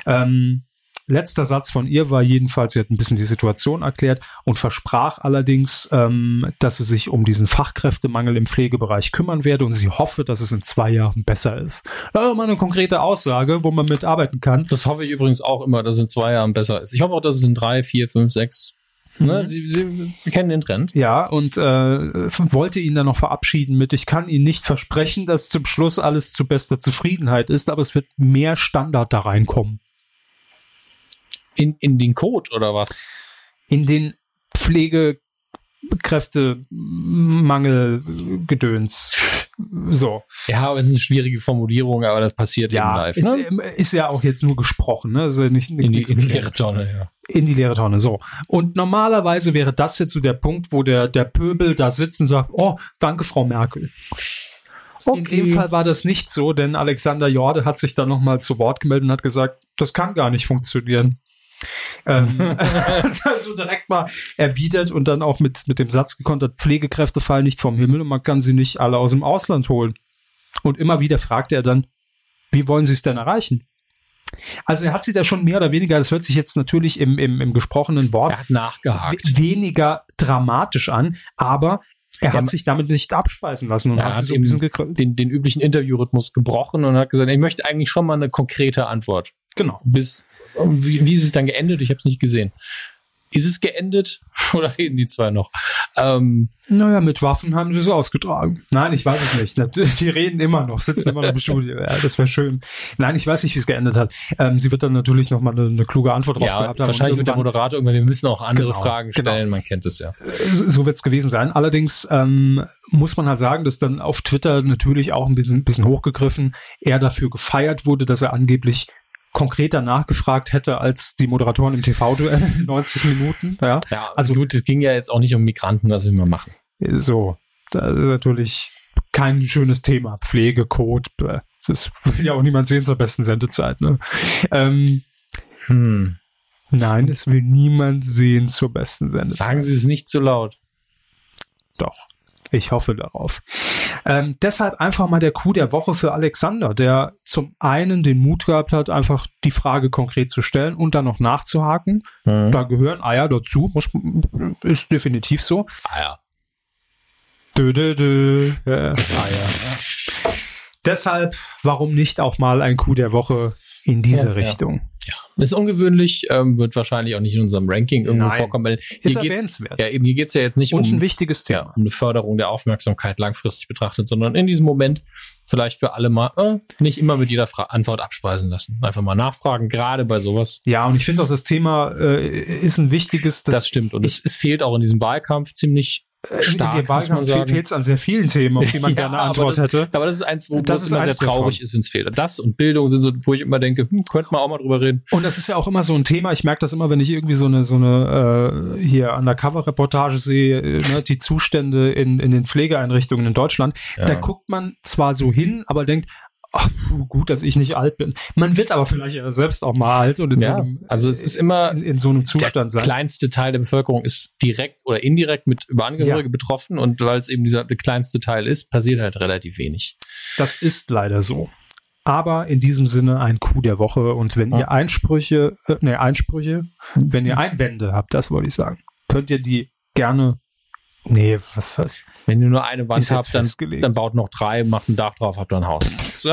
[SPEAKER 2] Ähm, letzter Satz von ihr war jedenfalls, sie hat ein bisschen die Situation erklärt und versprach allerdings, ähm, dass sie sich um diesen Fachkräftemangel im Pflegebereich kümmern werde und sie hoffe, dass es in zwei Jahren besser ist. Also mal eine konkrete Aussage, wo man mitarbeiten kann.
[SPEAKER 1] Das hoffe ich übrigens auch immer, dass es in zwei Jahren besser ist. Ich hoffe auch, dass es in drei, vier, fünf, sechs.
[SPEAKER 2] Mhm.
[SPEAKER 1] Ne, Sie, Sie, Sie kennen den Trend.
[SPEAKER 2] Ja, und äh, f- wollte ihn dann noch verabschieden mit, ich kann Ihnen nicht versprechen, dass zum Schluss alles zu bester Zufriedenheit ist, aber es wird mehr Standard da reinkommen.
[SPEAKER 1] In, in den Code oder was?
[SPEAKER 2] In den Pflegekräftemangelgedöns. äh, So.
[SPEAKER 1] Ja, aber es ist eine schwierige Formulierung, aber das passiert eben
[SPEAKER 2] Ja,
[SPEAKER 1] live.
[SPEAKER 2] ist,
[SPEAKER 1] Ne?
[SPEAKER 2] ähm, ist ja auch jetzt nur gesprochen, ne? Also nicht,
[SPEAKER 1] In die,
[SPEAKER 2] nichts
[SPEAKER 1] in die
[SPEAKER 2] geschrieben.
[SPEAKER 1] leere Tonne, ja.
[SPEAKER 2] in die leere Tonne. So. Und normalerweise wäre das jetzt so der Punkt, wo der, der Pöbel da sitzt und sagt, oh, danke, Frau Merkel. In dem Fall war das nicht so, denn Alexander Jorde hat sich dann nochmal zu Wort gemeldet und hat gesagt, das kann gar nicht funktionieren. Ähm, also direkt mal erwidert und dann auch mit, mit dem Satz gekontert, Pflegekräfte fallen nicht vom Himmel und man kann sie nicht alle aus dem Ausland holen. Und immer wieder fragte er dann, wie wollen Sie es denn erreichen? Also er hat sie da schon mehr oder weniger, das hört sich jetzt natürlich im, im, im gesprochenen Wort
[SPEAKER 1] Er hat nachgehakt.
[SPEAKER 2] we- weniger dramatisch an, aber er
[SPEAKER 1] Ja,
[SPEAKER 2] hat sich damit nicht abspeisen lassen und
[SPEAKER 1] Er
[SPEAKER 2] hat,
[SPEAKER 1] hat
[SPEAKER 2] sich
[SPEAKER 1] eben
[SPEAKER 2] um diesen gegr-
[SPEAKER 1] den, den üblichen Interviewrhythmus gebrochen und hat gesagt, ich möchte eigentlich schon mal eine konkrete Antwort.
[SPEAKER 2] Genau.
[SPEAKER 1] Bis wie, wie ist es dann geendet? Ich habe es nicht gesehen. Ist es geendet oder reden die zwei noch? Ähm,
[SPEAKER 2] Naja, mit Waffen haben sie es ausgetragen. Nein, ich weiß es nicht. Na, Die reden immer noch, sitzen immer noch im Studio. Ja, das wäre schön. Nein, ich weiß nicht, wie es geändert hat. Ähm, sie wird dann natürlich nochmal eine, eine kluge Antwort drauf
[SPEAKER 1] ja,
[SPEAKER 2] gehabt haben.
[SPEAKER 1] wahrscheinlich
[SPEAKER 2] Und
[SPEAKER 1] wird der Moderator irgendwann, wir müssen auch andere
[SPEAKER 2] Genau,
[SPEAKER 1] Fragen
[SPEAKER 2] genau.
[SPEAKER 1] stellen, man kennt es ja.
[SPEAKER 2] so wird es gewesen sein. Allerdings ähm, muss man halt sagen, dass dann auf Twitter natürlich auch ein bisschen, bisschen hochgegriffen er dafür gefeiert wurde, dass er angeblich konkreter nachgefragt hätte als die Moderatoren im TV-Duell 90 Minuten. Ja,
[SPEAKER 1] Ja,
[SPEAKER 2] also-
[SPEAKER 1] also gut, es ging ja jetzt auch nicht um Migranten, was wir mal machen.
[SPEAKER 2] so. Das ist natürlich kein schönes Thema. Pflege, Code, bäh. das will ja auch niemand sehen zur besten Sendezeit. Ne? Ähm,
[SPEAKER 1] Hm.
[SPEAKER 2] Nein, das will niemand sehen zur besten Sendung.
[SPEAKER 1] Sagen Sie es nicht zu laut.
[SPEAKER 2] Doch. Ich hoffe darauf. Ähm, deshalb einfach mal der Coup der Woche für Alexander, der zum einen den Mut gehabt hat, einfach die Frage konkret zu stellen und dann noch nachzuhaken.
[SPEAKER 1] Mhm.
[SPEAKER 2] Da gehören Eier dazu, muss, ist definitiv so.
[SPEAKER 1] Eier.
[SPEAKER 2] Dö, dö, dö. Äh, Eier. Deshalb, warum nicht auch mal ein Coup der Woche in diese
[SPEAKER 1] Ja, ja.
[SPEAKER 2] Richtung?
[SPEAKER 1] Ist ungewöhnlich, ähm, wird wahrscheinlich auch nicht in unserem Ranking irgendwo
[SPEAKER 2] Nein.
[SPEAKER 1] vorkommen. Weil hier geht's,
[SPEAKER 2] erwähnenswert.
[SPEAKER 1] ja, eben, hier geht's ja jetzt nicht
[SPEAKER 2] Und
[SPEAKER 1] um,
[SPEAKER 2] ein wichtiges
[SPEAKER 1] ja,
[SPEAKER 2] Thema.
[SPEAKER 1] um eine Förderung der Aufmerksamkeit langfristig betrachtet, sondern in diesem Moment vielleicht für alle mal äh, nicht immer mit jeder Fra Antwort abspeisen lassen. Einfach mal nachfragen, gerade bei sowas.
[SPEAKER 2] Ja, und ich finde auch, das Thema äh, ist ein wichtiges.
[SPEAKER 1] Das, stimmt. Und es, es fehlt auch in diesem Wahlkampf ziemlich stark,
[SPEAKER 2] Äh, in dem
[SPEAKER 1] muss man sagen.
[SPEAKER 2] Wahlkampf fehlt es an sehr vielen Themen, auf die man
[SPEAKER 1] Ja,
[SPEAKER 2] gerne
[SPEAKER 1] aber
[SPEAKER 2] eine Antwort
[SPEAKER 1] das-
[SPEAKER 2] hätte.
[SPEAKER 1] Aber das ist eins, wo
[SPEAKER 2] Das
[SPEAKER 1] das
[SPEAKER 2] ist
[SPEAKER 1] immer sehr
[SPEAKER 2] eins davon.
[SPEAKER 1] traurig ist, wenn es fehlt. Das und Bildung sind so, wo ich immer denke, hm, könnte man auch mal drüber reden.
[SPEAKER 2] Und das ist ja auch immer so ein Thema. Ich merke das immer, wenn ich irgendwie so eine so eine äh, hier Undercover-Reportage sehe, äh, ne, die Zustände in, in den Pflegeeinrichtungen in Deutschland.
[SPEAKER 1] Ja.
[SPEAKER 2] Da guckt man zwar so hin, aber denkt, ach, gut, dass ich nicht alt bin. Man wird aber vielleicht ja selbst auch mal alt und in so
[SPEAKER 1] Ja,
[SPEAKER 2] einem
[SPEAKER 1] also es ist immer
[SPEAKER 2] in, in so einem Zustand
[SPEAKER 1] der
[SPEAKER 2] sein.
[SPEAKER 1] kleinste Teil der Bevölkerung ist direkt oder indirekt mit über Angehörige betroffen und weil es eben dieser der kleinste Teil ist, passiert halt relativ wenig.
[SPEAKER 2] Das ist leider so. Aber in diesem Sinne ein Coup der Woche. Und wenn
[SPEAKER 1] Ja.
[SPEAKER 2] ihr Einsprüche, äh, nee, Einsprüche, wenn ihr Einwände habt, das wollte ich sagen, könnt ihr die gerne. Nee, was heißt?
[SPEAKER 1] Wenn ihr nur eine Wand
[SPEAKER 2] Ist jetzt
[SPEAKER 1] habt, dann,
[SPEAKER 2] festgelegt.
[SPEAKER 1] dann baut noch drei, macht ein Dach drauf, habt ihr ein Haus. So,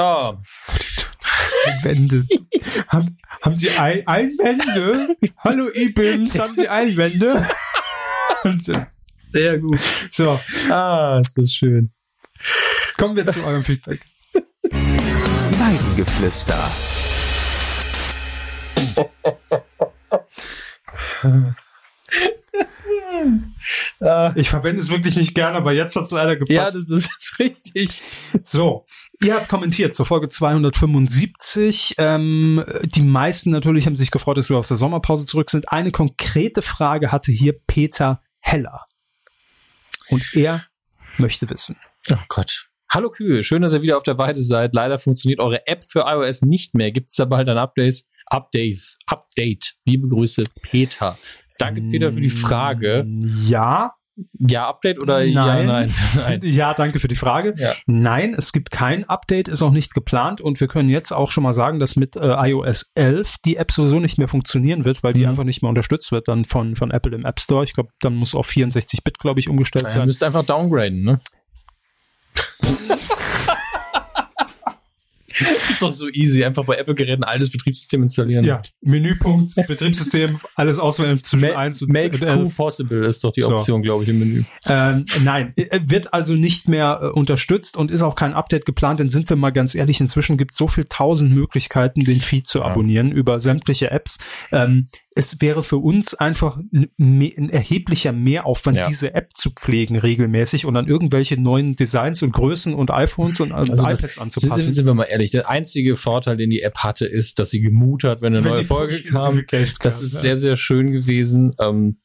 [SPEAKER 2] Einwände. haben, haben Sie Ei- Einwände? Hallo Ibims, haben Sie Einwände? Und so.
[SPEAKER 1] sehr gut.
[SPEAKER 2] so,
[SPEAKER 1] Ah, das ist schön.
[SPEAKER 2] kommen wir zu eurem Feedback.
[SPEAKER 3] Weidengeflüster.
[SPEAKER 2] Ich verwende es wirklich nicht gerne, aber jetzt hat es leider
[SPEAKER 1] Ja,
[SPEAKER 2] gepasst.
[SPEAKER 1] das, das ist richtig.
[SPEAKER 2] So, ihr habt kommentiert zur Folge 275. Ähm, die meisten natürlich haben sich gefreut, dass wir aus der Sommerpause zurück sind. Eine konkrete Frage hatte hier Peter Heller. Und er möchte wissen.
[SPEAKER 1] Oh Gott. Hallo Kühe, schön, dass ihr wieder auf der Weide seid. Leider funktioniert eure App für iOS nicht mehr. Gibt es da bald ein Updates? Updates. Update. Liebe Grüße, Peter.
[SPEAKER 2] Mm.
[SPEAKER 1] Danke, Peter, für die Frage.
[SPEAKER 2] Ja.
[SPEAKER 1] Ja, Update oder ja,
[SPEAKER 2] Nein.
[SPEAKER 1] nein? Nein.
[SPEAKER 2] Ja, danke für die Frage.
[SPEAKER 1] Ja.
[SPEAKER 2] Nein, es gibt kein Update, ist auch nicht geplant und wir können jetzt auch schon mal sagen, dass mit äh, iOS 11 die App sowieso nicht mehr funktionieren wird, weil die
[SPEAKER 1] Mhm.
[SPEAKER 2] einfach nicht mehr unterstützt wird dann von, von Apple im App Store. Ich glaube, dann muss auf 64-Bit, glaube ich, umgestellt
[SPEAKER 1] Ihr
[SPEAKER 2] sein.
[SPEAKER 1] müsst einfach downgraden, ne? ist doch so easy. Einfach bei Apple-Geräten ein altes Betriebssystem installieren.
[SPEAKER 2] Ja, Menüpunkt, Betriebssystem, alles auswählen zwischen
[SPEAKER 1] Ma
[SPEAKER 2] 1 und
[SPEAKER 1] make cool
[SPEAKER 2] 11.
[SPEAKER 1] possible ist doch die
[SPEAKER 2] äh, So.
[SPEAKER 1] Option, glaube ich, im Menü.
[SPEAKER 2] Ähm, nein, äh, wird also nicht mehr äh, unterstützt und ist auch kein Update geplant, denn sind wir mal ganz ehrlich, inzwischen gibt es so viel tausend Möglichkeiten, den Feed zu
[SPEAKER 1] Ja.
[SPEAKER 2] abonnieren über sämtliche Apps. Ähm, es wäre für uns einfach ein, me- ein erheblicher Mehraufwand,
[SPEAKER 1] Ja.
[SPEAKER 2] diese App zu pflegen regelmäßig und an irgendwelche neuen Designs und Größen und iPhones und also
[SPEAKER 1] Also das-
[SPEAKER 2] iPads anzupassen.
[SPEAKER 1] Sind, sind wir mal ehrlich, der einzige Vorteil, den die App hatte, ist, dass sie gemut hat, wenn eine
[SPEAKER 2] Wenn
[SPEAKER 1] neue
[SPEAKER 2] die
[SPEAKER 1] Folge
[SPEAKER 2] Push-
[SPEAKER 1] kam.
[SPEAKER 2] Notification
[SPEAKER 1] Das
[SPEAKER 2] kam,
[SPEAKER 1] ist
[SPEAKER 2] ja.
[SPEAKER 1] sehr, sehr schön gewesen. Ähm,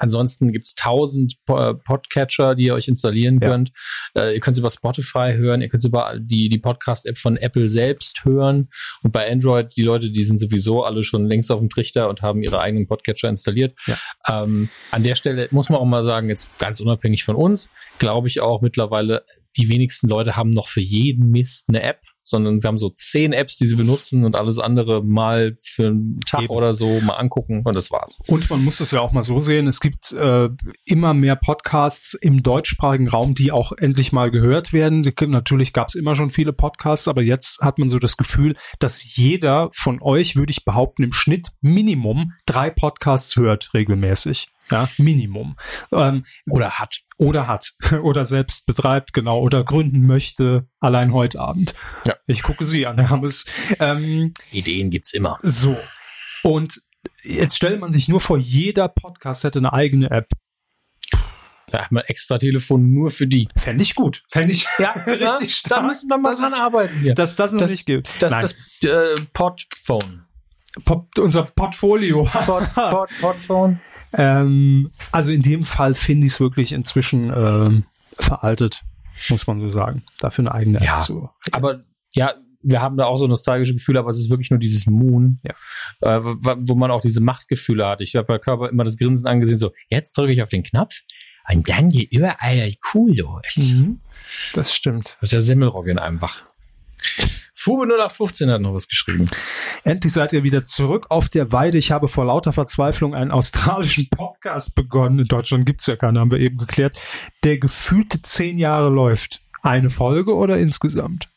[SPEAKER 1] ansonsten gibt's tausend Po- äh, Podcatcher, die ihr euch installieren
[SPEAKER 2] Ja.
[SPEAKER 1] könnt. Äh, ihr könnt über Spotify hören, ihr könnt über die, die Podcast-App von Apple selbst hören. Und bei Android, die Leute, die sind sowieso alle schon längst auf dem Trichter und haben ihre eigenen Podcatcher installiert. Ähm, an der Stelle muss man auch mal sagen, jetzt ganz unabhängig von uns, glaube ich auch mittlerweile, die wenigsten Leute haben noch für jeden Mist eine App, sondern sie haben so zehn Apps, die sie benutzen und alles andere mal für einen Tag
[SPEAKER 2] Eben.
[SPEAKER 1] oder so mal angucken und das war's.
[SPEAKER 2] Und man muss es ja auch mal so sehen, es gibt äh, immer mehr Podcasts im deutschsprachigen Raum, die auch endlich mal gehört werden. Die- Natürlich gab es immer schon viele Podcasts, aber jetzt hat man so das Gefühl, dass jeder von euch, würde ich behaupten, im Schnitt Minimum drei Podcasts hört regelmäßig. Ja, Minimum. Ähm, oder hat. Oder hat. Oder selbst betreibt, genau. Oder gründen möchte, allein heute Abend.
[SPEAKER 1] Ja.
[SPEAKER 2] Ich gucke sie an, Herr Hammes. Ähm,
[SPEAKER 1] Ideen gibt's immer.
[SPEAKER 2] so. Und jetzt stellt man sich nur vor, jeder Podcast hätte eine eigene App.
[SPEAKER 1] Da hat man extra Telefon nur für die.
[SPEAKER 2] Fände ich gut. Fände ich ja, ne?
[SPEAKER 1] Ja, Da müssen wir mal
[SPEAKER 2] Das
[SPEAKER 1] dran
[SPEAKER 2] ist-
[SPEAKER 1] arbeiten hier.
[SPEAKER 2] Dass das noch
[SPEAKER 1] Das-
[SPEAKER 2] nicht gibt.
[SPEAKER 1] Das,
[SPEAKER 2] Nein,
[SPEAKER 1] das, äh, Podphone.
[SPEAKER 2] Pop, unser Portfolio.
[SPEAKER 1] Pod, Pod, Podphone.
[SPEAKER 2] ähm, also in dem Fall finde ich es wirklich inzwischen ähm, veraltet, muss man so sagen. Dafür eine eigene
[SPEAKER 1] Ja.
[SPEAKER 2] App zu.
[SPEAKER 1] Aber ja, wir haben da auch so nostalgische Gefühle, aber es ist wirklich nur dieses Moon, äh, wo, wo man auch diese Machtgefühle hat. Ich habe bei Körper immer das Grinsen angesehen, so, jetzt drücke ich auf den Knopf und dann geht überall cool los.
[SPEAKER 5] Mhm. Das stimmt.
[SPEAKER 1] Mit der Semmelrock in einem wach. Fube 0815 hat noch was geschrieben.
[SPEAKER 2] Endlich seid ihr wieder zurück auf der Weide. Ich habe vor lauter Verzweiflung einen australischen Podcast begonnen. In Deutschland gibt's ja keinen, haben wir eben geklärt. Der gefühlte zehn Jahre läuft. Eine Folge oder insgesamt?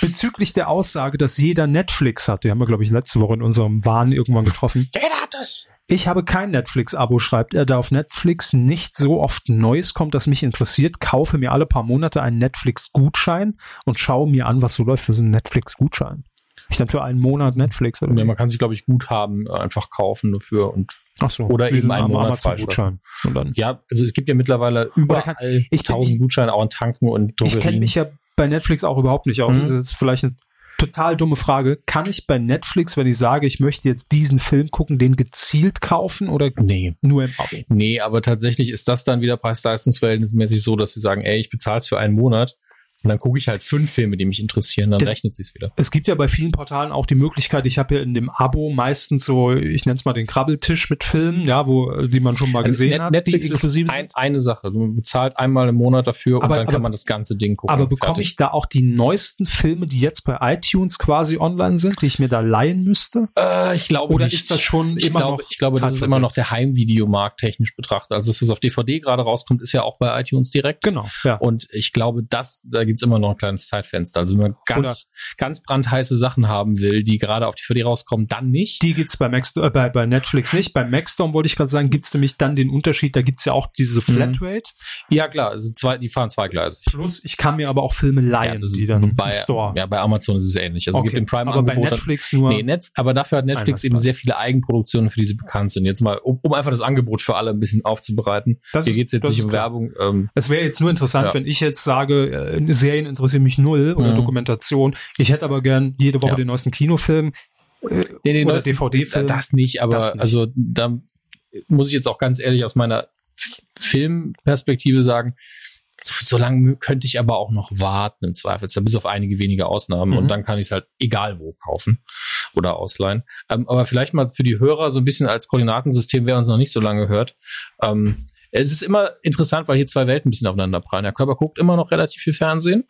[SPEAKER 2] Bezüglich der Aussage, dass jeder Netflix hat, die haben wir, glaube ich, letzte Woche in unserem Wahn irgendwann getroffen.
[SPEAKER 1] Jeder hat das.
[SPEAKER 2] Ich habe kein Netflix-Abo, schreibt er, da auf Netflix nicht so oft Neues kommt, das mich interessiert, kaufe mir alle paar Monate einen Netflix-Gutschein und schaue mir an, was so läuft für so einen Netflix-Gutschein. Ich dann für einen Monat Netflix oder
[SPEAKER 1] Ja, man kann sich, glaube ich, Guthaben äh, einfach kaufen dafür und
[SPEAKER 2] Ach so,
[SPEAKER 1] oder
[SPEAKER 2] wie
[SPEAKER 1] eben
[SPEAKER 2] so
[SPEAKER 1] einen Monat
[SPEAKER 2] Amazon-Gutschein. Und dann.
[SPEAKER 1] ja, also es gibt ja mittlerweile überall
[SPEAKER 2] kann- ich-
[SPEAKER 1] tausend
[SPEAKER 2] ich-
[SPEAKER 1] Gutscheine auch in Tanken und
[SPEAKER 2] Ich kenne mich ja bei Netflix auch überhaupt nicht aus.
[SPEAKER 1] Mhm.
[SPEAKER 2] Das ist vielleicht eine total dumme Frage. Kann ich bei Netflix, wenn ich sage, ich möchte jetzt diesen Film gucken, den gezielt kaufen oder
[SPEAKER 1] Nee.
[SPEAKER 2] nur im Abo?
[SPEAKER 1] Nee, aber tatsächlich ist das dann wieder preis-leistungsverhältnismäßig so, dass sie sagen, ey, ich bezahle es für einen Monat und dann gucke ich halt fünf Filme, die mich interessieren, dann
[SPEAKER 2] Der-
[SPEAKER 1] rechnet sich's wieder.
[SPEAKER 2] Es gibt ja bei vielen Portalen auch die Möglichkeit, ich habe ja in dem Abo meistens so, ich nenne es mal den Krabbeltisch mit Filmen, ja, wo die man schon mal
[SPEAKER 1] Also
[SPEAKER 2] gesehen
[SPEAKER 1] Net-
[SPEAKER 2] hat,
[SPEAKER 1] Netflix
[SPEAKER 2] die
[SPEAKER 1] ist
[SPEAKER 2] inklusive
[SPEAKER 1] ein,
[SPEAKER 2] sind.
[SPEAKER 1] eine Sache. Man bezahlt einmal im Monat dafür und
[SPEAKER 2] Aber-
[SPEAKER 1] dann kann
[SPEAKER 2] aber-
[SPEAKER 1] man das ganze Ding gucken.
[SPEAKER 2] Aber bekomme
[SPEAKER 1] Fertig.
[SPEAKER 2] ich da auch die neuesten Filme, die jetzt bei iTunes quasi online sind, die ich mir da leihen müsste?
[SPEAKER 1] Äh, ich glaube
[SPEAKER 2] Oder
[SPEAKER 1] nicht.
[SPEAKER 2] ist das schon
[SPEAKER 1] ich
[SPEAKER 2] immer
[SPEAKER 1] glaube,
[SPEAKER 2] noch?
[SPEAKER 1] ich glaube, das ist immer noch der Heimvideomarkt technisch betrachtet. Also, dass das auf DVD gerade rauskommt, ist ja auch bei iTunes direkt.
[SPEAKER 2] Genau, ja.
[SPEAKER 1] Und ich glaube, das, da gibt's immer noch ein kleines Zeitfenster. Also, wenn man
[SPEAKER 2] Oder-
[SPEAKER 1] ganz, ganz brandheiße Sachen haben will, die gerade auf DVD rauskommen, dann nicht.
[SPEAKER 2] Die gibt's bei, Max, äh, bei, bei Netflix nicht. Bei Maxdom wollte ich gerade sagen, gibt's nämlich dann den Unterschied, da gibt's ja auch diese
[SPEAKER 1] Mhm.
[SPEAKER 2] Flatrate.
[SPEAKER 1] ja, klar, also zwei, die fahren zweigleisig.
[SPEAKER 2] Plus, ich kann mir aber auch Filme leihen,
[SPEAKER 1] das ist
[SPEAKER 2] die dann
[SPEAKER 1] bei,
[SPEAKER 2] im Store.
[SPEAKER 1] Ja, bei Amazon ist es ähnlich. Also, es gibt im Prime
[SPEAKER 2] aber bei Netflix nur.
[SPEAKER 1] Nee, Net aber dafür hat Netflix
[SPEAKER 2] das
[SPEAKER 1] eben
[SPEAKER 2] passt.
[SPEAKER 1] sehr viele Eigenproduktionen, für die sie bekannt sind. Jetzt mal, um, um einfach das Angebot für alle ein bisschen aufzubereiten.
[SPEAKER 2] Das
[SPEAKER 1] Hier
[SPEAKER 2] ist-
[SPEAKER 1] geht's jetzt
[SPEAKER 2] das
[SPEAKER 1] nicht
[SPEAKER 2] ist
[SPEAKER 1] um
[SPEAKER 2] klar.
[SPEAKER 1] Werbung. Ähm,
[SPEAKER 2] Es wäre jetzt nur interessant,
[SPEAKER 1] Ja.
[SPEAKER 2] wenn ich jetzt sage, äh, Serien interessieren mich null oder
[SPEAKER 1] Mhm.
[SPEAKER 2] Dokumentation. Ich hätte aber gern jede Woche
[SPEAKER 1] Ja.
[SPEAKER 2] den neuesten Kinofilm äh,
[SPEAKER 1] Nee, nee,
[SPEAKER 2] oder
[SPEAKER 1] das-
[SPEAKER 2] DVD-Film.
[SPEAKER 1] Das nicht, aber
[SPEAKER 2] Das nicht.
[SPEAKER 1] also da muss ich jetzt auch ganz ehrlich aus meiner F- Filmperspektive sagen, so, so lange könnte ich aber auch noch warten im Zweifelsfall, bis auf einige wenige Ausnahmen
[SPEAKER 2] Mhm.
[SPEAKER 1] und dann kann ich es halt egal wo kaufen oder ausleihen. Ähm, aber vielleicht mal für die Hörer so ein bisschen als Koordinatensystem, wer uns noch nicht so lange hört. Ähm, es ist immer interessant, weil hier zwei Welten ein bisschen aufeinander prallen. Der Körper guckt immer noch relativ viel Fernsehen.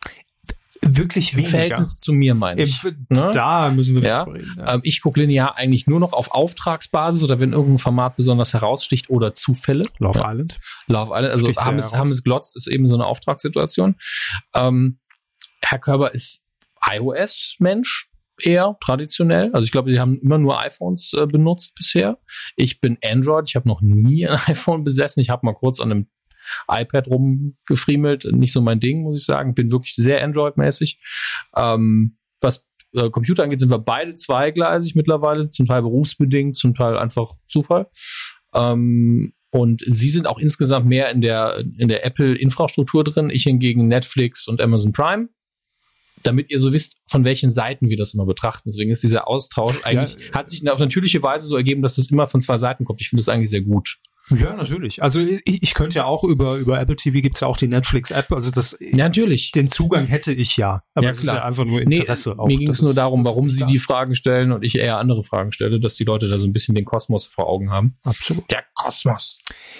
[SPEAKER 2] Wirklich
[SPEAKER 1] Im Verhältnis zu mir, meine
[SPEAKER 2] Im,
[SPEAKER 1] ich. ne?
[SPEAKER 2] Da müssen wir
[SPEAKER 1] Ja.
[SPEAKER 2] drüber reden.
[SPEAKER 1] Ähm, ich gucke linear eigentlich nur noch auf Auftragsbasis oder wenn irgendein Format besonders heraussticht oder Zufälle.
[SPEAKER 2] Love
[SPEAKER 1] ja,
[SPEAKER 2] Island.
[SPEAKER 1] Love Island. Also
[SPEAKER 2] Sticht sehr
[SPEAKER 1] haben es,
[SPEAKER 2] heraus.
[SPEAKER 1] haben es glotzt, ist eben so eine Auftragssituation. Ähm, Herr Körber ist iOS-Mensch eher traditionell. Also ich glaube, die haben immer nur iPhones äh, benutzt bisher. Ich bin Android. Ich habe noch nie ein iPhone besessen. Ich habe mal kurz an einem iPad rumgefriemelt. Nicht so mein Ding, muss ich sagen. Bin wirklich sehr Android-mäßig. Ähm, was äh, Computer angeht, sind wir beide zweigleisig mittlerweile, zum Teil berufsbedingt, zum Teil einfach Zufall. Ähm, und sie sind auch insgesamt mehr in der, in der Apple-Infrastruktur drin. Ich hingegen Netflix und Amazon Prime. Damit ihr so wisst, von welchen Seiten wir das immer betrachten. Deswegen ist dieser Austausch eigentlich, hat sich auf natürliche Weise so ergeben, dass das immer von zwei Seiten kommt. Ich finde das eigentlich sehr gut.
[SPEAKER 2] Ja, natürlich. Also ich, ich könnte ja auch über, über Apple TV gibt's ja auch die Netflix-App. Also das,
[SPEAKER 1] Ja, natürlich.
[SPEAKER 2] den Zugang hätte ich ja. Aber
[SPEAKER 1] Ja,
[SPEAKER 2] es ist
[SPEAKER 1] klar.
[SPEAKER 2] ja einfach nur
[SPEAKER 1] Nee,
[SPEAKER 2] Interesse. auch.
[SPEAKER 1] mir ging
[SPEAKER 2] Das
[SPEAKER 1] es nur
[SPEAKER 2] ist-
[SPEAKER 1] darum,
[SPEAKER 2] das ist
[SPEAKER 1] warum sie
[SPEAKER 2] klar.
[SPEAKER 1] die Fragen stellen und ich eher andere Fragen stelle, dass die Leute da so ein bisschen den Kosmos vor Augen haben.
[SPEAKER 2] Absolut.
[SPEAKER 1] Der Kosmos.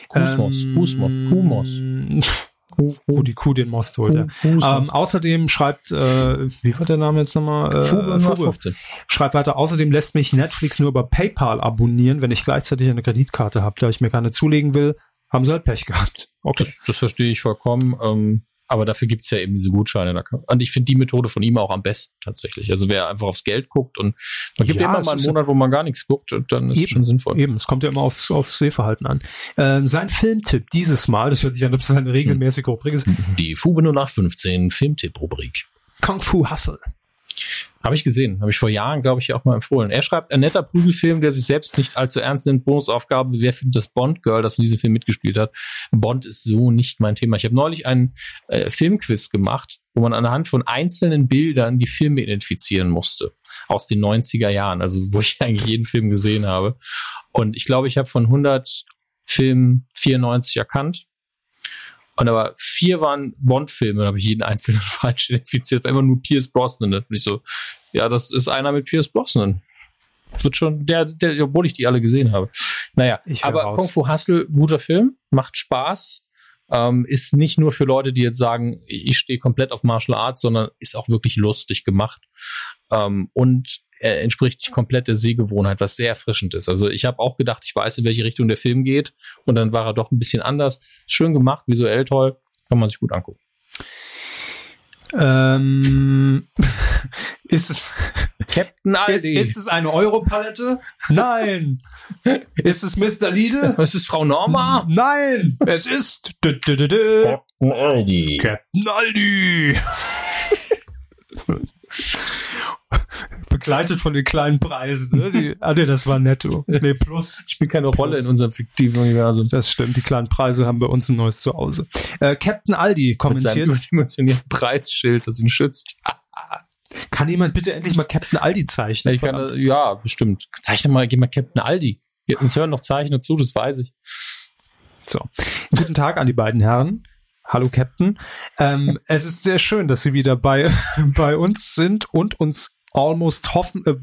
[SPEAKER 1] Kosmos, Kosmos, Kosmos.
[SPEAKER 2] Humos. Wo Ähm, Oh, die Kuh den Most holt. ja. Ähm, außerdem schreibt, äh, wie war der Name jetzt nochmal? Äh,
[SPEAKER 1] Fube
[SPEAKER 2] Fube.
[SPEAKER 1] 15.
[SPEAKER 2] Schreibt weiter, außerdem lässt mich Netflix nur über PayPal abonnieren, wenn ich gleichzeitig eine Kreditkarte habe. Da ich mir keine zulegen will, haben sie halt Pech gehabt. Okay.
[SPEAKER 1] Das, das verstehe ich vollkommen. Ähm, aber dafür gibt es ja eben diese Gutscheine. Da kann- Und ich finde die Methode von ihm auch am besten tatsächlich. Also wer einfach aufs Geld guckt und man gibt
[SPEAKER 2] Ja,
[SPEAKER 1] immer
[SPEAKER 2] es
[SPEAKER 1] mal einen
[SPEAKER 2] ist-
[SPEAKER 1] Monat, wo man gar nichts guckt, und dann ist es
[SPEAKER 2] Eben,
[SPEAKER 1] schon sinnvoll.
[SPEAKER 2] Eben, es kommt ja immer aufs, aufs Sehverhalten an. Ähm, sein Filmtipp dieses Mal, das hört sich an, ob es eine regelmäßige
[SPEAKER 1] Hm.
[SPEAKER 2] Rubrik ist,
[SPEAKER 1] Die Fube 0815 Filmtipp-Rubrik.
[SPEAKER 2] Kung Fu Hustle.
[SPEAKER 1] Habe ich gesehen. Habe ich vor Jahren, glaube ich, auch mal empfohlen. Er schreibt, ein netter Prügelfilm, der sich selbst nicht allzu ernst nimmt. Bonusaufgabe, wer findet das Bond-Girl, das in diesem Film mitgespielt hat? Bond ist so nicht mein Thema. Ich habe neulich einen äh, Filmquiz gemacht, wo man anhand von einzelnen Bildern die Filme identifizieren musste. Aus den 90er Jahren, also wo ich eigentlich jeden Film gesehen habe. Und ich glaube, ich habe von 100 Filmen 94 erkannt. Und aber vier waren Bond-Filme, da habe ich jeden einzelnen falsch identifiziert, war immer nur Pierce Brosnan. Da bin ich so, ja, das ist einer mit Pierce Brosnan. Wird schon, der, der, obwohl ich die alle gesehen habe. Naja,
[SPEAKER 2] Ich hör
[SPEAKER 1] aber
[SPEAKER 2] raus.
[SPEAKER 1] Kung Fu Hustle, guter Film, macht Spaß, ähm, ist nicht nur für Leute, die jetzt sagen, ich stehe komplett auf Martial Arts, sondern ist auch wirklich lustig gemacht ähm, und er entspricht komplett der Sehgewohnheit, was sehr erfrischend ist. Also ich habe auch gedacht, ich weiß, in welche Richtung der Film geht und dann war er doch ein bisschen anders. Schön gemacht, visuell toll, kann man sich gut angucken.
[SPEAKER 2] Ähm, ist es,
[SPEAKER 1] Captain
[SPEAKER 2] ist,
[SPEAKER 1] Aldi.
[SPEAKER 2] ist es eine Europalette? Nein. ist es Mr. Lidl?
[SPEAKER 1] es ist Frau Norma?
[SPEAKER 2] Nein. Es ist dü- dü- dü- dü-
[SPEAKER 1] Captain Aldi.
[SPEAKER 2] Captain Aldi. Begleitet von den kleinen Preisen. Ne? Die, ah, nee, das war netto. Nee, plus.
[SPEAKER 1] Spielt keine Rolle in unserem fiktiven Universum.
[SPEAKER 2] Das stimmt, die kleinen Preise haben bei uns ein neues Zuhause. Äh, Captain Aldi
[SPEAKER 1] Mit seinem
[SPEAKER 2] kommentiert.
[SPEAKER 1] überdimensionierten Preisschild, das ihn schützt.
[SPEAKER 2] Kann jemand bitte endlich mal Captain Aldi zeichnen?
[SPEAKER 1] Ich
[SPEAKER 2] Verdammt.
[SPEAKER 1] kann, äh, ja, bestimmt. Zeichne mal, geh mal Captain Aldi. Wir, uns hören noch Zeichner zu, das weiß ich.
[SPEAKER 2] So. Guten Tag an die beiden Herren. Hallo, Captain. Ähm, es ist sehr schön, dass Sie wieder bei, bei uns sind und uns almost hoffen, äh,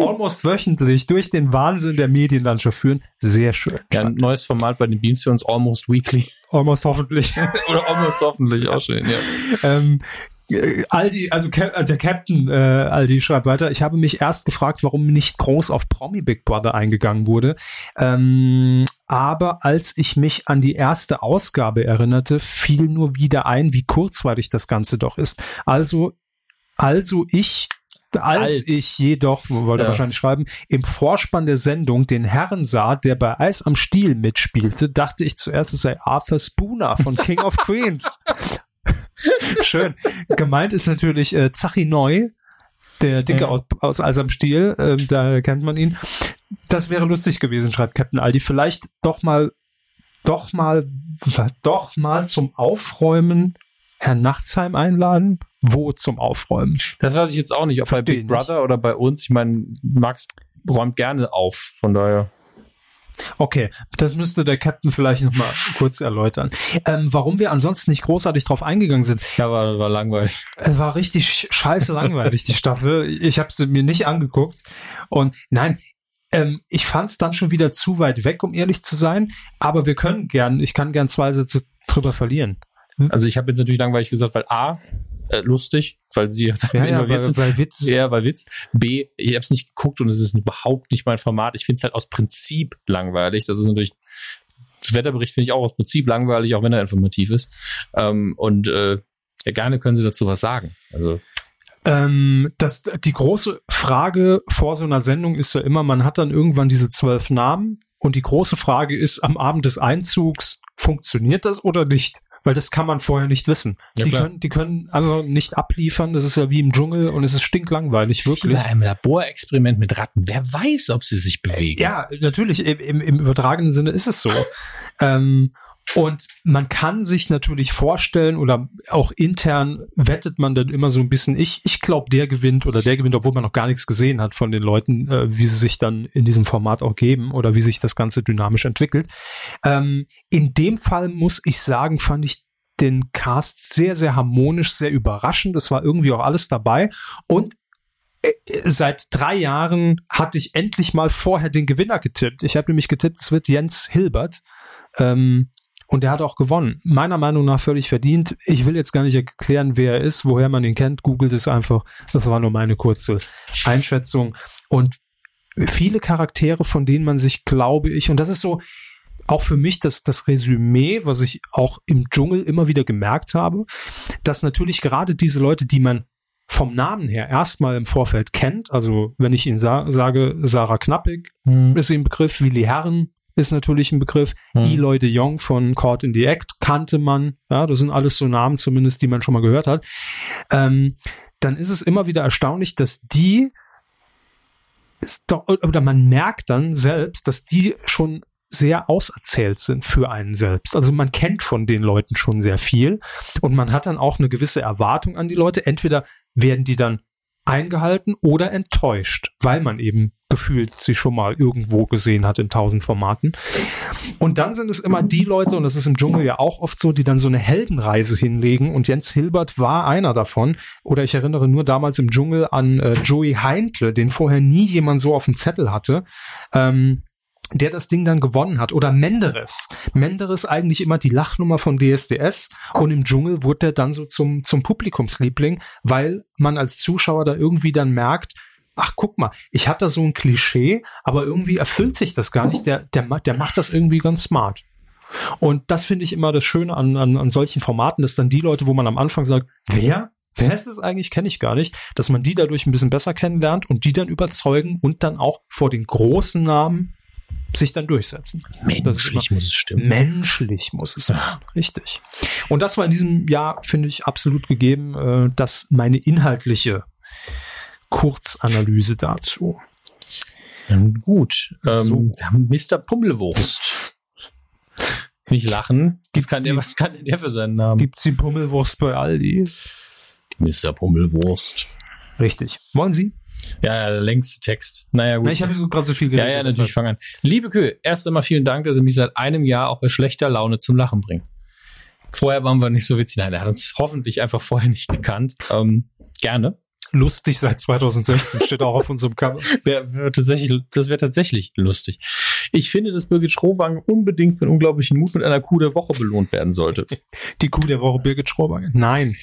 [SPEAKER 2] almost wöchentlich durch den Wahnsinn der Medienlandschaft führen. Sehr schön.
[SPEAKER 1] Ja, ein neues Format bei den Beams für uns, Almost Weekly.
[SPEAKER 2] Almost hoffentlich.
[SPEAKER 1] Oder Almost hoffentlich, auch schön, ja.
[SPEAKER 2] ähm, äh, Aldi, also Cap, äh, der Captain äh, Aldi schreibt weiter, ich habe mich erst gefragt, warum nicht groß auf Promi Big Brother eingegangen wurde. Ähm, aber als ich mich an die erste Ausgabe erinnerte, fiel nur wieder ein, wie kurzweilig das Ganze doch ist. Also, also ich. Als,
[SPEAKER 1] Als.
[SPEAKER 2] ich jedoch, wollte er
[SPEAKER 1] Ja.
[SPEAKER 2] wahrscheinlich schreiben, im Vorspann der Sendung den Herren sah, der bei Eis am Stiel mitspielte, dachte ich zuerst, es sei Arthur Spooner von King of Queens. Schön. Gemeint ist natürlich äh, Zachi Neu, der Dicke
[SPEAKER 1] Mhm.
[SPEAKER 2] aus, aus Eis am Stiel, ähm, da kennt man ihn. Das wäre lustig gewesen, schreibt Captain Aldi. Vielleicht doch mal, doch mal, doch mal zum Aufräumen Herrn Nachtsheim einladen. Wo zum Aufräumen?
[SPEAKER 1] Das weiß ich jetzt auch nicht, ob bei
[SPEAKER 2] Versteh
[SPEAKER 1] Big
[SPEAKER 2] nicht.
[SPEAKER 1] Brother oder bei uns. Ich meine, Max räumt gerne auf, von daher.
[SPEAKER 2] Okay, das müsste der Captain vielleicht nochmal kurz erläutern. Ähm, warum wir ansonsten nicht großartig drauf eingegangen sind.
[SPEAKER 1] Ja, war, war langweilig.
[SPEAKER 2] Es war richtig sch- scheiße langweilig, die Staffel. Ich habe sie mir nicht angeguckt. Und nein, ähm, ich fand es dann schon wieder zu weit weg, um ehrlich zu sein. Aber wir können gern, ich kann gern zwei Sätze drüber verlieren.
[SPEAKER 1] Also ich habe jetzt natürlich langweilig gesagt, weil A, äh, lustig, weil sie involviert sind.
[SPEAKER 2] weil Witz.
[SPEAKER 1] Ja, weil Witz. B, ich habe es nicht geguckt und es ist überhaupt nicht mein Format. Ich finde es halt aus Prinzip langweilig. Das ist natürlich, das Wetterbericht finde ich auch aus Prinzip langweilig, auch wenn er informativ ist. Ähm, und äh, ja, gerne können sie dazu was sagen. Also
[SPEAKER 2] Ähm, das, die große Frage vor so einer Sendung ist ja immer, man hat dann irgendwann diese zwölf Namen und die große Frage ist, am Abend des Einzugs, funktioniert das oder nicht? Weil das kann man vorher nicht wissen.
[SPEAKER 1] Ja,
[SPEAKER 2] die,
[SPEAKER 1] klar.
[SPEAKER 2] können, die können einfach nicht abliefern, das ist ja wie im Dschungel und es ist stinklangweilig, wirklich.
[SPEAKER 1] Bei einem Laborexperiment mit Ratten. Wer weiß, ob sie sich bewegen.
[SPEAKER 2] Ja, natürlich, im, im, im übertragenen Sinne ist es so. ähm, und man kann sich natürlich vorstellen oder auch intern wettet man dann immer so ein bisschen, ich, ich glaube, der gewinnt oder der gewinnt, obwohl man noch gar nichts gesehen hat von den Leuten, äh, wie sie sich dann in diesem Format auch geben oder wie sich das Ganze dynamisch entwickelt. Ähm, in dem Fall muss ich sagen, fand ich den Cast sehr, sehr harmonisch, sehr überraschend. Es war irgendwie auch alles dabei. Und äh, seit drei Jahren hatte ich endlich mal vorher den Gewinner getippt. Ich habe nämlich getippt, es wird Jens Hilbert. Ähm, und der hat auch gewonnen. Meiner Meinung nach völlig verdient. Ich will jetzt gar nicht erklären, wer er ist, woher man ihn kennt. Googelt es einfach. Das war nur meine kurze Einschätzung. Und viele Charaktere, von denen man sich, glaube ich, und das ist so auch für mich das, das Resümee, was ich auch im Dschungel immer wieder gemerkt habe, dass natürlich gerade diese Leute, die man vom Namen her erstmal im Vorfeld kennt, also wenn ich ihn sa sage, Sarah Knappig
[SPEAKER 1] Hm.
[SPEAKER 2] ist ein Begriff, Willi Herren ist natürlich ein Begriff, Eloy de Jong von Caught in the Act kannte man, ja, das sind alles so Namen zumindest, die man schon mal gehört hat, ähm, dann ist es immer wieder erstaunlich, dass die ist doch, oder man merkt dann selbst, dass die schon sehr auserzählt sind für einen selbst. Also man kennt von den Leuten schon sehr viel und man hat dann auch eine gewisse Erwartung an die Leute. Entweder werden die dann eingehalten oder enttäuscht, weil man eben gefühlt sie schon mal irgendwo gesehen hat in tausend Formaten. Und dann sind es immer die Leute, und das ist im Dschungel ja auch oft so, die dann so eine Heldenreise hinlegen. Und Jens Hilbert war einer davon. Oder ich erinnere nur damals im Dschungel an äh, Joey Heintle, den vorher nie jemand so auf dem Zettel hatte. Ähm, der das Ding dann gewonnen hat. Oder Menderes. Menderes eigentlich immer die Lachnummer von DSDS und im Dschungel wurde der dann so zum, zum Publikumsliebling, weil man als Zuschauer da irgendwie dann merkt, ach guck mal, ich hatte so ein Klischee, aber irgendwie erfüllt sich das gar nicht. Der, der, ma- der macht das irgendwie ganz smart. Und das finde ich immer das Schöne an, an, an solchen Formaten, dass dann die Leute, wo man am Anfang sagt, wer? Wer ist es eigentlich? Kenne ich gar nicht. Dass man die dadurch ein bisschen besser kennenlernt und die dann überzeugen und dann auch vor den großen Namen sich dann durchsetzen. Das ist immer-
[SPEAKER 1] Menschlich muss es stimmen.
[SPEAKER 2] Menschlich muss es sein. Richtig. Und das war in diesem Jahr, finde ich, absolut gegeben, äh, dass meine inhaltliche Kurzanalyse dazu.
[SPEAKER 1] Ähm, gut. Ähm,
[SPEAKER 2] So.
[SPEAKER 1] Wir haben Mr. Pummelwurst. Nicht lachen. Was
[SPEAKER 2] Gibt's
[SPEAKER 1] kann, der,
[SPEAKER 2] die-
[SPEAKER 1] was kann denn der für seinen Namen?
[SPEAKER 2] Gibt sie Pummelwurst bei Aldi?
[SPEAKER 1] Mr. Pummelwurst.
[SPEAKER 2] Richtig. Wollen Sie?
[SPEAKER 1] Ja, ja, der längste Text. Naja, gut.
[SPEAKER 2] Na, ich habe so gerade so viel
[SPEAKER 1] ja,
[SPEAKER 2] geredet.
[SPEAKER 1] ja, natürlich, fang also an. Liebe Kühe, erst einmal vielen Dank, dass ihr mich seit einem Jahr auch bei schlechter Laune zum Lachen bringt. Vorher waren wir nicht so witzig. Nein, er hat uns hoffentlich einfach vorher nicht gekannt. Ähm, gerne.
[SPEAKER 2] Lustig seit 2016 steht auch auf unserem Cover.
[SPEAKER 1] Wär, wär tatsächlich, das wäre tatsächlich lustig. Ich finde, dass Birgit Schrohwang unbedingt für den unglaublichen Mut mit einer Kuh der Woche belohnt werden sollte.
[SPEAKER 2] Die Kuh der Woche Birgit Schrober. Nein.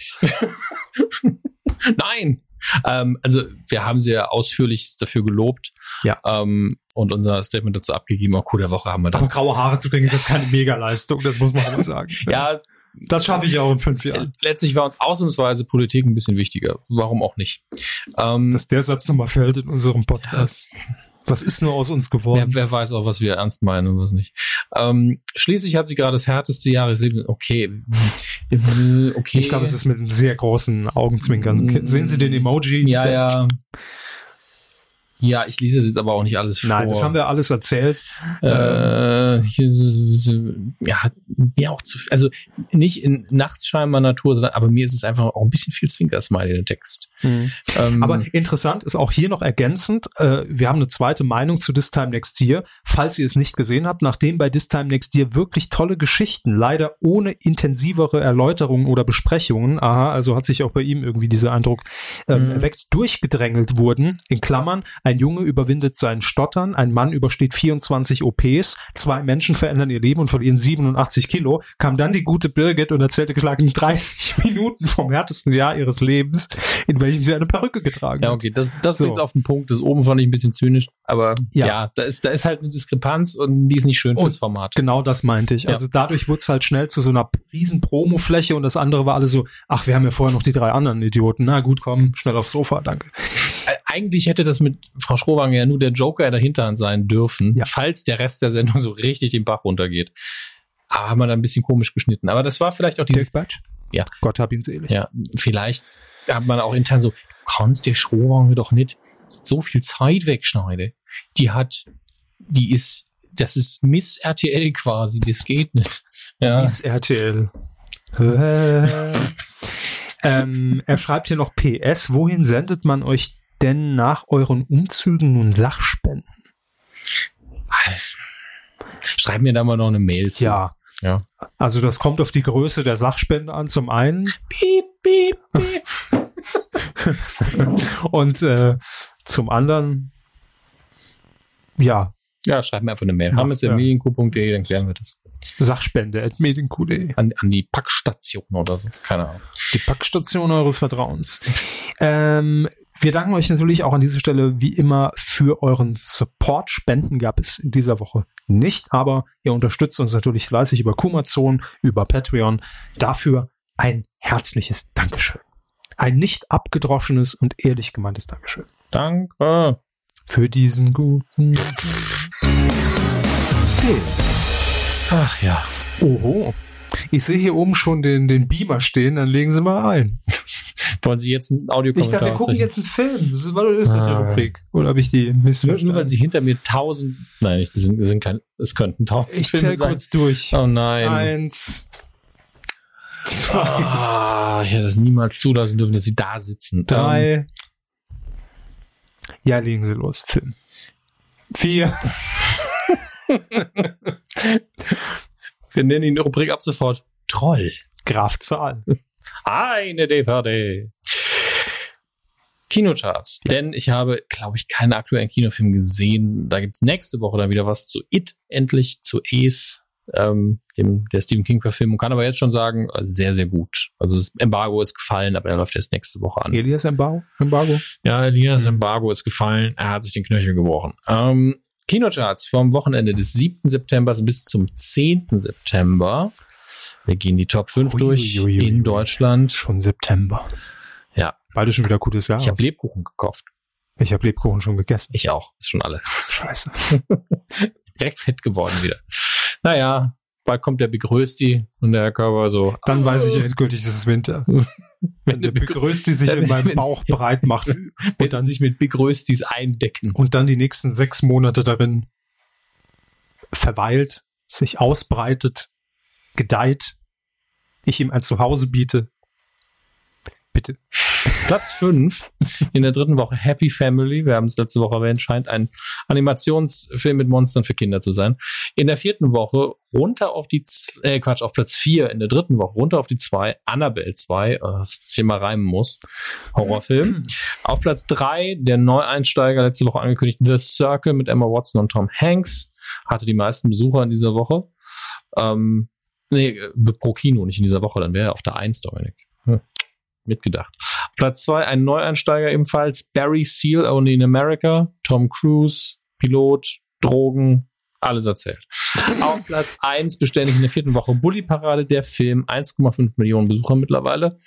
[SPEAKER 1] Nein! Ähm, also, wir haben sie ja ausführlich dafür gelobt.
[SPEAKER 2] Ja.
[SPEAKER 1] Ähm, und unser Statement dazu abgegeben. Auch Kuh der Woche haben wir
[SPEAKER 2] Aber
[SPEAKER 1] dann.
[SPEAKER 2] graue Haare zu kriegen ist jetzt keine Megaleistung, das muss man auch sagen.
[SPEAKER 1] Ja,
[SPEAKER 2] Das schaffe ich auch in fünf Jahren.
[SPEAKER 1] Äh, letztlich war uns ausnahmsweise Politik ein bisschen wichtiger. Warum auch nicht? Ähm,
[SPEAKER 2] Dass der Satz nochmal fällt in unserem Podcast. Was ist nur aus uns geworden?
[SPEAKER 1] wer, wer weiß auch, was wir ernst meinen und was nicht. Ähm, schließlich hat sie gerade das härteste Jahr ihres Lebens. Okay. okay.
[SPEAKER 2] Ich glaube, es ist mit einem sehr großen Augenzwinkern.
[SPEAKER 1] Mm.
[SPEAKER 2] Sehen Sie den Emoji?
[SPEAKER 1] Ja,
[SPEAKER 2] Der-
[SPEAKER 1] ja. Ja, ich lese es jetzt aber auch nicht alles vor.
[SPEAKER 2] Nein, das haben wir alles erzählt.
[SPEAKER 1] Äh, ja, mir auch zu viel. Also nicht in nachts scheinbar Natur, sondern aber mir ist es einfach auch ein bisschen viel Zwinker-Smiley in dem Text. Ähm,
[SPEAKER 2] Mhm. Aber interessant ist auch hier noch ergänzend, äh, wir haben eine zweite Meinung zu This Time Next Year. Falls ihr es nicht gesehen habt, nachdem bei This Time Next Year wirklich tolle Geschichten, leider ohne intensivere Erläuterungen oder Besprechungen, aha, also hat sich auch bei ihm irgendwie dieser Eindruck ähm,
[SPEAKER 1] Mhm.
[SPEAKER 2] erweckt, durchgedrängelt wurden, in Klammern, ein Junge überwindet seinen Stottern, ein Mann übersteht 24 OPs, zwei Menschen verändern ihr Leben und verlieren 87 Kilo, kam dann die gute Birgit und erzählte geschlagen 30 Minuten vom härtesten Jahr ihres Lebens, in welchem sie eine Perücke getragen
[SPEAKER 1] ja,
[SPEAKER 2] hat.
[SPEAKER 1] okay, das, das
[SPEAKER 2] Genau. So.
[SPEAKER 1] bringt auf den Punkt. Das oben fand ich ein bisschen zynisch, aber ja,
[SPEAKER 2] Ja.
[SPEAKER 1] da, ist, da ist halt eine Diskrepanz und die ist nicht schön fürs
[SPEAKER 2] Und
[SPEAKER 1] Format.
[SPEAKER 2] Genau das meinte ich.
[SPEAKER 1] Ja.
[SPEAKER 2] Also dadurch wurde es halt schnell zu so einer riesen Promo-Fläche und das andere war alles so, ach, wir haben ja vorher noch die drei anderen Idioten. Na gut, komm, schnell aufs Sofa, danke.
[SPEAKER 1] Äh, Eigentlich hätte das mit Frau Schrowanger ja nur der Joker dahinter sein dürfen,
[SPEAKER 2] Ja.
[SPEAKER 1] falls der Rest der Sendung so richtig den Bach runtergeht. Aber haben wir da ein bisschen komisch geschnitten. Aber das war vielleicht auch dieses
[SPEAKER 2] Dirk Batsch?
[SPEAKER 1] Ja.
[SPEAKER 2] Gott hab ihn selig.
[SPEAKER 1] Ja, vielleicht hat man auch intern so, kannst der Schrohwange doch nicht so viel Zeit wegschneiden. Die hat, die ist, das ist Miss RTL quasi, das geht nicht. Ja.
[SPEAKER 2] Dies RTL. ähm, er schreibt hier noch PS, wohin sendet man euch denn nach euren Umzügen nun Sachspenden?
[SPEAKER 1] Schreib mir da mal noch eine Mail zu.
[SPEAKER 2] Ja.
[SPEAKER 1] Ja.
[SPEAKER 2] Also das kommt auf die Größe der Sachspende an, zum einen.
[SPEAKER 1] Piep, piep.
[SPEAKER 2] Und äh, zum anderen, ja,
[SPEAKER 1] Ja, schreib mir einfach eine Mail.
[SPEAKER 2] Mach, ja.
[SPEAKER 1] Hammes.medienku.de, dann klären wir das.
[SPEAKER 2] Sachspende at medienq.de.
[SPEAKER 1] An, an die Packstation oder so. Keine Ahnung.
[SPEAKER 2] Die Packstation eures Vertrauens. ähm, wir danken euch natürlich auch an dieser Stelle wie immer für euren Support. Spenden gab es in dieser Woche nicht, aber ihr unterstützt uns natürlich fleißig über Kumazon, über Patreon. Dafür ein herzliches Dankeschön. Ein nicht abgedroschenes und ehrlich gemeintes Dankeschön. Ah.
[SPEAKER 1] Danke.
[SPEAKER 2] Für diesen guten. Film.
[SPEAKER 1] Ach ja.
[SPEAKER 2] Oho. Ich sehe hier oben schon den, den Beamer stehen, dann legen Sie mal ein.
[SPEAKER 1] Wollen Sie jetzt einen
[SPEAKER 2] Ich
[SPEAKER 1] Audiokommentar
[SPEAKER 2] dachte, wir
[SPEAKER 1] aufzeichnen?
[SPEAKER 2] gucken jetzt einen Film. Das war doch die
[SPEAKER 1] Ah.
[SPEAKER 2] Rubrik. Oder habe ich die
[SPEAKER 1] Nur, nur weil
[SPEAKER 2] missverstanden?
[SPEAKER 1] Sie hinter mir tausend. Nein, nicht, das sind, das sind kein, es könnten tausend
[SPEAKER 2] Ich zähle kurz durch.
[SPEAKER 1] Oh nein.
[SPEAKER 2] Eins. Zwei.
[SPEAKER 1] Ah, ich hätte das niemals zulassen dürfen, dass sie da sitzen.
[SPEAKER 2] Drei. Ja, legen Sie los. Film. Vier.
[SPEAKER 1] Wir nennen ihn die Rubrik ab sofort Troll.
[SPEAKER 2] Graf Zahl.
[SPEAKER 1] Eine DVD. Kinocharts. Denn ich habe, glaube ich, keinen aktuellen Kinofilm gesehen. Da gibt es nächste Woche dann wieder was zu It, endlich, zu Ace, ähm, dem, der Stephen King-Verfilmung. Kann aber jetzt schon sagen, äh, sehr, sehr gut. Also das Embargo ist gefallen, aber er läuft erst nächste Woche an.
[SPEAKER 2] Elias Embargo. Embargo.
[SPEAKER 1] Ja, Elias Embargo ist gefallen. Er hat sich den Knöchel gebrochen. Ähm, Kinocharts vom Wochenende des 7. September bis zum 10. September. Wir gehen die Top 5
[SPEAKER 2] Ui,
[SPEAKER 1] durch
[SPEAKER 2] ui, ui,
[SPEAKER 1] in
[SPEAKER 2] ui.
[SPEAKER 1] Deutschland.
[SPEAKER 2] Schon September.
[SPEAKER 1] Ja.
[SPEAKER 2] Bald ist schon wieder gutes Jahr.
[SPEAKER 1] Ich habe Lebkuchen gekauft.
[SPEAKER 2] ich hab Lebkuchen schon gegessen.
[SPEAKER 1] Ich auch. Ist schon alle.
[SPEAKER 2] Scheiße.
[SPEAKER 1] Direkt fett geworden wieder. Naja, bald kommt der Big Rösti und der Körper so.
[SPEAKER 2] Dann weiß ich endgültig, es ist Winter. Wenn der begrüßt, die sich in meinem Bauch breit macht
[SPEAKER 1] und
[SPEAKER 2] und
[SPEAKER 1] dann
[SPEAKER 2] dann,
[SPEAKER 1] sich mit Big Röstis eindecken.
[SPEAKER 2] und dann die nächsten sechs Monate darin verweilt, sich ausbreitet, gedeiht, ich ihm ein Zuhause biete. Bitte.
[SPEAKER 1] Platz 5 in der dritten Woche Happy Family, wir haben es letzte Woche erwähnt, scheint ein Animationsfilm mit Monstern für Kinder zu sein. In der vierten Woche runter auf die, Z äh, Quatsch, auf Platz 4, in der dritten Woche runter auf die 2, Annabelle 2, äh, dass das Thema reimen muss, Horrorfilm. Auf Platz 3 der Neueinsteiger, letzte Woche angekündigt, The Circle mit Emma Watson und Tom Hanks, hatte die meisten Besucher in dieser Woche. Ähm, nee, äh, pro Kino, nicht in dieser Woche, dann wäre er auf der 1, Dominik. Hm. Mitgedacht. Platz 2, ein Neueinsteiger ebenfalls, Barry Seal, Only in America, Tom Cruise, Pilot, Drogen, alles erzählt. Auf Platz 1 beständig in der vierten Woche Bully Parade, der Film, 1,5 Millionen Besucher mittlerweile.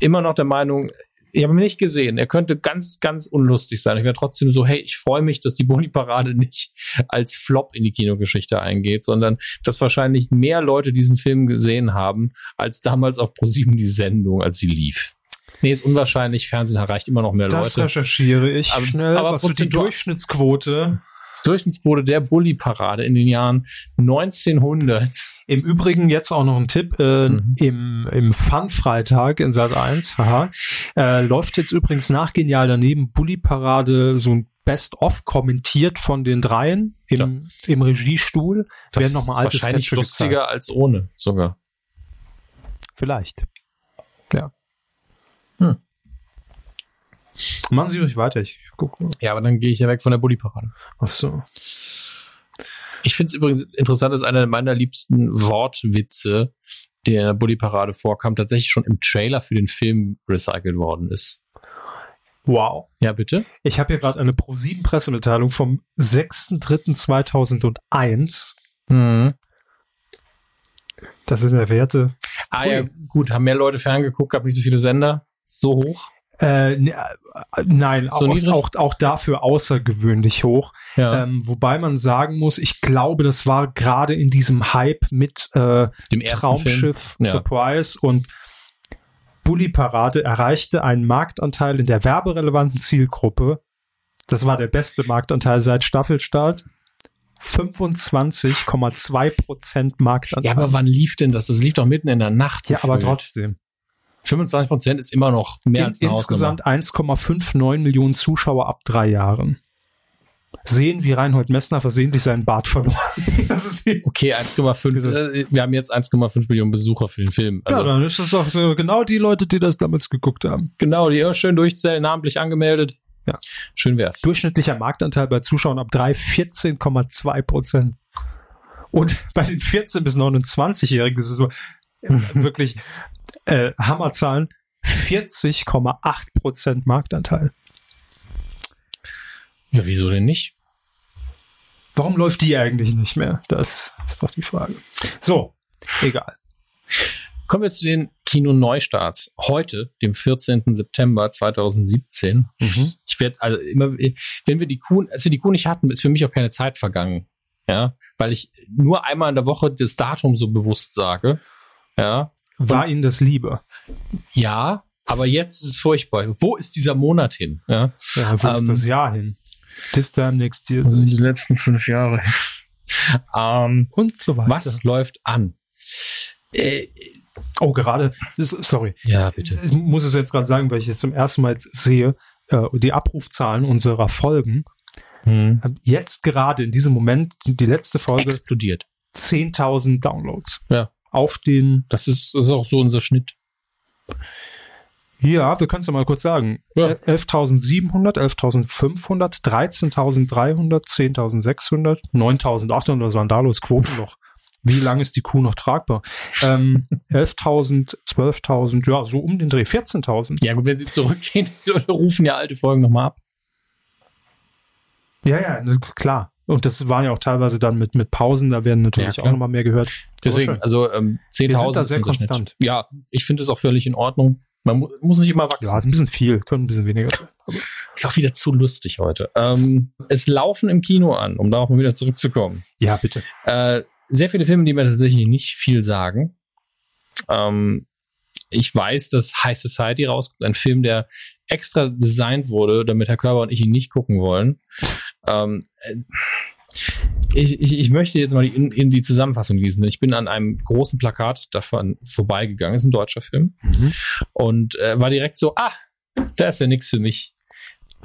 [SPEAKER 1] Immer noch der Meinung, ich habe ihn nicht gesehen. Er könnte ganz, ganz unlustig sein. Ich wäre trotzdem so, hey, ich freue mich, dass die Bully Parade nicht als Flop in die Kinogeschichte eingeht, sondern dass wahrscheinlich mehr Leute diesen Film gesehen haben, als damals auf ProSieben die Sendung, als sie lief. Nee, ist unwahrscheinlich. Fernsehen erreicht immer noch mehr
[SPEAKER 2] Das
[SPEAKER 1] Leute.
[SPEAKER 2] recherchiere ich
[SPEAKER 1] Aber-
[SPEAKER 2] schnell,
[SPEAKER 1] aber
[SPEAKER 2] was so die
[SPEAKER 1] prozentual-
[SPEAKER 2] Durchschnittsquote
[SPEAKER 1] Das Durchschnittsquote der Bully-Parade in den Jahren 1900.
[SPEAKER 2] Im Übrigen jetzt auch noch ein Tipp, äh,
[SPEAKER 1] Mhm.
[SPEAKER 2] im, im Fun-Freitag in Sat 1, haha, äh, läuft jetzt übrigens nach Genial daneben Bulli-Parade so ein Best-of kommentiert von den dreien im, im Regiestuhl. Werden noch mal alte
[SPEAKER 1] wahrscheinlich
[SPEAKER 2] Sketche
[SPEAKER 1] lustiger
[SPEAKER 2] gezeigt.
[SPEAKER 1] als ohne sogar.
[SPEAKER 2] Vielleicht. Ja.
[SPEAKER 1] Hm.
[SPEAKER 2] Machen Sie ruhig weiter. Ich guck.
[SPEAKER 1] Ja, aber dann gehe ich ja weg von der Bulli-Parade.
[SPEAKER 2] Ach so.
[SPEAKER 1] Ich finde es übrigens interessant, dass einer meiner liebsten Wortwitze, der in der Bulli-Parade vorkam, tatsächlich schon im Trailer für den Film recycelt worden ist.
[SPEAKER 2] Wow.
[SPEAKER 1] Ja, bitte?
[SPEAKER 2] Ich habe hier gerade eine ProSieben-Pressemitteilung vom 6.3.2001. Mhm. Das sind ja Werte.
[SPEAKER 1] Ah ja, gut, haben mehr Leute ferngeguckt, gab nicht so viele Sender. So hoch.
[SPEAKER 2] Äh, n- äh, nein,
[SPEAKER 1] So
[SPEAKER 2] auch,
[SPEAKER 1] niedrig?
[SPEAKER 2] auch, auch dafür außergewöhnlich hoch.
[SPEAKER 1] Ja.
[SPEAKER 2] Ähm, wobei man sagen muss, ich glaube, das war gerade in diesem Hype mit äh,
[SPEAKER 1] Dem
[SPEAKER 2] Traumschiff
[SPEAKER 1] Film. Ja.
[SPEAKER 2] Surprise und Bully Parade erreichte einen Marktanteil in der werberelevanten Zielgruppe. Das war der beste Marktanteil seit Staffelstart. 25,2 Prozent
[SPEAKER 1] Ja,
[SPEAKER 2] Marktanteil.
[SPEAKER 1] aber wann lief denn das? Das lief doch mitten in der Nacht.
[SPEAKER 2] ja, aber
[SPEAKER 1] gefühlt.
[SPEAKER 2] trotzdem.
[SPEAKER 1] 25 Prozent ist immer noch mehr
[SPEAKER 2] In,
[SPEAKER 1] als eine
[SPEAKER 2] insgesamt 1,59 Millionen Zuschauer ab drei Jahren. Sehen, wie Reinhold Messner versehentlich seinen Bart verlor. Das ist die,
[SPEAKER 1] Hausnummer. Okay, 1,5. Äh, wir haben jetzt 1,5 Millionen Besucher für den Film. Also,
[SPEAKER 2] ja, dann ist das auch so genau die Leute, die das damals geguckt haben.
[SPEAKER 1] genau, die ja, schön durchzählen, namentlich angemeldet.
[SPEAKER 2] Ja.
[SPEAKER 1] Schön wär's.
[SPEAKER 2] Durchschnittlicher Marktanteil bei Zuschauern ab drei 14,2 Prozent. Und bei den 14- bis 29-Jährigen ist es so äh, wirklich äh, Hammerzahlen. 40,8 Prozent Marktanteil.
[SPEAKER 1] Ja, wieso denn nicht?
[SPEAKER 2] Warum läuft die eigentlich nicht mehr? Das ist doch die Frage. So, egal.
[SPEAKER 1] Kommen wir zu den Kino-Neustarts. Heute, dem 14. September 2017.
[SPEAKER 2] Mhm.
[SPEAKER 1] Ich werde also immer, wenn wir die Kuh, als wir die Kuh nicht hatten, ist für mich auch keine Zeit vergangen. Ja, weil ich nur einmal in der Woche das Datum so bewusst sage. Ja,
[SPEAKER 2] War Ihnen das lieber?
[SPEAKER 1] ja, aber jetzt ist es furchtbar. Wo ist dieser Monat hin? Ja.
[SPEAKER 2] Ja,
[SPEAKER 1] wo ist das
[SPEAKER 2] Jahr hin? This time next year.
[SPEAKER 1] Also die letzten fünf Jahre. ähm,
[SPEAKER 2] Und so weiter.
[SPEAKER 1] was läuft an? Äh,
[SPEAKER 2] Oh, gerade, das- sorry,
[SPEAKER 1] ja, bitte.
[SPEAKER 2] ich muss es jetzt gerade sagen, weil ich es zum ersten Mal jetzt sehe. äh, die Abrufzahlen unserer Folgen.
[SPEAKER 1] Hm.
[SPEAKER 2] Jetzt gerade in diesem Moment, die letzte Folge,
[SPEAKER 1] Explodiert.
[SPEAKER 2] 10.000 Downloads.
[SPEAKER 1] Ja.
[SPEAKER 2] Auf den,
[SPEAKER 1] Das ist, das ist auch so unser Schnitt.
[SPEAKER 2] ja, wir können es ja mal kurz sagen. Äh,
[SPEAKER 1] Ja.
[SPEAKER 2] 11.700, 11.500, 13.300, 10.600, 9.800, was waren da los? Quoten noch. Wie lange ist die Kuh noch tragbar? Ähm, 11.000, 12.000, ja, so um den Dreh, 14.000.
[SPEAKER 1] Ja, gut, wenn sie zurückgehen, die Leute rufen ja alte Folgen nochmal ab.
[SPEAKER 2] Ja, ja, ne, klar. Und das waren ja auch teilweise dann mit, mit Pausen, da werden natürlich
[SPEAKER 1] Ja,
[SPEAKER 2] auch
[SPEAKER 1] klar.
[SPEAKER 2] nochmal mehr gehört.
[SPEAKER 1] Deswegen,
[SPEAKER 2] schön.
[SPEAKER 1] also ähm, 10.000
[SPEAKER 2] Wir sind da
[SPEAKER 1] ist
[SPEAKER 2] sehr
[SPEAKER 1] unser Schnitt.
[SPEAKER 2] konstant.
[SPEAKER 1] Ja, ich finde es auch völlig in Ordnung. Man mu muss nicht immer wachsen.
[SPEAKER 2] Ja, ist ein bisschen viel, können ein bisschen weniger.
[SPEAKER 1] Ist auch wieder zu lustig heute. Ähm, es laufen im Kino an, um darauf mal wieder zurückzukommen.
[SPEAKER 2] Ja, bitte.
[SPEAKER 1] Äh, sehr viele Filme, die mir tatsächlich nicht viel sagen. Ähm, ich weiß, dass High Society rauskommt, ein Film, der extra designt wurde, damit Herr Körber und ich ihn nicht gucken wollen. Ähm, äh, ich, ich, ich möchte jetzt mal die, in, in die Zusammenfassung lesen. Ich bin an einem großen Plakat davon vorbeigegangen, ist ein deutscher Film,
[SPEAKER 2] Mhm.
[SPEAKER 1] und äh, war direkt so, ah, da ist ja nichts für mich.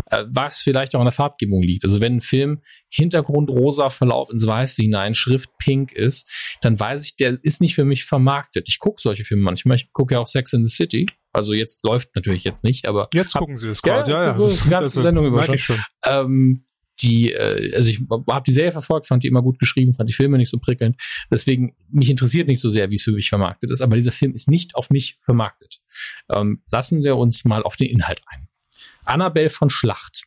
[SPEAKER 1] Äh, was vielleicht auch an der Farbgebung liegt. Also wenn ein Film Hintergrund rosa Verlauf ins Weiße hinein, Schrift pink ist, dann weiß ich, der ist nicht für mich vermarktet. Ich gucke solche Filme manchmal. Ich gucke ja auch Sex in the City. Also jetzt läuft natürlich jetzt nicht, aber
[SPEAKER 2] Jetzt gucken Sie es
[SPEAKER 1] Ja,
[SPEAKER 2] gerade. Ja, ja,
[SPEAKER 1] gut, die ganze Sendung über
[SPEAKER 2] merke ich schon.
[SPEAKER 1] ähm, die, äh, also ich habe die Serie verfolgt, fand die immer gut geschrieben, fand die Filme nicht so prickelnd. Deswegen, mich interessiert nicht so sehr, wie es für mich vermarktet ist, aber dieser Film ist nicht auf mich vermarktet. Ähm, lassen wir uns mal auf den Inhalt ein. Annabelle von Schlacht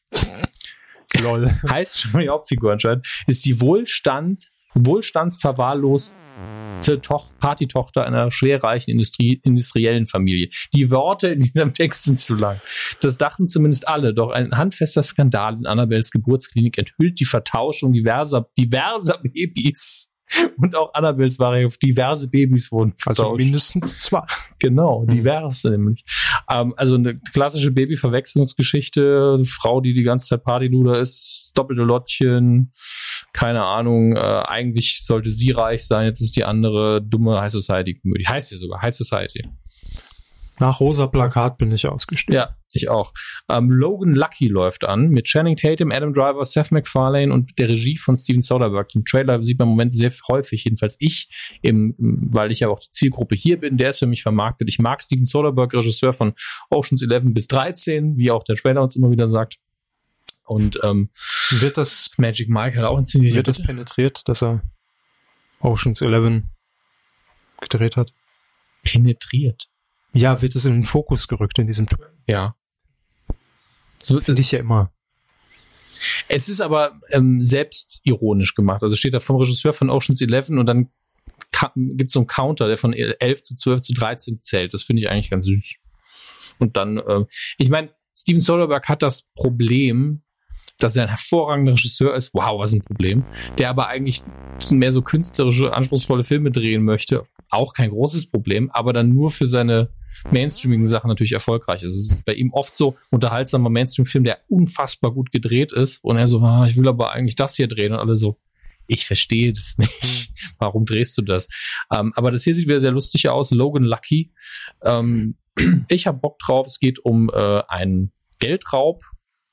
[SPEAKER 2] Lol.
[SPEAKER 1] heißt schon die Hauptfigur anscheinend, ist die Wohlstand, wohlstandsverwahrloste Toch Partytochter einer schwerreichen Industrie industriellen Familie. Die Worte in diesem Text sind zu lang. Das dachten zumindest alle, doch ein handfester Skandal in Annabels Geburtsklinik enthüllt die Vertauschung diverser, diverser Babys. Und auch Annabels war diverse Babys wurden
[SPEAKER 2] Also
[SPEAKER 1] vertauscht.
[SPEAKER 2] mindestens zwei.
[SPEAKER 1] Genau, divers nämlich. Ähm, also eine klassische Babyverwechslungsgeschichte, Frau, die die ganze Zeit Partyluder ist, doppelte Lottchen, keine Ahnung, äh, eigentlich sollte sie reich sein, jetzt ist die andere dumme High Society-Komödie. Heißt ja sogar, High Society.
[SPEAKER 2] Nach rosa Plakat bin ich ausgestiegen.
[SPEAKER 1] Ja, ich auch. Ähm, Logan Lucky läuft an mit Channing Tatum, Adam Driver, Seth MacFarlane und der Regie von Steven Soderbergh. Den Trailer sieht man im Moment sehr häufig, jedenfalls ich, im, weil ich ja auch die Zielgruppe hier bin. Der ist für mich vermarktet. Ich mag Steven Soderbergh, Regisseur von Oceans 11 bis 13, wie auch der Trailer uns immer wieder sagt. Und ähm,
[SPEAKER 2] Wird das,
[SPEAKER 1] Magic Mike hat auch inszeniert.
[SPEAKER 2] wird das penetriert, dass er Oceans 11 gedreht hat?
[SPEAKER 1] penetriert?
[SPEAKER 2] Ja, wird es in den Fokus gerückt in diesem Trailer?
[SPEAKER 1] Ja. So,
[SPEAKER 2] Finde ich ja immer.
[SPEAKER 1] Es ist aber ähm, selbstironisch gemacht. Also steht da vom Regisseur von Ocean's 11 und dann gibt es so einen Counter, der von 11 zu 12 zu 13 zählt. Das finde ich eigentlich ganz süß. Und dann, ähm, ich meine, Steven Soderbergh hat das Problem, dass er ein hervorragender Regisseur ist. Wow, was ein Problem. Der aber eigentlich mehr so künstlerische, anspruchsvolle Filme drehen möchte. Auch kein großes Problem, aber dann nur für seine mainstreamigen Sachen natürlich erfolgreich ist. Es ist bei ihm oft so unterhaltsamer Mainstream-Film, der unfassbar gut gedreht ist und er so, ah, ich will aber eigentlich das hier drehen und alle so, ich verstehe das nicht. Warum drehst du das? Ähm, aber das hier sieht wieder sehr lustig aus. Logan Lucky. Ähm, ich habe Bock drauf. Es geht um äh, einen Geldraub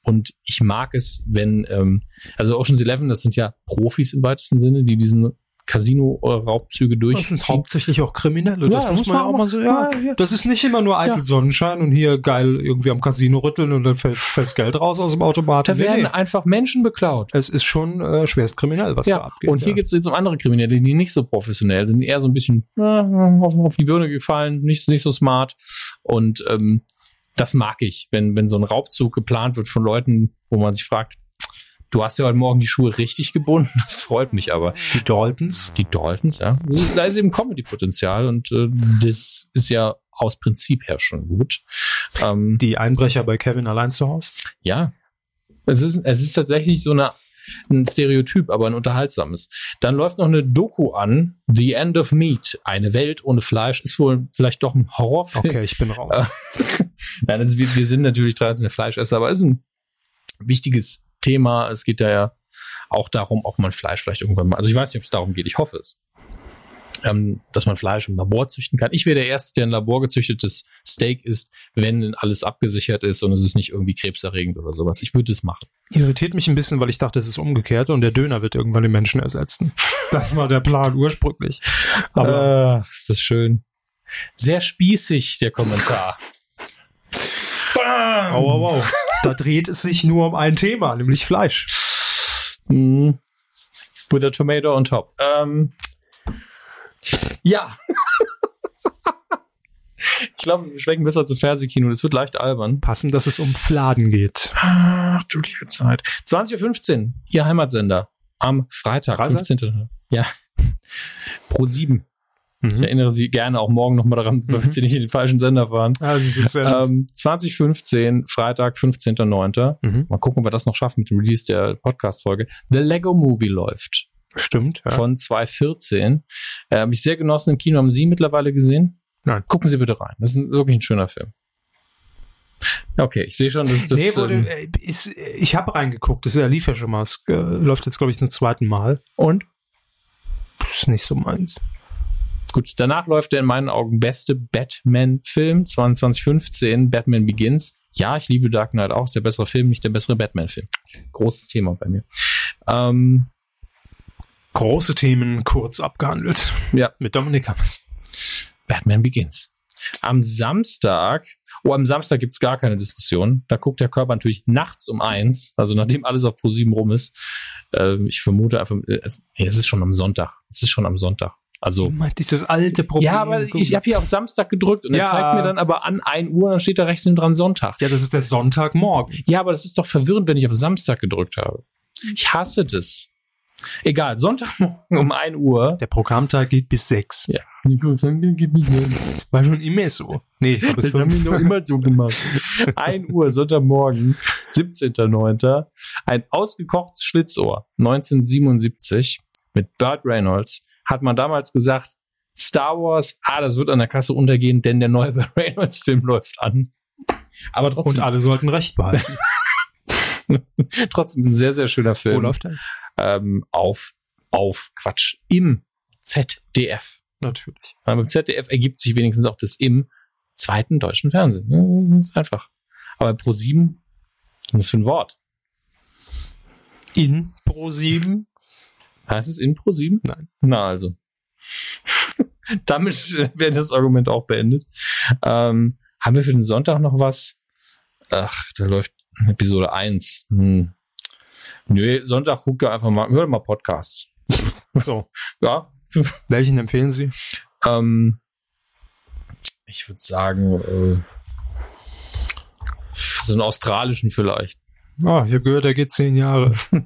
[SPEAKER 1] und ich mag es, wenn, ähm, also Ocean's Eleven, das sind ja Profis im weitesten Sinne, die diesen Casino-Raubzüge
[SPEAKER 2] Das sind
[SPEAKER 1] durchziehen.
[SPEAKER 2] hauptsächlich auch Kriminelle. das muss man ja auch mal so, ja.
[SPEAKER 1] Ah, ja.
[SPEAKER 2] Das ist nicht immer nur eitel
[SPEAKER 1] Ja.
[SPEAKER 2] Sonnenschein und hier geil irgendwie am Casino rütteln und dann fällt, fällt's Geld raus aus dem Automaten.
[SPEAKER 1] Da werden einfach Menschen beklaut.
[SPEAKER 2] Es ist schon äh, schwerst kriminell, was da
[SPEAKER 1] Ja,
[SPEAKER 2] abgeht.
[SPEAKER 1] und hier
[SPEAKER 2] ja.
[SPEAKER 1] geht es jetzt um andere Kriminelle, die nicht so professionell sind, eher so ein bisschen äh, auf, auf die Birne gefallen, nicht, nicht so smart. Und ähm, das mag ich, wenn, wenn so ein Raubzug geplant wird von Leuten, wo man sich fragt, du hast ja heute Morgen die Schuhe richtig gebunden, das freut mich aber.
[SPEAKER 2] die Daltons.
[SPEAKER 1] Die Daltons, ja. Das ist, da ist eben Comedy-Potenzial und äh, das ist ja aus Prinzip her schon gut. Ähm,
[SPEAKER 2] Die Einbrecher bei Kevin allein zu Hause.
[SPEAKER 1] ja. Es ist, es ist tatsächlich so eine, ein Stereotyp, aber ein unterhaltsames. Dann läuft noch eine Doku an, The End of Meat, eine Welt ohne Fleisch, ist wohl vielleicht doch ein Horrorfilm.
[SPEAKER 2] Okay, ich bin raus.
[SPEAKER 1] Äh, Nein, also wir, wir sind natürlich traditionelle Fleischesser, aber ist ein wichtiges Thema. Es geht da ja auch darum, ob man Fleisch vielleicht irgendwann mal. Also ich weiß nicht, ob es darum geht. Ich hoffe es. ähm, dass man Fleisch im Labor züchten kann. Ich wäre der Erste, der ein Labor gezüchtetes Steak isst, wenn denn alles abgesichert ist und es ist nicht irgendwie krebserregend oder sowas. Ich würde es machen.
[SPEAKER 2] Irritiert mich ein bisschen, weil ich dachte, es ist umgekehrt und der Döner wird irgendwann den Menschen ersetzen. Das war der Plan ursprünglich. Aber
[SPEAKER 1] Aber ist das schön. Sehr spießig, der Kommentar. Äh,
[SPEAKER 2] wow, wow, wow. da dreht es sich nur um ein Thema, nämlich Fleisch.
[SPEAKER 1] Mm. With a tomato on top. Ähm, ja. ich glaube, wir schwenken besser zu Fernsehkino. Das wird leicht albern.
[SPEAKER 2] Passend, dass es um Fladen geht.
[SPEAKER 1] Ach du liebe Zeit. 20.15 Uhr, Ihr Heimatsender. Am Freitag,
[SPEAKER 2] Freitag?
[SPEAKER 1] 15. Ja. Pro 7. Ich
[SPEAKER 2] Mhm.
[SPEAKER 1] erinnere Sie gerne auch morgen nochmal daran, damit Sie nicht in den falschen Sender fahren.
[SPEAKER 2] Also, es ist ja-
[SPEAKER 1] Ähm, 2015, Freitag, 15.09.
[SPEAKER 2] Mhm.
[SPEAKER 1] Mal gucken, ob wir das noch schaffen mit dem Release der Podcast-Folge. The Lego Movie läuft
[SPEAKER 2] Stimmt. Ja.
[SPEAKER 1] von 2014. Äh, Habe ich sehr genossen im Kino. Haben Sie ihn mittlerweile gesehen?
[SPEAKER 2] Nein.
[SPEAKER 1] Gucken Sie bitte rein. Das ist ein, wirklich ein schöner Film. Okay, ich sehe schon, dass das.
[SPEAKER 2] nee, wurde,
[SPEAKER 1] ähm,
[SPEAKER 2] äh, ist, ich habe reingeguckt, das lief ja schon mal. Es äh, läuft jetzt, glaube ich, zum zweiten Mal.
[SPEAKER 1] und?
[SPEAKER 2] Ist nicht so meins.
[SPEAKER 1] Gut, danach läuft der in meinen Augen beste Batman-Film 2015, Batman Begins. Ja, ich liebe Dark Knight auch, ist der bessere Film, nicht der bessere Batman-Film. Großes Thema bei mir. Ähm,
[SPEAKER 2] Große Themen kurz abgehandelt.
[SPEAKER 1] Ja.
[SPEAKER 2] Mit Dominik Hammers.
[SPEAKER 1] Batman Begins. Am Samstag, oh, am Samstag gibt's gar keine Diskussion. Da guckt der Körper natürlich nachts um eins, also nachdem alles auf Pro 7 rum ist. Ähm, ich vermute einfach, äh, es nee, es ist schon am Sonntag. Es ist schon am Sonntag. Also.
[SPEAKER 2] Immer Oh Dieses alte Problem.
[SPEAKER 1] Ja, aber ich habe hier auf Samstag gedrückt und er
[SPEAKER 2] Ja.
[SPEAKER 1] zeigt mir dann aber an 1 Uhr, dann steht da rechts neben dran Sonntag.
[SPEAKER 2] ja, das ist der Sonntagmorgen.
[SPEAKER 1] Ja, aber das ist doch verwirrend, wenn ich auf Samstag gedrückt habe. Ich hasse das. Egal, Sonntagmorgen um 1 Uhr.
[SPEAKER 2] Der Programmtag geht bis sechs.
[SPEAKER 1] Ja.
[SPEAKER 2] Das war schon immer so. Nee, ich glaube, es fünf.
[SPEAKER 1] immer so gemacht. 1 Uhr, Sonntagmorgen, 17.09. Ein ausgekochtes Schlitzohr, 1977, mit Burt Reynolds, hat man damals gesagt, Star Wars, ah, das wird an der Kasse untergehen, denn der neue Burt Reynolds-Film läuft an. Aber
[SPEAKER 2] Und
[SPEAKER 1] trotzdem,
[SPEAKER 2] alle sollten recht behalten.
[SPEAKER 1] trotzdem ein sehr, sehr schöner Film.
[SPEAKER 2] er?
[SPEAKER 1] ähm, auf, auf Quatsch, im ZDF.
[SPEAKER 2] Natürlich.
[SPEAKER 1] Weil beim ZDF ergibt sich wenigstens auch das im zweiten deutschen Fernsehen. Ja, das ist einfach. Aber pro 7, was ist für ein Wort?
[SPEAKER 2] In Pro 7.
[SPEAKER 1] Heißt es in pro 7?
[SPEAKER 2] Nein.
[SPEAKER 1] Na also. Damit äh, wäre das Argument auch beendet. Ähm, haben wir für den Sonntag noch was? Ach, da läuft Episode 1. Hm. Nö, Sonntag guckt ihr einfach mal, hört mal Podcasts.
[SPEAKER 2] So.
[SPEAKER 1] Ja,
[SPEAKER 2] Welchen empfehlen Sie?
[SPEAKER 1] Ähm, ich würde sagen, äh, so einen australischen vielleicht.
[SPEAKER 2] Ah, ich habe gehört, er geht zehn Jahre.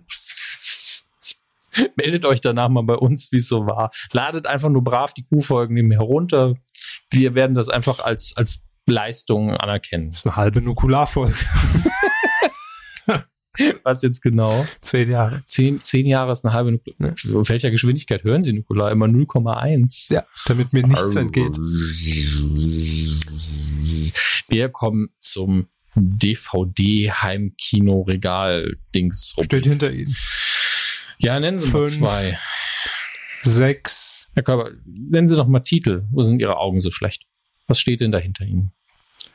[SPEAKER 1] Meldet euch danach mal bei uns, wie es so war. Ladet einfach nur brav die Q-Folgen nebenher runter. Wir werden das einfach als, als Leistung anerkennen.
[SPEAKER 2] Das ist eine halbe Nukularfolge.
[SPEAKER 1] Was jetzt genau?
[SPEAKER 2] Zehn Jahre.
[SPEAKER 1] Zehn, zehn Jahre ist eine halbe Nukle
[SPEAKER 2] Ne.
[SPEAKER 1] In welcher Geschwindigkeit hören Sie, Nikola? Immer 0,1.
[SPEAKER 2] Ja, damit mir nichts entgeht.
[SPEAKER 1] Wir kommen zum DVD-Heimkino-Regal-Dings rum.
[SPEAKER 2] Steht hinter Ihnen.
[SPEAKER 1] Ja, nennen Sie
[SPEAKER 2] Fünf.
[SPEAKER 1] mal zwei.
[SPEAKER 2] Sechs.
[SPEAKER 1] Herr Körber, nennen Sie doch mal Titel. Wo sind Ihre Augen so schlecht? Was steht denn da hinter Ihnen?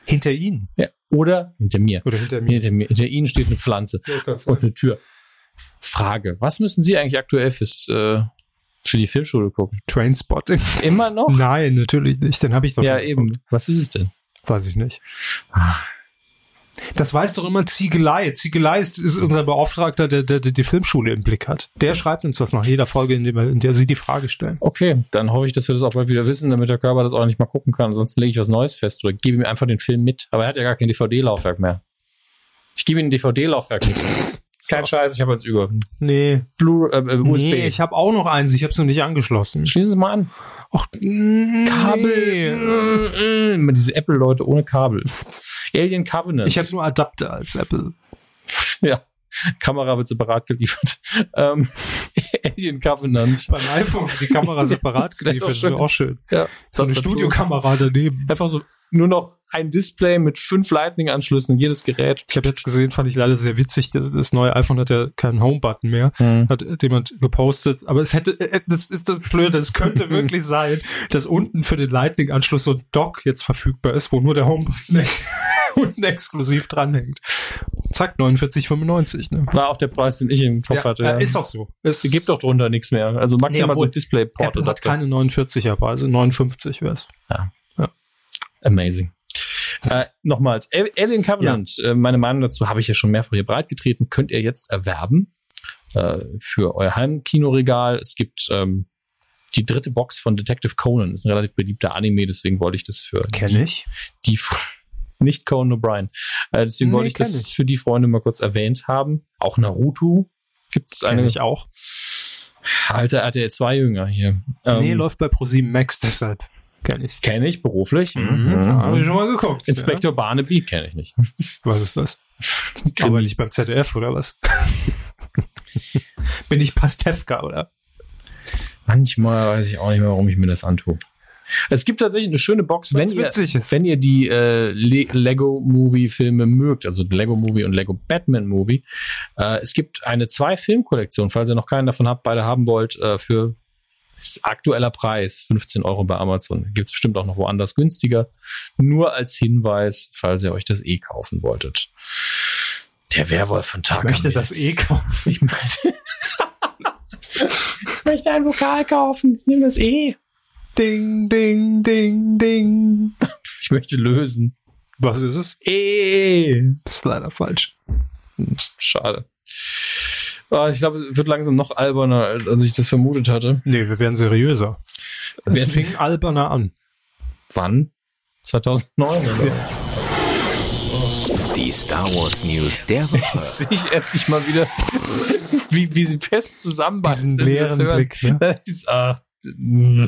[SPEAKER 2] Hinter Ihnen?
[SPEAKER 1] Ja. Oder hinter mir.
[SPEAKER 2] Oder hinter mir?
[SPEAKER 1] Hinter, mir. hinter Ihnen steht eine Pflanze und eine Tür. Frage, was müssen Sie eigentlich aktuell fürs, äh, für die Filmschule gucken?
[SPEAKER 2] Trainspotting?
[SPEAKER 1] Immer noch?
[SPEAKER 2] Nein, natürlich nicht. Den habe ich doch
[SPEAKER 1] Oh. ja,
[SPEAKER 2] schon
[SPEAKER 1] eben. Was ist es denn?
[SPEAKER 2] Weiß ich nicht. Das weiß doch immer Ziegelei. Ziegelei ist, ist unser Beauftragter, der, der, der die Filmschule im Blick hat. Der schreibt uns das nach jeder Folge, in, dem, er- in der sie die Frage stellen.
[SPEAKER 1] Okay, dann hoffe ich, dass wir das auch bald wieder wissen, damit der Körper das auch nicht mal gucken kann. Sonst lege ich was Neues fest oder gebe ihm einfach den Film mit. Aber er hat ja gar kein DVD-Laufwerk mehr. Ich gebe ihm ein DVD-Laufwerk mit. Kein Scheiß, ich habe jetzt über.
[SPEAKER 2] Nee,
[SPEAKER 1] Blu äh, äh, USB.
[SPEAKER 2] nee ich habe auch noch eins. Ich habe es noch nicht angeschlossen.
[SPEAKER 1] Schließen Sie mal an.
[SPEAKER 2] Ach, nee.
[SPEAKER 1] Kabel. Äh, Immer diese Apple-Leute ohne Kabel. Alien Covenant.
[SPEAKER 2] Ich habe nur Adapter als Apple.
[SPEAKER 1] ja. Kamera wird separat geliefert. Ähm, Alien Covenant.
[SPEAKER 2] Beim iPhone die Kamera separat
[SPEAKER 1] Das wär
[SPEAKER 2] geliefert,
[SPEAKER 1] doch
[SPEAKER 2] das wäre auch schön.
[SPEAKER 1] Ja,
[SPEAKER 2] So eine
[SPEAKER 1] Tastatur.
[SPEAKER 2] Studiokamera daneben.
[SPEAKER 1] Einfach so nur noch ein Display mit fünf Lightning-Anschlüssen in jedes Gerät.
[SPEAKER 2] Ich habe jetzt gesehen, fand ich leider sehr witzig, das, das neue iPhone hat ja keinen Home-Button mehr. Hat jemand gepostet, aber es hätte, äh, das ist das Blöde, es könnte wirklich sein, dass unten für den Lightning-Anschluss so ein Dock jetzt verfügbar ist, wo nur der Home-Button hängt unten exklusiv dranhängt. Zack, 49,95. Ne?
[SPEAKER 1] War auch der Preis, den ich im Kopf hatte.
[SPEAKER 2] ja, äh, ist auch so. Es
[SPEAKER 1] Sie gibt doch drunter nichts mehr. Also maximal
[SPEAKER 2] Nee,
[SPEAKER 1] so
[SPEAKER 2] obwohl,
[SPEAKER 1] ein Display-Port
[SPEAKER 2] Apple
[SPEAKER 1] oder
[SPEAKER 2] hat
[SPEAKER 1] so.
[SPEAKER 2] keine also 49er Preise, 59 wäre es.
[SPEAKER 1] Amazing. Äh, nochmals, Al- Alien Covenant, äh, meine Meinung dazu habe ich ja schon mehrfach hier breitgetreten, könnt ihr jetzt erwerben äh, für euer Heimkinoregal. Es gibt ähm, die dritte Box von Detective Conan, ist ein relativ beliebter Anime, deswegen wollte ich das für
[SPEAKER 2] Kenne ich.
[SPEAKER 1] die F- nicht Conan O'Brien. Äh, deswegen
[SPEAKER 2] Nee,
[SPEAKER 1] wollte ich
[SPEAKER 2] kenn
[SPEAKER 1] das
[SPEAKER 2] ich.
[SPEAKER 1] für die Freunde mal kurz erwähnt haben. Auch Naruto gibt es
[SPEAKER 2] Kenne
[SPEAKER 1] eine
[SPEAKER 2] ich auch.
[SPEAKER 1] alte RTL 2 Jünger hier.
[SPEAKER 2] nee, läuft bei ProSieben Max, deshalb kenne ich.
[SPEAKER 1] Kenne Ähm, ich beruflich.
[SPEAKER 2] Mhm. Habe ich schon mal geguckt.
[SPEAKER 1] Mhm. Inspektor Barnaby kenne ich nicht.
[SPEAKER 2] Ja. Was ist das? Aber nicht beim ZDF, oder was? Bin ich Pastewka, oder?
[SPEAKER 1] Manchmal weiß ich auch nicht mehr, warum ich mir das antue. Es gibt tatsächlich eine schöne Box, wenn
[SPEAKER 2] Wenn's
[SPEAKER 1] ihr,
[SPEAKER 2] witzig ist.
[SPEAKER 1] wenn ihr die äh, Le Lego Movie Filme mögt, also Lego Movie und Lego Batman Movie. Äh, es gibt eine zwei Film Kollektion, falls ihr noch keinen davon habt, beide haben wollt, äh, für s- aktueller Preis 15 Euro bei Amazon. Gibt es bestimmt auch noch woanders günstiger. Nur als Hinweis, falls ihr euch das eh kaufen wolltet. Der Werwolf von Tag
[SPEAKER 2] eh- kaufen.
[SPEAKER 1] ich möchte, ich möchte ein Vokal kaufen. Ich nehme das E.
[SPEAKER 2] Ding, ding, ding, ding.
[SPEAKER 1] Ich möchte lösen.
[SPEAKER 2] Was ist es?
[SPEAKER 1] E.
[SPEAKER 2] Das ist leider falsch.
[SPEAKER 1] Schade. Ah, Ich glaube, es wird langsam noch alberner, als ich das vermutet hatte.
[SPEAKER 2] Nee, wir werden seriöser.
[SPEAKER 1] Werden-
[SPEAKER 2] Es fing alberner an.
[SPEAKER 1] Wann? 2009. oder?
[SPEAKER 3] Die Star Wars News der Woche.
[SPEAKER 1] Sehe ich endlich mal wieder, wie, wie sie fest zusammenbeißen.
[SPEAKER 2] Diesen
[SPEAKER 1] wenn sie das
[SPEAKER 2] leeren
[SPEAKER 1] hören.
[SPEAKER 2] Blick, ne?
[SPEAKER 1] Das ist, ah, mm.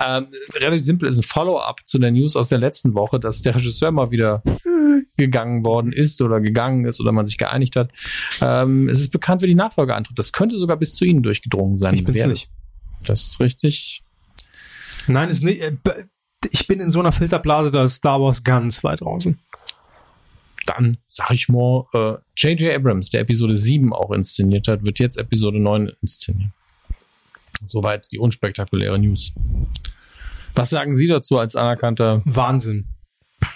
[SPEAKER 1] ähm, relativ simpel ist ein Follow-up zu der News aus der letzten Woche, dass der Regisseur mal wieder gegangen worden ist oder gegangen ist oder man sich geeinigt hat. Ähm, es ist bekannt, wer die Nachfolge antritt. Das könnte sogar bis zu Ihnen durchgedrungen sein.
[SPEAKER 2] Ich bin's
[SPEAKER 1] Wer-
[SPEAKER 2] nicht.
[SPEAKER 1] Das ist richtig.
[SPEAKER 2] Nein, ist nicht. äh, b- Ich bin in so einer Filterblase, da ist Star Wars ganz weit draußen.
[SPEAKER 1] Dann sag ich mal, äh, J.J. Abrams, der Episode 7 auch inszeniert hat, wird jetzt Episode 9 inszenieren. Soweit die unspektakuläre News. Was sagen Sie dazu als anerkannter?
[SPEAKER 2] Wahnsinn.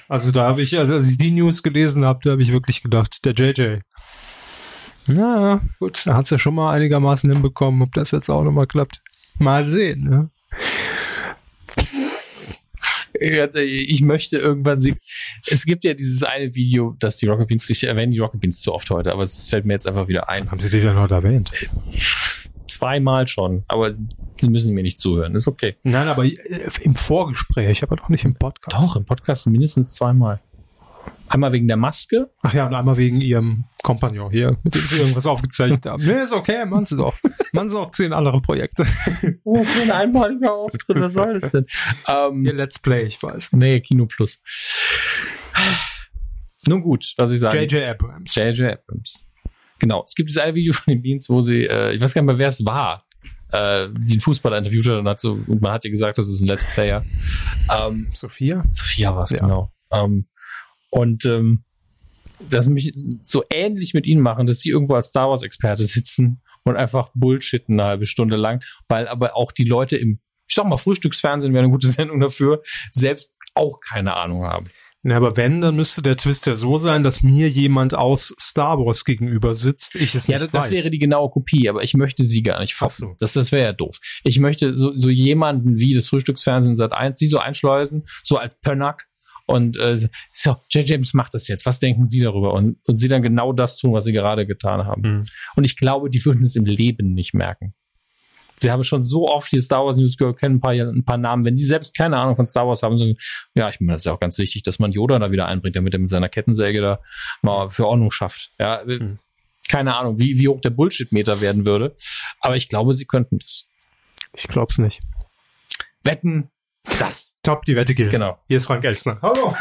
[SPEAKER 2] Also da habe ich, also als ich die News gelesen habe, da habe ich wirklich gedacht, der JJ. Na gut, er hat es ja schon mal einigermaßen hinbekommen, ob das jetzt auch nochmal klappt. Mal sehen, ne?
[SPEAKER 1] Ganz ehrlich, Also, Ich möchte irgendwann sie. Es gibt ja dieses eine Video, dass die Rocket Beans richtig erwähnen, die Rocket Beans zu oft heute, aber es fällt mir jetzt einfach wieder ein.
[SPEAKER 2] Haben sie die denn heute erwähnt?
[SPEAKER 1] Zweimal schon, aber sie müssen mir nicht zuhören. Ist okay.
[SPEAKER 2] Nein, aber äh, im Vorgespräch, aber doch nicht im Podcast.
[SPEAKER 1] Doch, im Podcast mindestens zweimal. Einmal wegen der Maske
[SPEAKER 2] Ach ja, und einmal wegen ihrem Kompagnon hier, mit dem sie irgendwas aufgezeichnet haben. Nee, ist okay, machen sie doch. Machen sie auch zehn andere Projekte.
[SPEAKER 1] Oh, für einen einmaligen Auftritt, was soll das denn?
[SPEAKER 2] Ihr
[SPEAKER 1] Ähm,
[SPEAKER 2] Let's Play, ich weiß.
[SPEAKER 1] nee, Kino Plus. Nun gut, was ich sage.
[SPEAKER 2] JJ Abrams.
[SPEAKER 1] JJ Abrams. Genau, es gibt dieses eine Video von den Beans, wo sie, äh, ich weiß gar nicht mehr, wer es war, äh, den Fußballer interviewt hat und, hat so, und man hat ihr gesagt, das ist ein Let's Player. Ähm,
[SPEAKER 2] Sophia?
[SPEAKER 1] Sophia war es,
[SPEAKER 2] Ja.
[SPEAKER 1] genau. Ähm, und ähm, dass mich so ähnlich mit ihnen machen, dass sie irgendwo als Star Wars-Experte sitzen und einfach bullshitten eine halbe Stunde lang, weil aber auch die Leute im, ich sag mal, Frühstücksfernsehen wäre eine gute Sendung dafür, selbst auch keine Ahnung haben.
[SPEAKER 2] Na, aber wenn, dann müsste der Twist ja so sein, dass mir jemand aus Star Wars gegenüber sitzt, ich es
[SPEAKER 1] Ja, das,
[SPEAKER 2] nicht
[SPEAKER 1] das
[SPEAKER 2] weiß.
[SPEAKER 1] wäre die genaue Kopie, aber ich möchte sie gar nicht fassen.
[SPEAKER 2] Ach so.
[SPEAKER 1] Das, das wäre ja doof. Ich möchte so, so jemanden wie das Frühstücksfernsehen Sat 1, die so einschleusen, so als Pönnack und äh, so, J. James macht das jetzt. Was denken Sie darüber? Und, und sie dann genau das tun, was sie gerade getan haben.
[SPEAKER 2] Hm.
[SPEAKER 1] Und ich glaube, die würden es im Leben nicht merken. Sie haben schon so oft die Star Wars News gehört, kennen ein paar, ein paar Namen. Wenn die selbst keine Ahnung von Star Wars haben, sagen, ja, ich meine, das ist ja auch ganz wichtig, dass man Yoda da wieder einbringt, damit er mit seiner Kettensäge da mal für Ordnung schafft. Ja, äh, keine Ahnung, wie, wie hoch der Bullshit-Meter werden würde. Aber ich glaube, sie könnten das.
[SPEAKER 2] Ich glaub's nicht.
[SPEAKER 1] Wetten, das.
[SPEAKER 2] Top, die Wette gilt.
[SPEAKER 1] Genau.
[SPEAKER 2] Hier ist Frank Elstner. Hallo.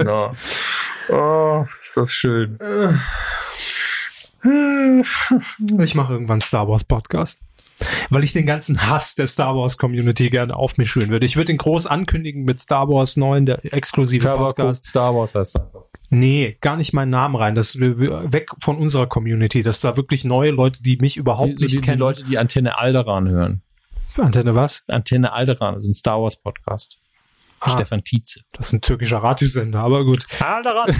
[SPEAKER 1] ja. Oh, ist das schön.
[SPEAKER 2] Ich mache irgendwann Star Wars Podcast. Weil ich den ganzen Hass der Star Wars Community gerne auf mich schüren würde. Ich würde ihn groß ankündigen mit Star Wars 9, der exklusive
[SPEAKER 1] Körper guckt
[SPEAKER 2] Podcast.
[SPEAKER 1] Star Wars heißt er.
[SPEAKER 2] Nee, gar nicht meinen Namen rein. Das wir- wir- weg von unserer Community. Dass da wirklich neue Leute, die mich überhaupt
[SPEAKER 1] die,
[SPEAKER 2] nicht
[SPEAKER 1] die, die
[SPEAKER 2] kennen.
[SPEAKER 1] Leute, die Antenne Alderan hören.
[SPEAKER 2] Antenne was?
[SPEAKER 1] Antenne Alderan ist ein Star Wars Podcast.
[SPEAKER 2] Ah,
[SPEAKER 1] Stefan Tietze.
[SPEAKER 2] Das ist ein türkischer Radiosender, aber gut.
[SPEAKER 1] Alderan!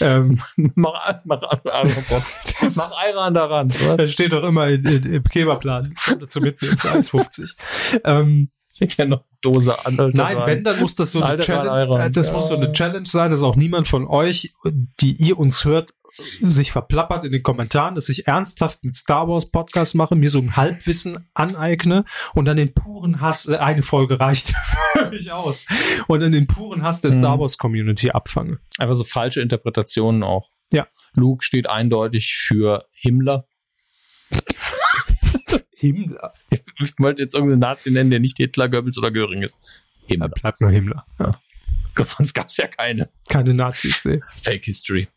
[SPEAKER 2] Ähm,
[SPEAKER 1] mach mach Alderan
[SPEAKER 2] Das-
[SPEAKER 1] Mach Alderan daran.
[SPEAKER 2] das
[SPEAKER 1] Was?
[SPEAKER 2] steht doch immer in, in, im Kebabplan. Dazu mitnehmen für 1,50. ähm,
[SPEAKER 1] Ich ja noch Dose an.
[SPEAKER 2] Nein, wenn, dann muss das so eine
[SPEAKER 1] Alter,
[SPEAKER 2] Challenge,
[SPEAKER 1] Alter.
[SPEAKER 2] äh, das
[SPEAKER 1] Ja.
[SPEAKER 2] muss so eine Challenge sein, dass auch niemand von euch, die ihr uns hört, sich verplappert in den Kommentaren, dass ich ernsthaft einen Star Wars Podcast mache, mir so ein Halbwissen aneigne und dann den puren Hass, äh, eine Folge reicht völlig aus, und dann den puren Hass der
[SPEAKER 1] Mhm.
[SPEAKER 2] Star Wars Community abfange.
[SPEAKER 1] Einfach so falsche Interpretationen auch.
[SPEAKER 2] Ja.
[SPEAKER 1] Luke steht eindeutig für Himmler.
[SPEAKER 2] Himmler.
[SPEAKER 1] Ich wollte jetzt irgendeinen Nazi nennen, der nicht Hitler, Goebbels oder Göring ist.
[SPEAKER 2] Ja,
[SPEAKER 1] Himmler.
[SPEAKER 2] bleibt nur Himmler. Ja.
[SPEAKER 1] Sonst gab es ja keine.
[SPEAKER 2] Keine Nazis, nee.
[SPEAKER 1] Fake History.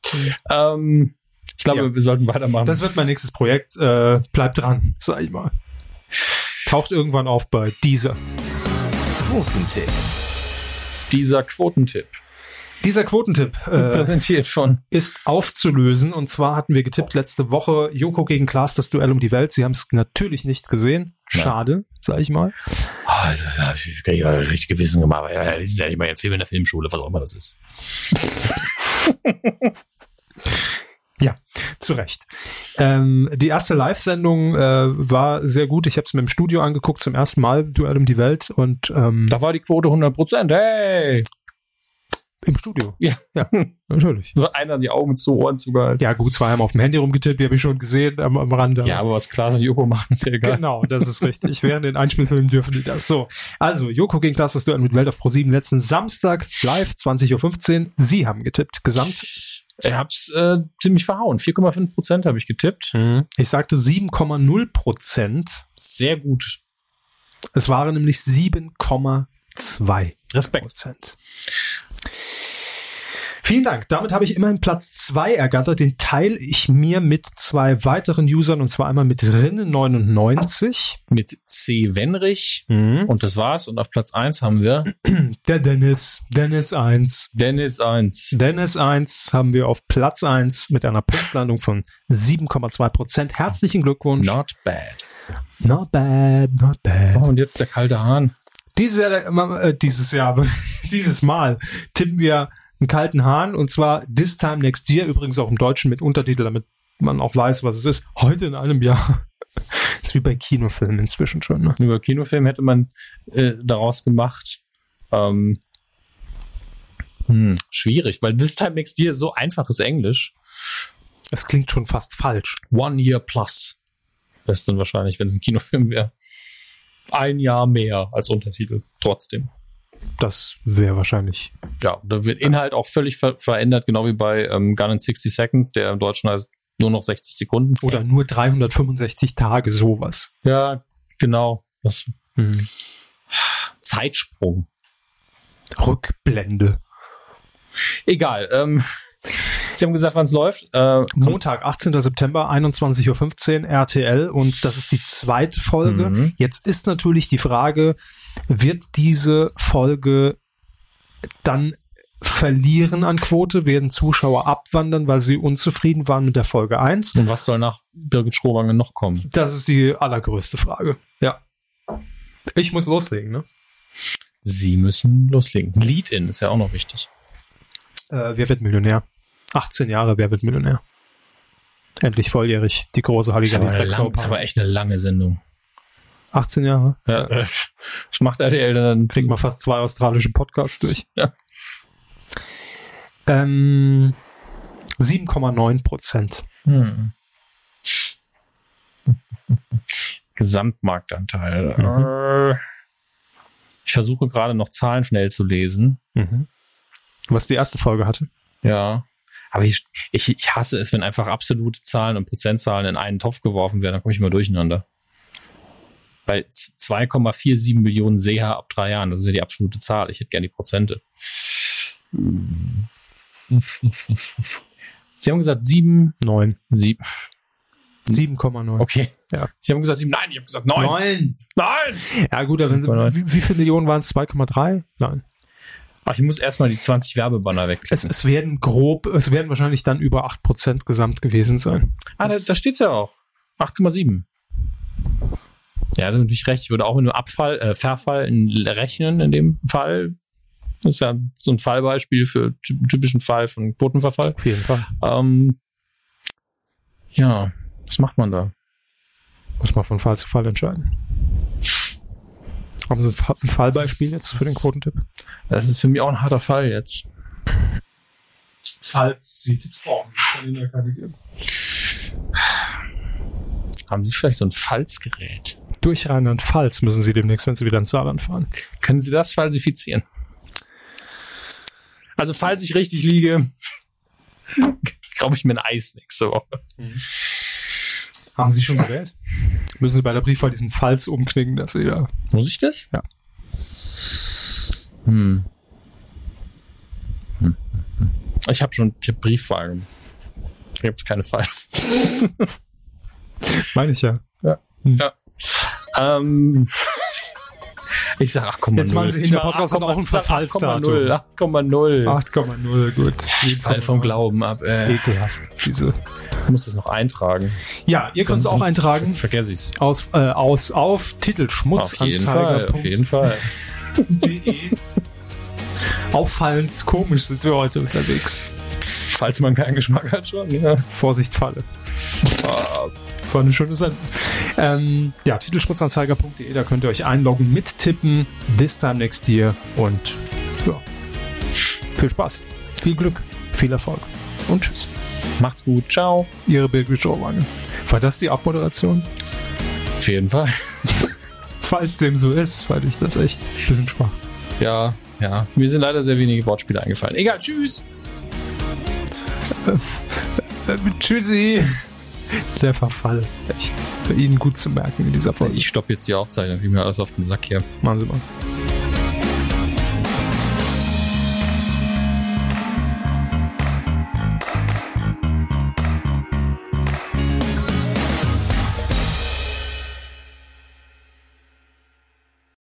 [SPEAKER 1] Ähm, ich glaube,
[SPEAKER 2] Ja.
[SPEAKER 1] wir sollten weitermachen.
[SPEAKER 2] Das wird mein nächstes Projekt. Äh, bleibt dran, sag ich mal. Taucht irgendwann auf bei dieser.
[SPEAKER 3] Quotentipp.
[SPEAKER 1] dieser Quotentipp.
[SPEAKER 2] Dieser Quotentipp. Äh,
[SPEAKER 1] Präsentiert von
[SPEAKER 2] ist aufzulösen. Und zwar hatten wir getippt letzte Woche Joko gegen Klaas, das Duell um die Welt. Sie haben es natürlich nicht gesehen. Schade, sag ich mal.
[SPEAKER 1] Ah, ja, ich kann ja richtig gewissen gemacht. weil, Ja, ist ja immer ein Film in der Filmschule, was auch immer das ist.
[SPEAKER 2] Zu Recht. Ähm, die erste Live-Sendung äh, war sehr gut. Ich habe es mir im Studio angeguckt, zum ersten Mal Duell um die Welt. Und ähm,
[SPEAKER 1] Da war die Quote 100 Prozent. Hey!
[SPEAKER 2] im Studio.
[SPEAKER 1] Ja.
[SPEAKER 2] ja, natürlich.
[SPEAKER 1] So einer die Augen zu Ohren zugehalten.
[SPEAKER 2] Ja, gut, zwei haben auf dem Handy rumgetippt, die habe ich schon gesehen am, am Rande.
[SPEAKER 1] Ja, aber was Klaas und Joko machen, ist ja egal.
[SPEAKER 2] Genau, das ist richtig. Während den Einspielfilmen dürfen die das. So, also Joko gegen Klaas, das Duell mit Welt auf Pro 7 letzten Samstag live 20.15 Uhr. Sie haben getippt. Gesamt
[SPEAKER 1] Ich hab's äh, ziemlich verhauen. 4,5 Prozent habe ich getippt.
[SPEAKER 2] Ich sagte 7,0 Prozent.
[SPEAKER 1] Sehr gut.
[SPEAKER 2] Es waren nämlich 7,2
[SPEAKER 1] Respekt.
[SPEAKER 2] Prozent. Vielen Dank. Damit habe ich immerhin Platz 2 ergattert. Den teile ich mir mit zwei weiteren Usern und zwar einmal mit Rinne99.
[SPEAKER 1] Mit C. Wenrich. Und das war's. Und auf Platz 1 haben wir
[SPEAKER 2] Der Dennis. Dennis 1.
[SPEAKER 1] Dennis 1.
[SPEAKER 2] Dennis 1 haben wir auf Platz 1 mit einer Punktlandung von 7,2 Prozent. Herzlichen Glückwunsch.
[SPEAKER 1] Not bad.
[SPEAKER 2] not bad, not bad.
[SPEAKER 1] Oh, und jetzt der kalte Hahn.
[SPEAKER 2] Dieses Jahr, äh, dieses Jahr, dieses Mal tippen wir einen kalten Hahn und zwar This Time Next Year, übrigens auch im Deutschen mit Untertitel, damit man auch weiß, was es ist. Heute in einem Jahr. Ist wie bei Kinofilmen inzwischen schon. Ne?
[SPEAKER 1] Über Kinofilm hätte man äh, daraus gemacht. Ähm, hm, schwierig, weil This Time Next Year ist so einfaches Englisch.
[SPEAKER 2] Das klingt schon fast falsch.
[SPEAKER 1] One Year Plus. Das ist dann wahrscheinlich, wenn es ein Kinofilm wäre. Ein Jahr mehr als Untertitel. Trotzdem.
[SPEAKER 2] Das wäre wahrscheinlich.
[SPEAKER 1] Ja, da wird Inhalt auch völlig ver verändert, genau wie bei ähm, Gun in 60 Seconds, der im Deutschen heißt nur noch 60 Sekunden.
[SPEAKER 2] Oder nur 365 Tage sowas.
[SPEAKER 1] Ja, genau. Das
[SPEAKER 2] Hm.
[SPEAKER 1] Zeitsprung.
[SPEAKER 2] Rückblende.
[SPEAKER 1] Egal. Ähm, Sie haben gesagt, wann es läuft. Äh,
[SPEAKER 2] Montag, 18. September, 21.15 Uhr, RTL. Und das ist die zweite Folge.
[SPEAKER 1] Mhm.
[SPEAKER 2] Jetzt ist natürlich die Frage, wird diese Folge dann verlieren an Quote? Werden Zuschauer abwandern, weil sie unzufrieden waren mit der Folge 1?
[SPEAKER 1] und was soll nach Birgit Schrobange noch kommen?
[SPEAKER 2] Das ist die allergrößte Frage. Ja. Ich muss loslegen, ne?
[SPEAKER 1] Sie müssen loslegen. Lead-In ist ja auch noch wichtig.
[SPEAKER 2] Äh, wer wird Millionär? 18 Jahre, wer wird Millionär? Endlich volljährig, die
[SPEAKER 1] Ist
[SPEAKER 2] große
[SPEAKER 1] aber,
[SPEAKER 2] Halligalli
[SPEAKER 1] eine lang, ist aber
[SPEAKER 2] Drecksau.
[SPEAKER 1] echt eine lange Sendung.
[SPEAKER 2] 18 Jahre.
[SPEAKER 1] Ja, äh, das macht RTL dann.
[SPEAKER 2] Kriegt man fast zwei australische Podcasts durch.
[SPEAKER 1] Ja.
[SPEAKER 2] Ähm, 7,9 Prozent.
[SPEAKER 1] Hm. Gesamtmarktanteil. Äh, Ich versuche gerade noch Zahlen schnell zu lesen.
[SPEAKER 2] Mhm. Was die erste Folge hatte.
[SPEAKER 1] Ja. Aber ich, ich, ich hasse es, wenn einfach absolute Zahlen und Prozentzahlen in einen Topf geworfen werden, dann komme ich immer durcheinander. Bei z- 2,47 Millionen Seher ab drei Jahren, das ist ja die absolute Zahl. Ich hätte gerne die Prozente. Sie haben gesagt, sieben,
[SPEAKER 2] Neun.
[SPEAKER 1] sieben.
[SPEAKER 2] 7,9.
[SPEAKER 1] Okay.
[SPEAKER 2] Ja.
[SPEAKER 1] Ich habe gesagt sieben. Nein, ich habe gesagt neun.
[SPEAKER 2] Neun.
[SPEAKER 1] Nein!
[SPEAKER 2] Ja gut, aber
[SPEAKER 1] 7,9.
[SPEAKER 2] wie, wie viele Millionen waren es? 2,3? Nein.
[SPEAKER 1] Ach, ich muss erstmal die 20 Werbebanner weg.
[SPEAKER 2] Es, es werden grob, es werden wahrscheinlich dann über 8% gesamt gewesen sein.
[SPEAKER 1] Ah, da, da steht's ja auch. 8,7. Ja, da sind natürlich recht. Ich würde auch mit einem Abfall, äh, Verfall in, rechnen in dem Fall. Das ist ja so ein Fallbeispiel für ty- typischen Fall von Quotenverfall.
[SPEAKER 2] Auf jeden Fall.
[SPEAKER 1] Ähm, ja, was macht man da?
[SPEAKER 2] Muss man von Fall zu Fall entscheiden. Haben Sie ein Fa- ein Fallbeispiel jetzt für den Quotentipp?
[SPEAKER 1] Das ist für mich auch ein harter Fall jetzt.
[SPEAKER 2] Falls Sie Tipps brauchen, kann Ihnen da keine geben.
[SPEAKER 1] Haben Sie vielleicht so ein Falzgerät?
[SPEAKER 2] Durch Rheinland-Pfalz müssen Sie demnächst, wenn Sie wieder ins Saarland fahren.
[SPEAKER 1] Können Sie das falsifizieren? Also, falls ich richtig liege, glaube ich mir ein Eis nächste Woche.
[SPEAKER 2] Haben Sie schon gewählt? Müssen Sie bei der Briefwahl diesen Falz umknicken, dass Sie da.
[SPEAKER 1] Muss ich das?
[SPEAKER 2] Ja.
[SPEAKER 1] Hm. Hm. Ich habe schon ich hab Briefwagen. Da gibt's keine Falls.
[SPEAKER 2] Meine ich ja.
[SPEAKER 1] Ähm, ich sag 8,0.
[SPEAKER 2] Jetzt machen Sie hin,
[SPEAKER 1] Ich
[SPEAKER 2] der
[SPEAKER 1] mach
[SPEAKER 2] Podcast hat auch ein
[SPEAKER 1] 8,0, ich sag
[SPEAKER 2] Verfallsdatum.
[SPEAKER 1] 8,0. 8,0.
[SPEAKER 2] 8,0, gut.
[SPEAKER 1] Ich fall vom Glauben ab. Äh,
[SPEAKER 2] Ekelhaft, diese.
[SPEAKER 1] ich muss das noch eintragen.
[SPEAKER 2] Ja, ihr könnt es auch
[SPEAKER 1] Sonst
[SPEAKER 2] eintragen.
[SPEAKER 1] Vergesse ich's.
[SPEAKER 2] Aus, äh, aus, auf
[SPEAKER 1] Auf jeden Fall. Auf jeden
[SPEAKER 2] Titelschmutzanzeiger.de.
[SPEAKER 1] Fall.
[SPEAKER 2] E. Auffallend komisch sind wir heute unterwegs.
[SPEAKER 1] Falls man keinen Geschmack hat schon. Ja.
[SPEAKER 2] Vorsicht, Falle. War eine schöne Sendung. Ähm, ja, titelschmutzanzeiger.de, da könnt ihr euch einloggen, mittippen. This time next year und ja. Viel Spaß, viel Glück, viel Erfolg und tschüss.
[SPEAKER 1] Macht's gut. Ciao.
[SPEAKER 2] Ihre Birgit Schorwange. War das die Abmoderation?
[SPEAKER 1] Auf jeden Fall.
[SPEAKER 2] Falls dem so ist, fand ich das echt ein bisschen schwach.
[SPEAKER 1] Ja, ja. Mir sind leider sehr wenige Wortspiele eingefallen. Egal. Tschüss.
[SPEAKER 2] tschüssi. Der Verfall. Echt. Für ihn gut zu merken in dieser Folge.
[SPEAKER 1] Ich stopp jetzt die Aufzeichnung. Das geht mir alles auf den Sack hier.
[SPEAKER 2] Machen Sie mal.